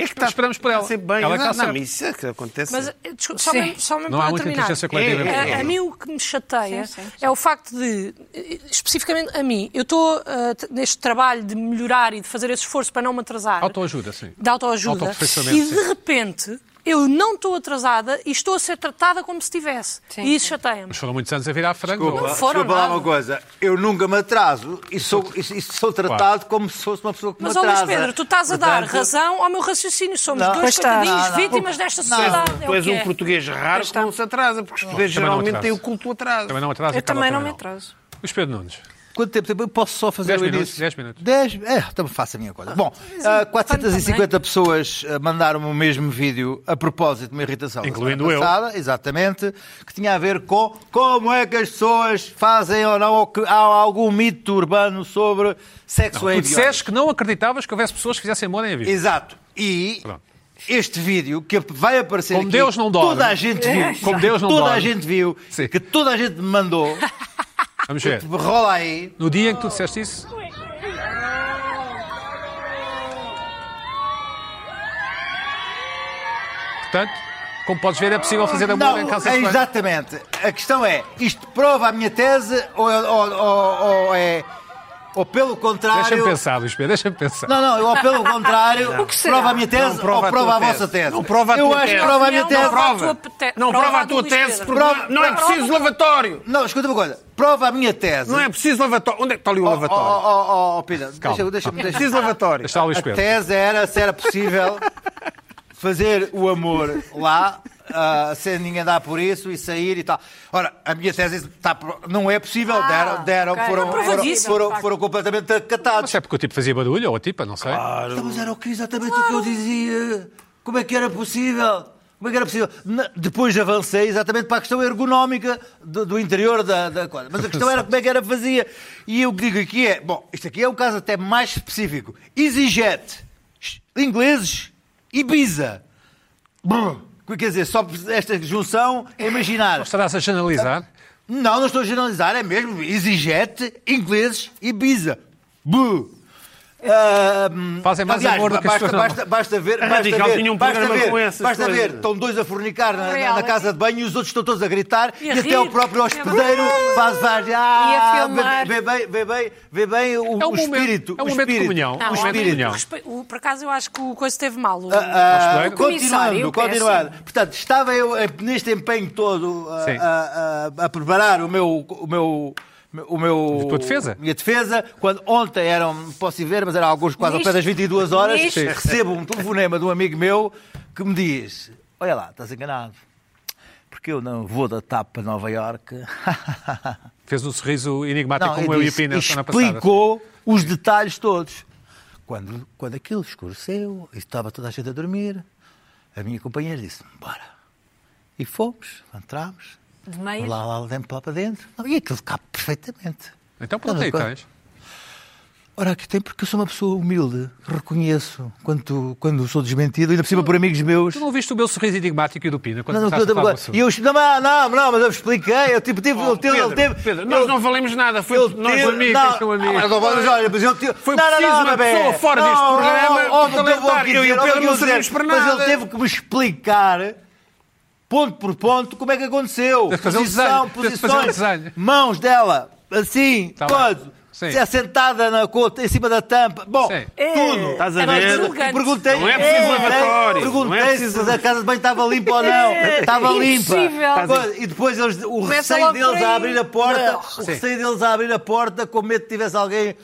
[SPEAKER 2] É que
[SPEAKER 1] Nós esperamos por ela.
[SPEAKER 2] Está sempre bem.
[SPEAKER 1] Ela é que
[SPEAKER 2] não,
[SPEAKER 1] está
[SPEAKER 2] não,
[SPEAKER 1] sempre.
[SPEAKER 2] isso é que acontece.
[SPEAKER 4] Mas, eh, desculpa, só
[SPEAKER 3] Sim.
[SPEAKER 4] mesmo, só mesmo
[SPEAKER 1] não
[SPEAKER 4] para
[SPEAKER 1] há muita
[SPEAKER 4] terminar.
[SPEAKER 1] inteligência coletiva.
[SPEAKER 2] É,
[SPEAKER 1] em
[SPEAKER 2] é,
[SPEAKER 1] Portugal.
[SPEAKER 4] A, a mim o que me chateia
[SPEAKER 3] Sim, sim, sim.
[SPEAKER 4] é o facto de, eh, especificamente a mim, eu estou eh, t- neste trabalho de melhorar e de fazer esse esforço para não me atrasar.
[SPEAKER 1] Autoajuda, sim.
[SPEAKER 4] De autoajuda.
[SPEAKER 1] Autoaperfeiçoamento,
[SPEAKER 4] E de
[SPEAKER 1] sim.
[SPEAKER 4] repente eu não estou atrasada e estou a ser tratada como se estivesse.
[SPEAKER 3] Sim,
[SPEAKER 4] E isso
[SPEAKER 3] sim.
[SPEAKER 4] chateia-me.
[SPEAKER 1] Mas foram muitos anos a virar frango.
[SPEAKER 5] Desculpa,
[SPEAKER 4] Não foram
[SPEAKER 5] desculpa lá
[SPEAKER 4] nada.
[SPEAKER 5] uma coisa. Eu nunca me atraso e sou, e- e sou tratado como se fosse uma pessoa que
[SPEAKER 4] Mas,
[SPEAKER 5] me
[SPEAKER 4] ó Luís
[SPEAKER 5] atrasa.
[SPEAKER 4] Pedro, tu estás a dar
[SPEAKER 5] Portanto,
[SPEAKER 4] razão ao meu raciocínio. Somos
[SPEAKER 5] Não.
[SPEAKER 4] dois
[SPEAKER 5] Pois
[SPEAKER 3] está.
[SPEAKER 4] coitadinhos
[SPEAKER 5] Não, não.
[SPEAKER 4] vítimas desta
[SPEAKER 5] Não.
[SPEAKER 4] sociedade. é
[SPEAKER 2] Tu és
[SPEAKER 4] o que
[SPEAKER 2] um
[SPEAKER 4] é.
[SPEAKER 2] português raro que não se atrasa, porque os portugueses
[SPEAKER 1] Também não
[SPEAKER 2] geralmente têm o
[SPEAKER 1] atrasa.
[SPEAKER 2] culto atraso.
[SPEAKER 1] Também não atrasa,
[SPEAKER 3] Eu
[SPEAKER 1] Carla,
[SPEAKER 3] também não me atraso.
[SPEAKER 1] Luís Pedro Nunes.
[SPEAKER 5] Quanto tempo? Eu posso só fazer
[SPEAKER 1] Dez
[SPEAKER 5] o
[SPEAKER 1] minutos,
[SPEAKER 5] início?
[SPEAKER 1] dez minutos.
[SPEAKER 5] Dez- é, então faço a minha coisa. Bom, ah,
[SPEAKER 1] é?
[SPEAKER 5] 450 pessoas ah, mandaram-me o mesmo vídeo a propósito de uma irritação. da
[SPEAKER 1] Incluindo
[SPEAKER 5] semana
[SPEAKER 1] eu.
[SPEAKER 5] Passada, exatamente, que tinha a ver com como é que as pessoas fazem ou não, ou que há algum mito urbano sobre sexo é em
[SPEAKER 1] Tu
[SPEAKER 5] aviões.
[SPEAKER 1] disseste que não acreditavas que houvesse pessoas que fizessem amor em avião.
[SPEAKER 5] Exato. E
[SPEAKER 1] Pronto.
[SPEAKER 5] este vídeo que vai aparecer
[SPEAKER 1] Como
[SPEAKER 5] aqui,
[SPEAKER 1] Deus não dorme.
[SPEAKER 5] toda a gente viu,
[SPEAKER 1] Como Deus não
[SPEAKER 5] toda a
[SPEAKER 1] dorme.
[SPEAKER 5] gente viu,
[SPEAKER 1] Sim.
[SPEAKER 5] que toda a gente me mandou,
[SPEAKER 1] Vamos ver.
[SPEAKER 5] rola aí.
[SPEAKER 1] No dia em que tu disseste isso, portanto, como podes ver, é possível fazer amor
[SPEAKER 5] Não,
[SPEAKER 1] em casa
[SPEAKER 5] é exatamente. A questão é, isto prova a minha tese ou, é- ou- ou- ou é... Ou pelo
[SPEAKER 1] Deixa-me
[SPEAKER 5] contrário...
[SPEAKER 1] pensar, Luís Pedro, deixa-me pensar.
[SPEAKER 5] Não, não, ou pelo contrário,
[SPEAKER 3] que será?
[SPEAKER 5] prova a minha tese
[SPEAKER 2] Não prova
[SPEAKER 5] ou
[SPEAKER 2] a
[SPEAKER 5] prova
[SPEAKER 2] tua
[SPEAKER 5] a, vossa
[SPEAKER 2] tese.
[SPEAKER 5] tese.
[SPEAKER 2] Não prova a
[SPEAKER 5] Eu
[SPEAKER 2] tua
[SPEAKER 5] acho que
[SPEAKER 2] tese.
[SPEAKER 5] prova a minha
[SPEAKER 4] Não, não
[SPEAKER 5] tese.
[SPEAKER 4] prova a tua te-
[SPEAKER 2] Não
[SPEAKER 4] prova
[SPEAKER 2] prova a
[SPEAKER 4] do
[SPEAKER 2] tua
[SPEAKER 4] Luís
[SPEAKER 2] tese,
[SPEAKER 4] Pedro.
[SPEAKER 2] porque não- não é preciso lavatório.
[SPEAKER 5] Não, escuta uma coisa. Prova a minha tese.
[SPEAKER 2] Não é preciso lavatório. Onde é que está ali o
[SPEAKER 5] Oh,
[SPEAKER 2] lavatório?
[SPEAKER 5] oh, oh, oh, Pedro, deixa-me... Deixa,
[SPEAKER 2] É
[SPEAKER 5] deixa,
[SPEAKER 2] preciso lavatório.
[SPEAKER 1] Está o Luís
[SPEAKER 5] A
[SPEAKER 1] Pedro.
[SPEAKER 5] tese era se era possível fazer o amor lá, ah, sem ninguém dar por isso e sair e tal. Ora, a minha tese está pro- não é possível, deram, deram
[SPEAKER 3] Ah, ok.
[SPEAKER 5] foram,
[SPEAKER 3] Não,
[SPEAKER 5] foram,
[SPEAKER 3] provadíssimo,
[SPEAKER 5] foram-
[SPEAKER 3] de facto.
[SPEAKER 5] foram completamente acatados.
[SPEAKER 1] Mas é porque o tipo fazia barulho, ou a tipa, não sei.
[SPEAKER 5] Então, Mas era o que exatamente o que eu dizia. Como é que era possível? Como é que era possível? Na- Depois avancei exatamente para a questão ergonómica do, do interior da, da coisa. Mas a questão era como é que era fazia. E eu digo aqui é, bom, isto aqui é um caso até mais específico. EasyJet, ingleses, Ibiza. Brr. Quer dizer, só esta junção, é imaginar.
[SPEAKER 1] Estarás a generalizar.
[SPEAKER 5] Não, não estou a generalizar, é mesmo. EasyJet, ingleses, Ibiza. Bu. Ahm,
[SPEAKER 1] Fazem mais amor do que as
[SPEAKER 5] basta,
[SPEAKER 1] pessoas não-
[SPEAKER 5] basta, basta ver, basta
[SPEAKER 2] Radical
[SPEAKER 5] ver,
[SPEAKER 2] tinha um
[SPEAKER 5] basta
[SPEAKER 2] programa
[SPEAKER 5] ver,
[SPEAKER 2] com essas
[SPEAKER 5] basta ver.
[SPEAKER 2] coisas.
[SPEAKER 5] estão dois a fornicar na, na-
[SPEAKER 4] Real,
[SPEAKER 5] na
[SPEAKER 4] é.
[SPEAKER 5] casa de banho e os outros estão todos a gritar e,
[SPEAKER 4] E a
[SPEAKER 5] até
[SPEAKER 4] rir.
[SPEAKER 5] o próprio hospedeiro faz várias...
[SPEAKER 3] E a
[SPEAKER 5] Ah,
[SPEAKER 3] filmar.
[SPEAKER 5] vê, vê bem, vê bem, vê bem o,
[SPEAKER 1] É um
[SPEAKER 5] o
[SPEAKER 1] momento-
[SPEAKER 5] espírito.
[SPEAKER 1] é um
[SPEAKER 5] o
[SPEAKER 1] momento de
[SPEAKER 5] espírito,
[SPEAKER 1] comunhão, é um
[SPEAKER 5] O
[SPEAKER 1] momento de
[SPEAKER 5] espírito.
[SPEAKER 1] comunhão.
[SPEAKER 4] Respe- o- Por acaso eu acho que o coisa esteve mal. o-
[SPEAKER 5] Ah,
[SPEAKER 1] Hospedeiro?
[SPEAKER 3] Comissário,
[SPEAKER 5] continuando, continuando.
[SPEAKER 3] peço.
[SPEAKER 5] Portanto, estava eu eh, neste empenho todo a,
[SPEAKER 1] Sim.
[SPEAKER 5] a- a- a preparar o meu. O meu o meu,
[SPEAKER 1] A tua defesa?
[SPEAKER 5] Minha defesa, quando ontem eram, posso ir ver, mas eram alguns quase ao pé
[SPEAKER 3] Nisto.
[SPEAKER 5] das 22 horas,
[SPEAKER 3] Nisto. Sim.
[SPEAKER 5] recebo um telefonema de um amigo meu que me diz: Olha lá, estás enganado, porque eu não vou da TAP para Nova Iorque.
[SPEAKER 1] Fez um sorriso enigmático
[SPEAKER 5] Não,
[SPEAKER 1] como
[SPEAKER 5] eu
[SPEAKER 1] eu e a
[SPEAKER 5] disse,
[SPEAKER 1] Pina na semana passada.
[SPEAKER 5] explicou os detalhes todos. Quando, quando aquilo escureceu, e estava toda a gente a dormir, a minha companheira disse bora. E fomos, entramos,
[SPEAKER 3] De meias?
[SPEAKER 5] lá, lá, lá dentro, lá para dentro. Não, e aquilo cabe perfeitamente.
[SPEAKER 1] Então pronto, aí
[SPEAKER 5] Não,
[SPEAKER 1] tens.
[SPEAKER 5] Ora, aqui tem porque eu sou uma pessoa humilde, reconheço quando, quando sou desmentido, ainda por cima por amigos meus.
[SPEAKER 1] Tu não viste o meu sorriso enigmático e do Pina quando
[SPEAKER 5] Não, não,
[SPEAKER 1] começaste a falar do
[SPEAKER 5] e
[SPEAKER 1] assunto?
[SPEAKER 5] eu, não, não, não, mas eu expliquei, eu tipo, tive,
[SPEAKER 2] Oh,
[SPEAKER 5] ele teve, ele
[SPEAKER 2] Pedro,
[SPEAKER 5] teve-
[SPEAKER 2] Pedro,
[SPEAKER 5] ele-
[SPEAKER 2] nós não valemos nada. Foi
[SPEAKER 5] Eu
[SPEAKER 2] nós é
[SPEAKER 5] tiro-
[SPEAKER 1] amigos,
[SPEAKER 5] não,
[SPEAKER 1] são amigos.
[SPEAKER 5] Ah, mas, mas, olha, mas eu tiro-
[SPEAKER 2] um Foi
[SPEAKER 5] não,
[SPEAKER 2] preciso
[SPEAKER 5] não, não,
[SPEAKER 2] uma
[SPEAKER 5] bebê.
[SPEAKER 2] pessoa fora deste programa
[SPEAKER 5] ó,
[SPEAKER 2] para
[SPEAKER 5] mas eu vou
[SPEAKER 2] alertar.
[SPEAKER 5] aqui
[SPEAKER 2] Eu e o
[SPEAKER 5] dizer, ó,
[SPEAKER 2] Pedro
[SPEAKER 5] vou
[SPEAKER 2] não
[SPEAKER 5] dizer,
[SPEAKER 2] servimos para
[SPEAKER 5] Mas
[SPEAKER 2] nada.
[SPEAKER 5] ele teve que me explicar, ponto por ponto, como é que aconteceu.
[SPEAKER 1] Teve que fazer um
[SPEAKER 5] Posição,
[SPEAKER 1] desenho, teve que fazer um
[SPEAKER 5] posições,
[SPEAKER 1] desenho.
[SPEAKER 5] mãos dela, assim,
[SPEAKER 1] Tá lá.
[SPEAKER 5] todo.
[SPEAKER 1] Sim.
[SPEAKER 5] Se assentada na cota, em cima da tampa. Bom,
[SPEAKER 1] Sim.
[SPEAKER 5] tudo.
[SPEAKER 2] Estás a
[SPEAKER 4] É mais
[SPEAKER 2] ver?
[SPEAKER 4] elegante.
[SPEAKER 5] Perguntei,
[SPEAKER 2] Não é preciso
[SPEAKER 5] Ei,
[SPEAKER 2] lavatório,
[SPEAKER 5] Perguntei
[SPEAKER 2] não é preciso-
[SPEAKER 5] se a casa de banho estava limpa ou não. Estava limpa.
[SPEAKER 3] É, impossível.
[SPEAKER 5] Coisa- E depois eles, o
[SPEAKER 3] Começa
[SPEAKER 5] receio
[SPEAKER 3] logo por
[SPEAKER 5] deles a
[SPEAKER 3] aí.
[SPEAKER 5] abrir a porta,
[SPEAKER 3] Não.
[SPEAKER 5] o receio deles a abrir a porta com medo que tivesse alguém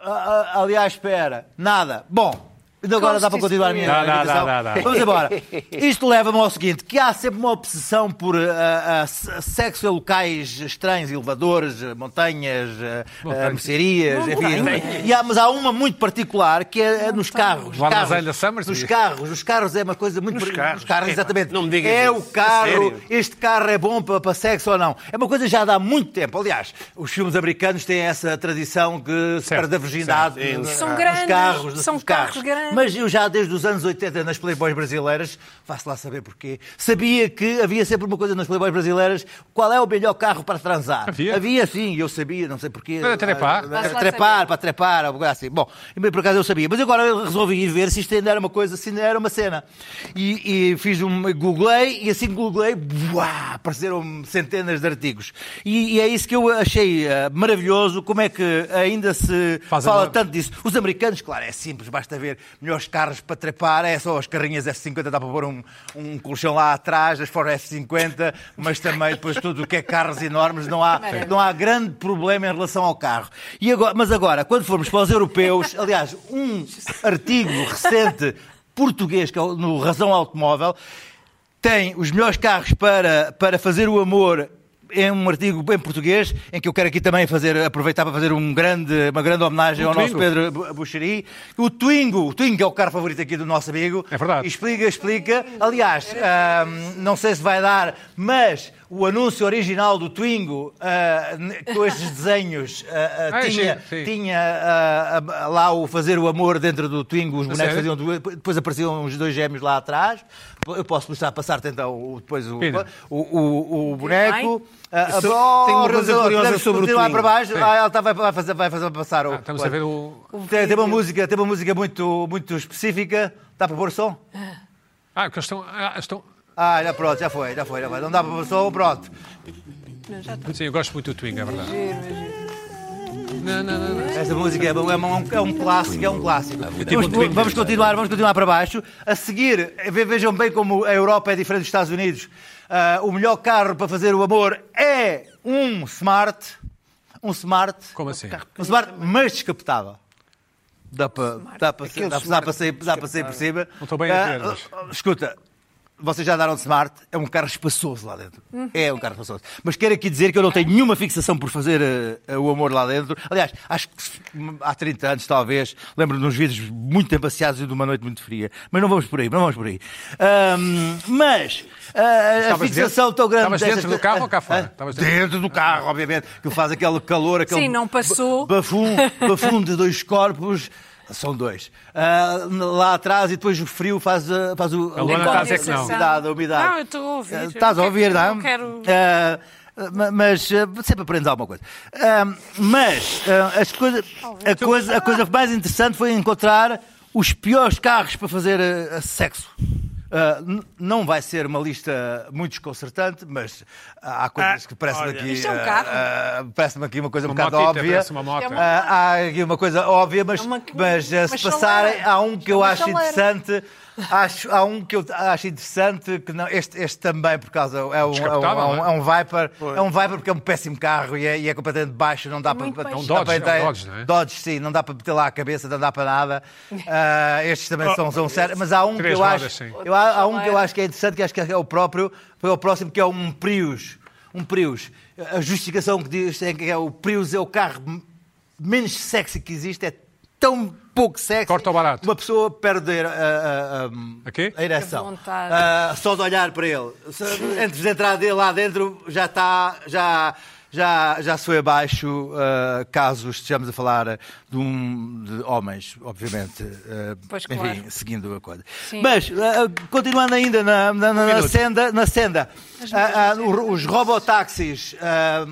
[SPEAKER 5] ah, ah, ali à espera. Nada. Bom, Ainda agora dá para continuar a minha
[SPEAKER 1] Não, não,
[SPEAKER 5] irritação?
[SPEAKER 1] não, não, não.
[SPEAKER 5] Vamos embora. Isto leva-me ao seguinte, que há sempre uma obsessão por ah, ah, se- sexo em locais estranhos, elevadores, eh, montanhas, eh, eh, mercearias, enfim. E há, mas há uma muito particular que é, é nos carros.
[SPEAKER 1] No armazém
[SPEAKER 5] carros,
[SPEAKER 1] da Somersby?
[SPEAKER 5] Nos carros. Os carros é uma coisa muito...
[SPEAKER 2] Nos
[SPEAKER 5] par-
[SPEAKER 2] carros.
[SPEAKER 5] Nos carros,
[SPEAKER 2] Epá,
[SPEAKER 5] exatamente.
[SPEAKER 2] não me digas
[SPEAKER 5] É
[SPEAKER 2] isso.
[SPEAKER 5] o
[SPEAKER 2] A
[SPEAKER 5] carro
[SPEAKER 2] sério?
[SPEAKER 5] este carro é bom para, para sexo ou não. É uma coisa que já dá muito tempo. Aliás, os filmes americanos têm essa tradição que se
[SPEAKER 1] Certo,
[SPEAKER 5] perde a virgindade
[SPEAKER 2] certo. Sim,
[SPEAKER 5] dos
[SPEAKER 3] São
[SPEAKER 5] dos
[SPEAKER 3] grandes,
[SPEAKER 5] carros. dos-
[SPEAKER 3] são
[SPEAKER 5] dos
[SPEAKER 3] carros grandes.
[SPEAKER 5] Mas eu já desde os anos 80 nas Playboys brasileiras, faço lá saber porquê, sabia que havia sempre uma coisa nas Playboys brasileiras, qual é o melhor carro para transar.
[SPEAKER 1] Havia?
[SPEAKER 5] sim, eu sabia, não sei porquê. é
[SPEAKER 1] Para trepar.
[SPEAKER 5] Para
[SPEAKER 3] Faço lá
[SPEAKER 5] trepar,
[SPEAKER 3] saber.
[SPEAKER 5] para trepar, alguma coisa assim. Bom, e bem, por acaso eu sabia. Mas agora eu resolvi ir ver se isto ainda era uma coisa, se ainda era uma cena. E, e fiz um. Googlei e assim que googlei, buá, apareceram centenas de artigos. E, e é isso que eu achei ah, maravilhoso, como é que ainda se
[SPEAKER 1] Faz
[SPEAKER 5] fala
[SPEAKER 1] amor.
[SPEAKER 5] tanto disso. Os americanos, claro, é simples, basta ver melhores carros para trepar, é só as carrinhas F50, dá para pôr um, um colchão lá atrás, as Ford F50, mas também depois tudo o que é carros enormes, não há, não há grande problema em relação ao carro. E agora- mas agora, quando formos para os europeus, aliás, um artigo recente português, que é o- no Razão Automóvel, tem os melhores carros para, para fazer o amor em um artigo em português, em que eu quero aqui também fazer, aproveitar para fazer um grande, uma grande homenagem
[SPEAKER 1] O
[SPEAKER 5] ao nosso
[SPEAKER 1] Twingo.
[SPEAKER 5] Pedro Bu- Buxeri. O Twingo, o Twingo que é o carro favorito aqui do nosso amigo.
[SPEAKER 1] É verdade.
[SPEAKER 5] E Explica, explica. Aliás, ahm, não sei se vai dar, mas o anúncio original do Twingo, ah, n- com estes desenhos, ah, ah,
[SPEAKER 1] Ah,
[SPEAKER 5] tinha,
[SPEAKER 1] sim, sim.
[SPEAKER 5] tinha ah, ah, lá o fazer o amor dentro do Twingo, os
[SPEAKER 1] sério?
[SPEAKER 5] bonecos faziam Depois- Depois apareciam os dois gêmeos lá atrás. Eu posso mostrar, passar-te então o- depois o,
[SPEAKER 1] Pina.
[SPEAKER 5] o, o, o boneco. Ah, ah,
[SPEAKER 2] Só-
[SPEAKER 5] oh,
[SPEAKER 2] tenho uma coisa
[SPEAKER 5] Rosador,
[SPEAKER 2] curiosa
[SPEAKER 5] podemos
[SPEAKER 2] sobre o
[SPEAKER 5] continuar
[SPEAKER 2] Twingo.
[SPEAKER 5] para baixo. Ah, ela tá- vai, vai fazer, vai fazer passar o.
[SPEAKER 1] Ah, estamos a ver o.
[SPEAKER 5] Tem, tem uma música, tem uma música muito, muito específica. Dá para pôr som?
[SPEAKER 1] Ah, porque eles estão. ah, estão...
[SPEAKER 5] Ah, já pronto, já foi, já foi, já foi. Não dá para pôr som, pronto.
[SPEAKER 1] Sim, eu gosto muito do Twing, é verdade. Não, não, não, não.
[SPEAKER 5] Esta música é, é, um, é um clássico, é um clássico.
[SPEAKER 1] tipo
[SPEAKER 5] Vamos, vamos
[SPEAKER 1] é?
[SPEAKER 5] continuar, vamos continuar para baixo. A seguir, ve- vejam bem como a Europa é diferente dos Estados Unidos. Ah, o melhor carro para fazer o amor é um Smart. Um Smart.
[SPEAKER 1] Como assim?
[SPEAKER 5] Um Smart, mas descapotável. Dá para dá para
[SPEAKER 2] Aquele
[SPEAKER 5] dá- dá
[SPEAKER 2] Smart
[SPEAKER 5] para sair dá para sair por cima.
[SPEAKER 1] Não estou bem a
[SPEAKER 5] Ah,
[SPEAKER 1] ver, mas-
[SPEAKER 5] ah, Escuta, vocês já daram de smart, é um carro espaçoso lá dentro. É um carro espaçoso. Mas quero aqui dizer que eu não tenho nenhuma fixação por fazer eh, o amor lá dentro. Aliás, acho que se- hum, há 30 anos, talvez, lembro-me de uns vídeos muito abaciados e de uma noite muito fria. Mas não vamos por aí, não vamos por aí. Ahm, mas ah, a
[SPEAKER 1] Estavas
[SPEAKER 5] fixação tão grande.
[SPEAKER 1] Estavas dentro
[SPEAKER 5] destas-
[SPEAKER 1] do carro ou cá
[SPEAKER 5] Ah,
[SPEAKER 1] fora?
[SPEAKER 5] ah,
[SPEAKER 1] Estavas dentro-
[SPEAKER 5] dentro do carro, obviamente, que faz aquele calor, aquele.
[SPEAKER 3] Sim, não passou.
[SPEAKER 5] ba- bafum, bafum de dois corpos. São dois. Ah, lá atrás e depois o frio faz, ah, faz o.
[SPEAKER 1] A Luana
[SPEAKER 3] está a dizer é que não.
[SPEAKER 5] A umidade, a umidade.
[SPEAKER 4] Não, eu estou a ouvir.
[SPEAKER 5] Ah, Estás a
[SPEAKER 4] Eu
[SPEAKER 5] ouvir,
[SPEAKER 4] quero-
[SPEAKER 5] não?
[SPEAKER 4] eu quero-
[SPEAKER 5] Ah, ma- mas ah, sempre aprendes alguma coisa. Ah, mas ah, as coisa- a, coisa, a coisa mais interessante foi encontrar os piores carros para fazer ah, sexo. Ah, n- não vai ser uma lista muito desconcertante, mas há coisas
[SPEAKER 2] Ah,
[SPEAKER 5] que parecem
[SPEAKER 2] olha.
[SPEAKER 5] aqui.
[SPEAKER 3] Isto é um
[SPEAKER 5] ah,
[SPEAKER 3] carro?
[SPEAKER 5] ah, parece-me aqui uma coisa um
[SPEAKER 1] Uma
[SPEAKER 5] bocado
[SPEAKER 1] motita,
[SPEAKER 5] óbvia.
[SPEAKER 1] parece uma moto.
[SPEAKER 5] Ah, há aqui uma coisa óbvia, mas,
[SPEAKER 3] É uma-
[SPEAKER 5] mas eh,
[SPEAKER 3] uma
[SPEAKER 5] se passarem,
[SPEAKER 3] chaleira. É
[SPEAKER 5] há um que eu
[SPEAKER 3] Uma
[SPEAKER 5] acho
[SPEAKER 3] chaleira.
[SPEAKER 5] interessante. Acho, há um que eu acho interessante, que não, este, este também, por causa. É um, é um, é um, é um Viper. É um Viper porque é um péssimo carro e é, e é completamente baixo, não dá para.
[SPEAKER 3] muito baixo.
[SPEAKER 1] É um Dodge,
[SPEAKER 5] dá para-
[SPEAKER 1] é um Dodge, não é?
[SPEAKER 5] Dodge, sim, não dá para meter lá a cabeça, não dá para nada. Ah, estes também são, são sérios, mas há um que
[SPEAKER 1] Três
[SPEAKER 5] eu
[SPEAKER 1] rodas,
[SPEAKER 5] acho.
[SPEAKER 1] sim.
[SPEAKER 5] Eu, há, há um que eu acho que é interessante, que acho que é o próprio, foi o próximo, que é um Prius. Um Prius. A justificação que diz é que é o Prius é o carro m- menos sexy que existe, é tão pouco sexy.
[SPEAKER 1] Corta o barato.
[SPEAKER 5] Uma pessoa perde a, a, a-
[SPEAKER 1] A quê?
[SPEAKER 5] a
[SPEAKER 3] Que
[SPEAKER 5] ereção.
[SPEAKER 3] vontade.
[SPEAKER 5] Ah, só de olhar para ele. Se- Antes de entrar dele lá dentro, já está. Já, já, já se foi abaixo ah, caso estejamos a falar de, um, de homens, obviamente. ah,
[SPEAKER 3] Pois,
[SPEAKER 5] enfim,
[SPEAKER 3] claro.
[SPEAKER 5] seguindo a coisa.
[SPEAKER 3] Sim.
[SPEAKER 5] Mas, ah, continuando ainda na, na, na- na
[SPEAKER 1] Um minuto.
[SPEAKER 5] senda, na senda ah, ah, o- os robotáxis ah,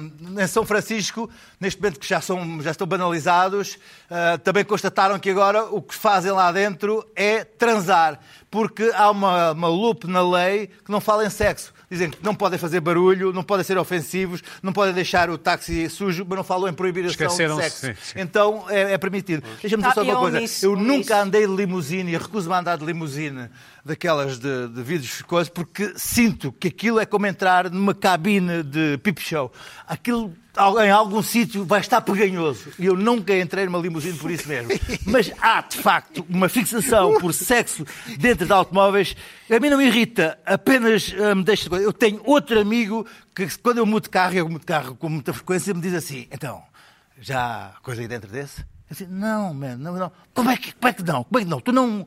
[SPEAKER 5] em São Francisco, neste momento que já, são, já estão banalizados, ah, também constataram que agora o que fazem lá dentro é transar. porque há uma, uma loop na lei que não fala em sexo. Dizem que não podem fazer barulho, não podem ser ofensivos, não podem deixar o táxi sujo, mas não falam em proibição de
[SPEAKER 1] Esqueceram-se,
[SPEAKER 5] sexo.
[SPEAKER 1] sim, sim.
[SPEAKER 5] Então é, é permitido. Deixa-me dizer
[SPEAKER 3] Ah,
[SPEAKER 5] só uma
[SPEAKER 3] eu
[SPEAKER 5] coisa.
[SPEAKER 3] omisso,
[SPEAKER 5] Eu
[SPEAKER 3] omisso.
[SPEAKER 5] nunca andei de limusine e recuso-me a andar de limusine daquelas de, de vidros coisas, porque sinto que aquilo é como entrar numa cabine de pip show. Aquilo al- em algum sítio vai estar peganhoso. E eu nunca entrei numa limusine por isso mesmo. Mas há, de facto, uma fixação por sexo dentro de automóveis. A mim não me irrita, apenas ah, me deixa... Eu tenho outro amigo que, quando eu mudo de carro, eu mudo de carro com muita frequência, me diz assim, então... Já há coisa aí dentro desse? Eu disse, não, man, não, não. Como é que, como é que não? Como é que não? Tu não.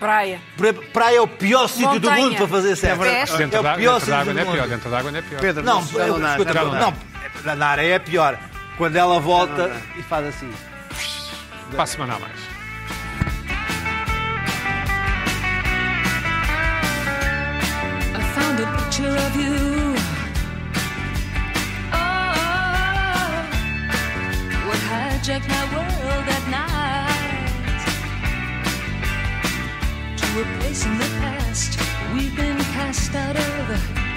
[SPEAKER 3] Praia.
[SPEAKER 5] Praia é o pior sítio do
[SPEAKER 3] Montanha.
[SPEAKER 5] mundo para fazer sexo.
[SPEAKER 3] Peste.
[SPEAKER 1] Dentro
[SPEAKER 5] É
[SPEAKER 1] da-
[SPEAKER 5] o pior
[SPEAKER 1] dentro da
[SPEAKER 5] sítio
[SPEAKER 1] água
[SPEAKER 5] do
[SPEAKER 1] não
[SPEAKER 2] né,
[SPEAKER 1] é pior.
[SPEAKER 5] mundo.
[SPEAKER 1] Dentro da água não é pior.
[SPEAKER 2] Pedro,
[SPEAKER 5] Não,
[SPEAKER 2] não se dá
[SPEAKER 5] eu,
[SPEAKER 2] nada,
[SPEAKER 5] escuta,
[SPEAKER 2] não
[SPEAKER 5] não,
[SPEAKER 2] dá.
[SPEAKER 5] na- na areia é pior. Quando ela volta e faz assim.
[SPEAKER 1] Para a semana a mais.
[SPEAKER 6] I found a picture of you. Oh, what hijacked my world at night? To a place in the past we've been cast out of.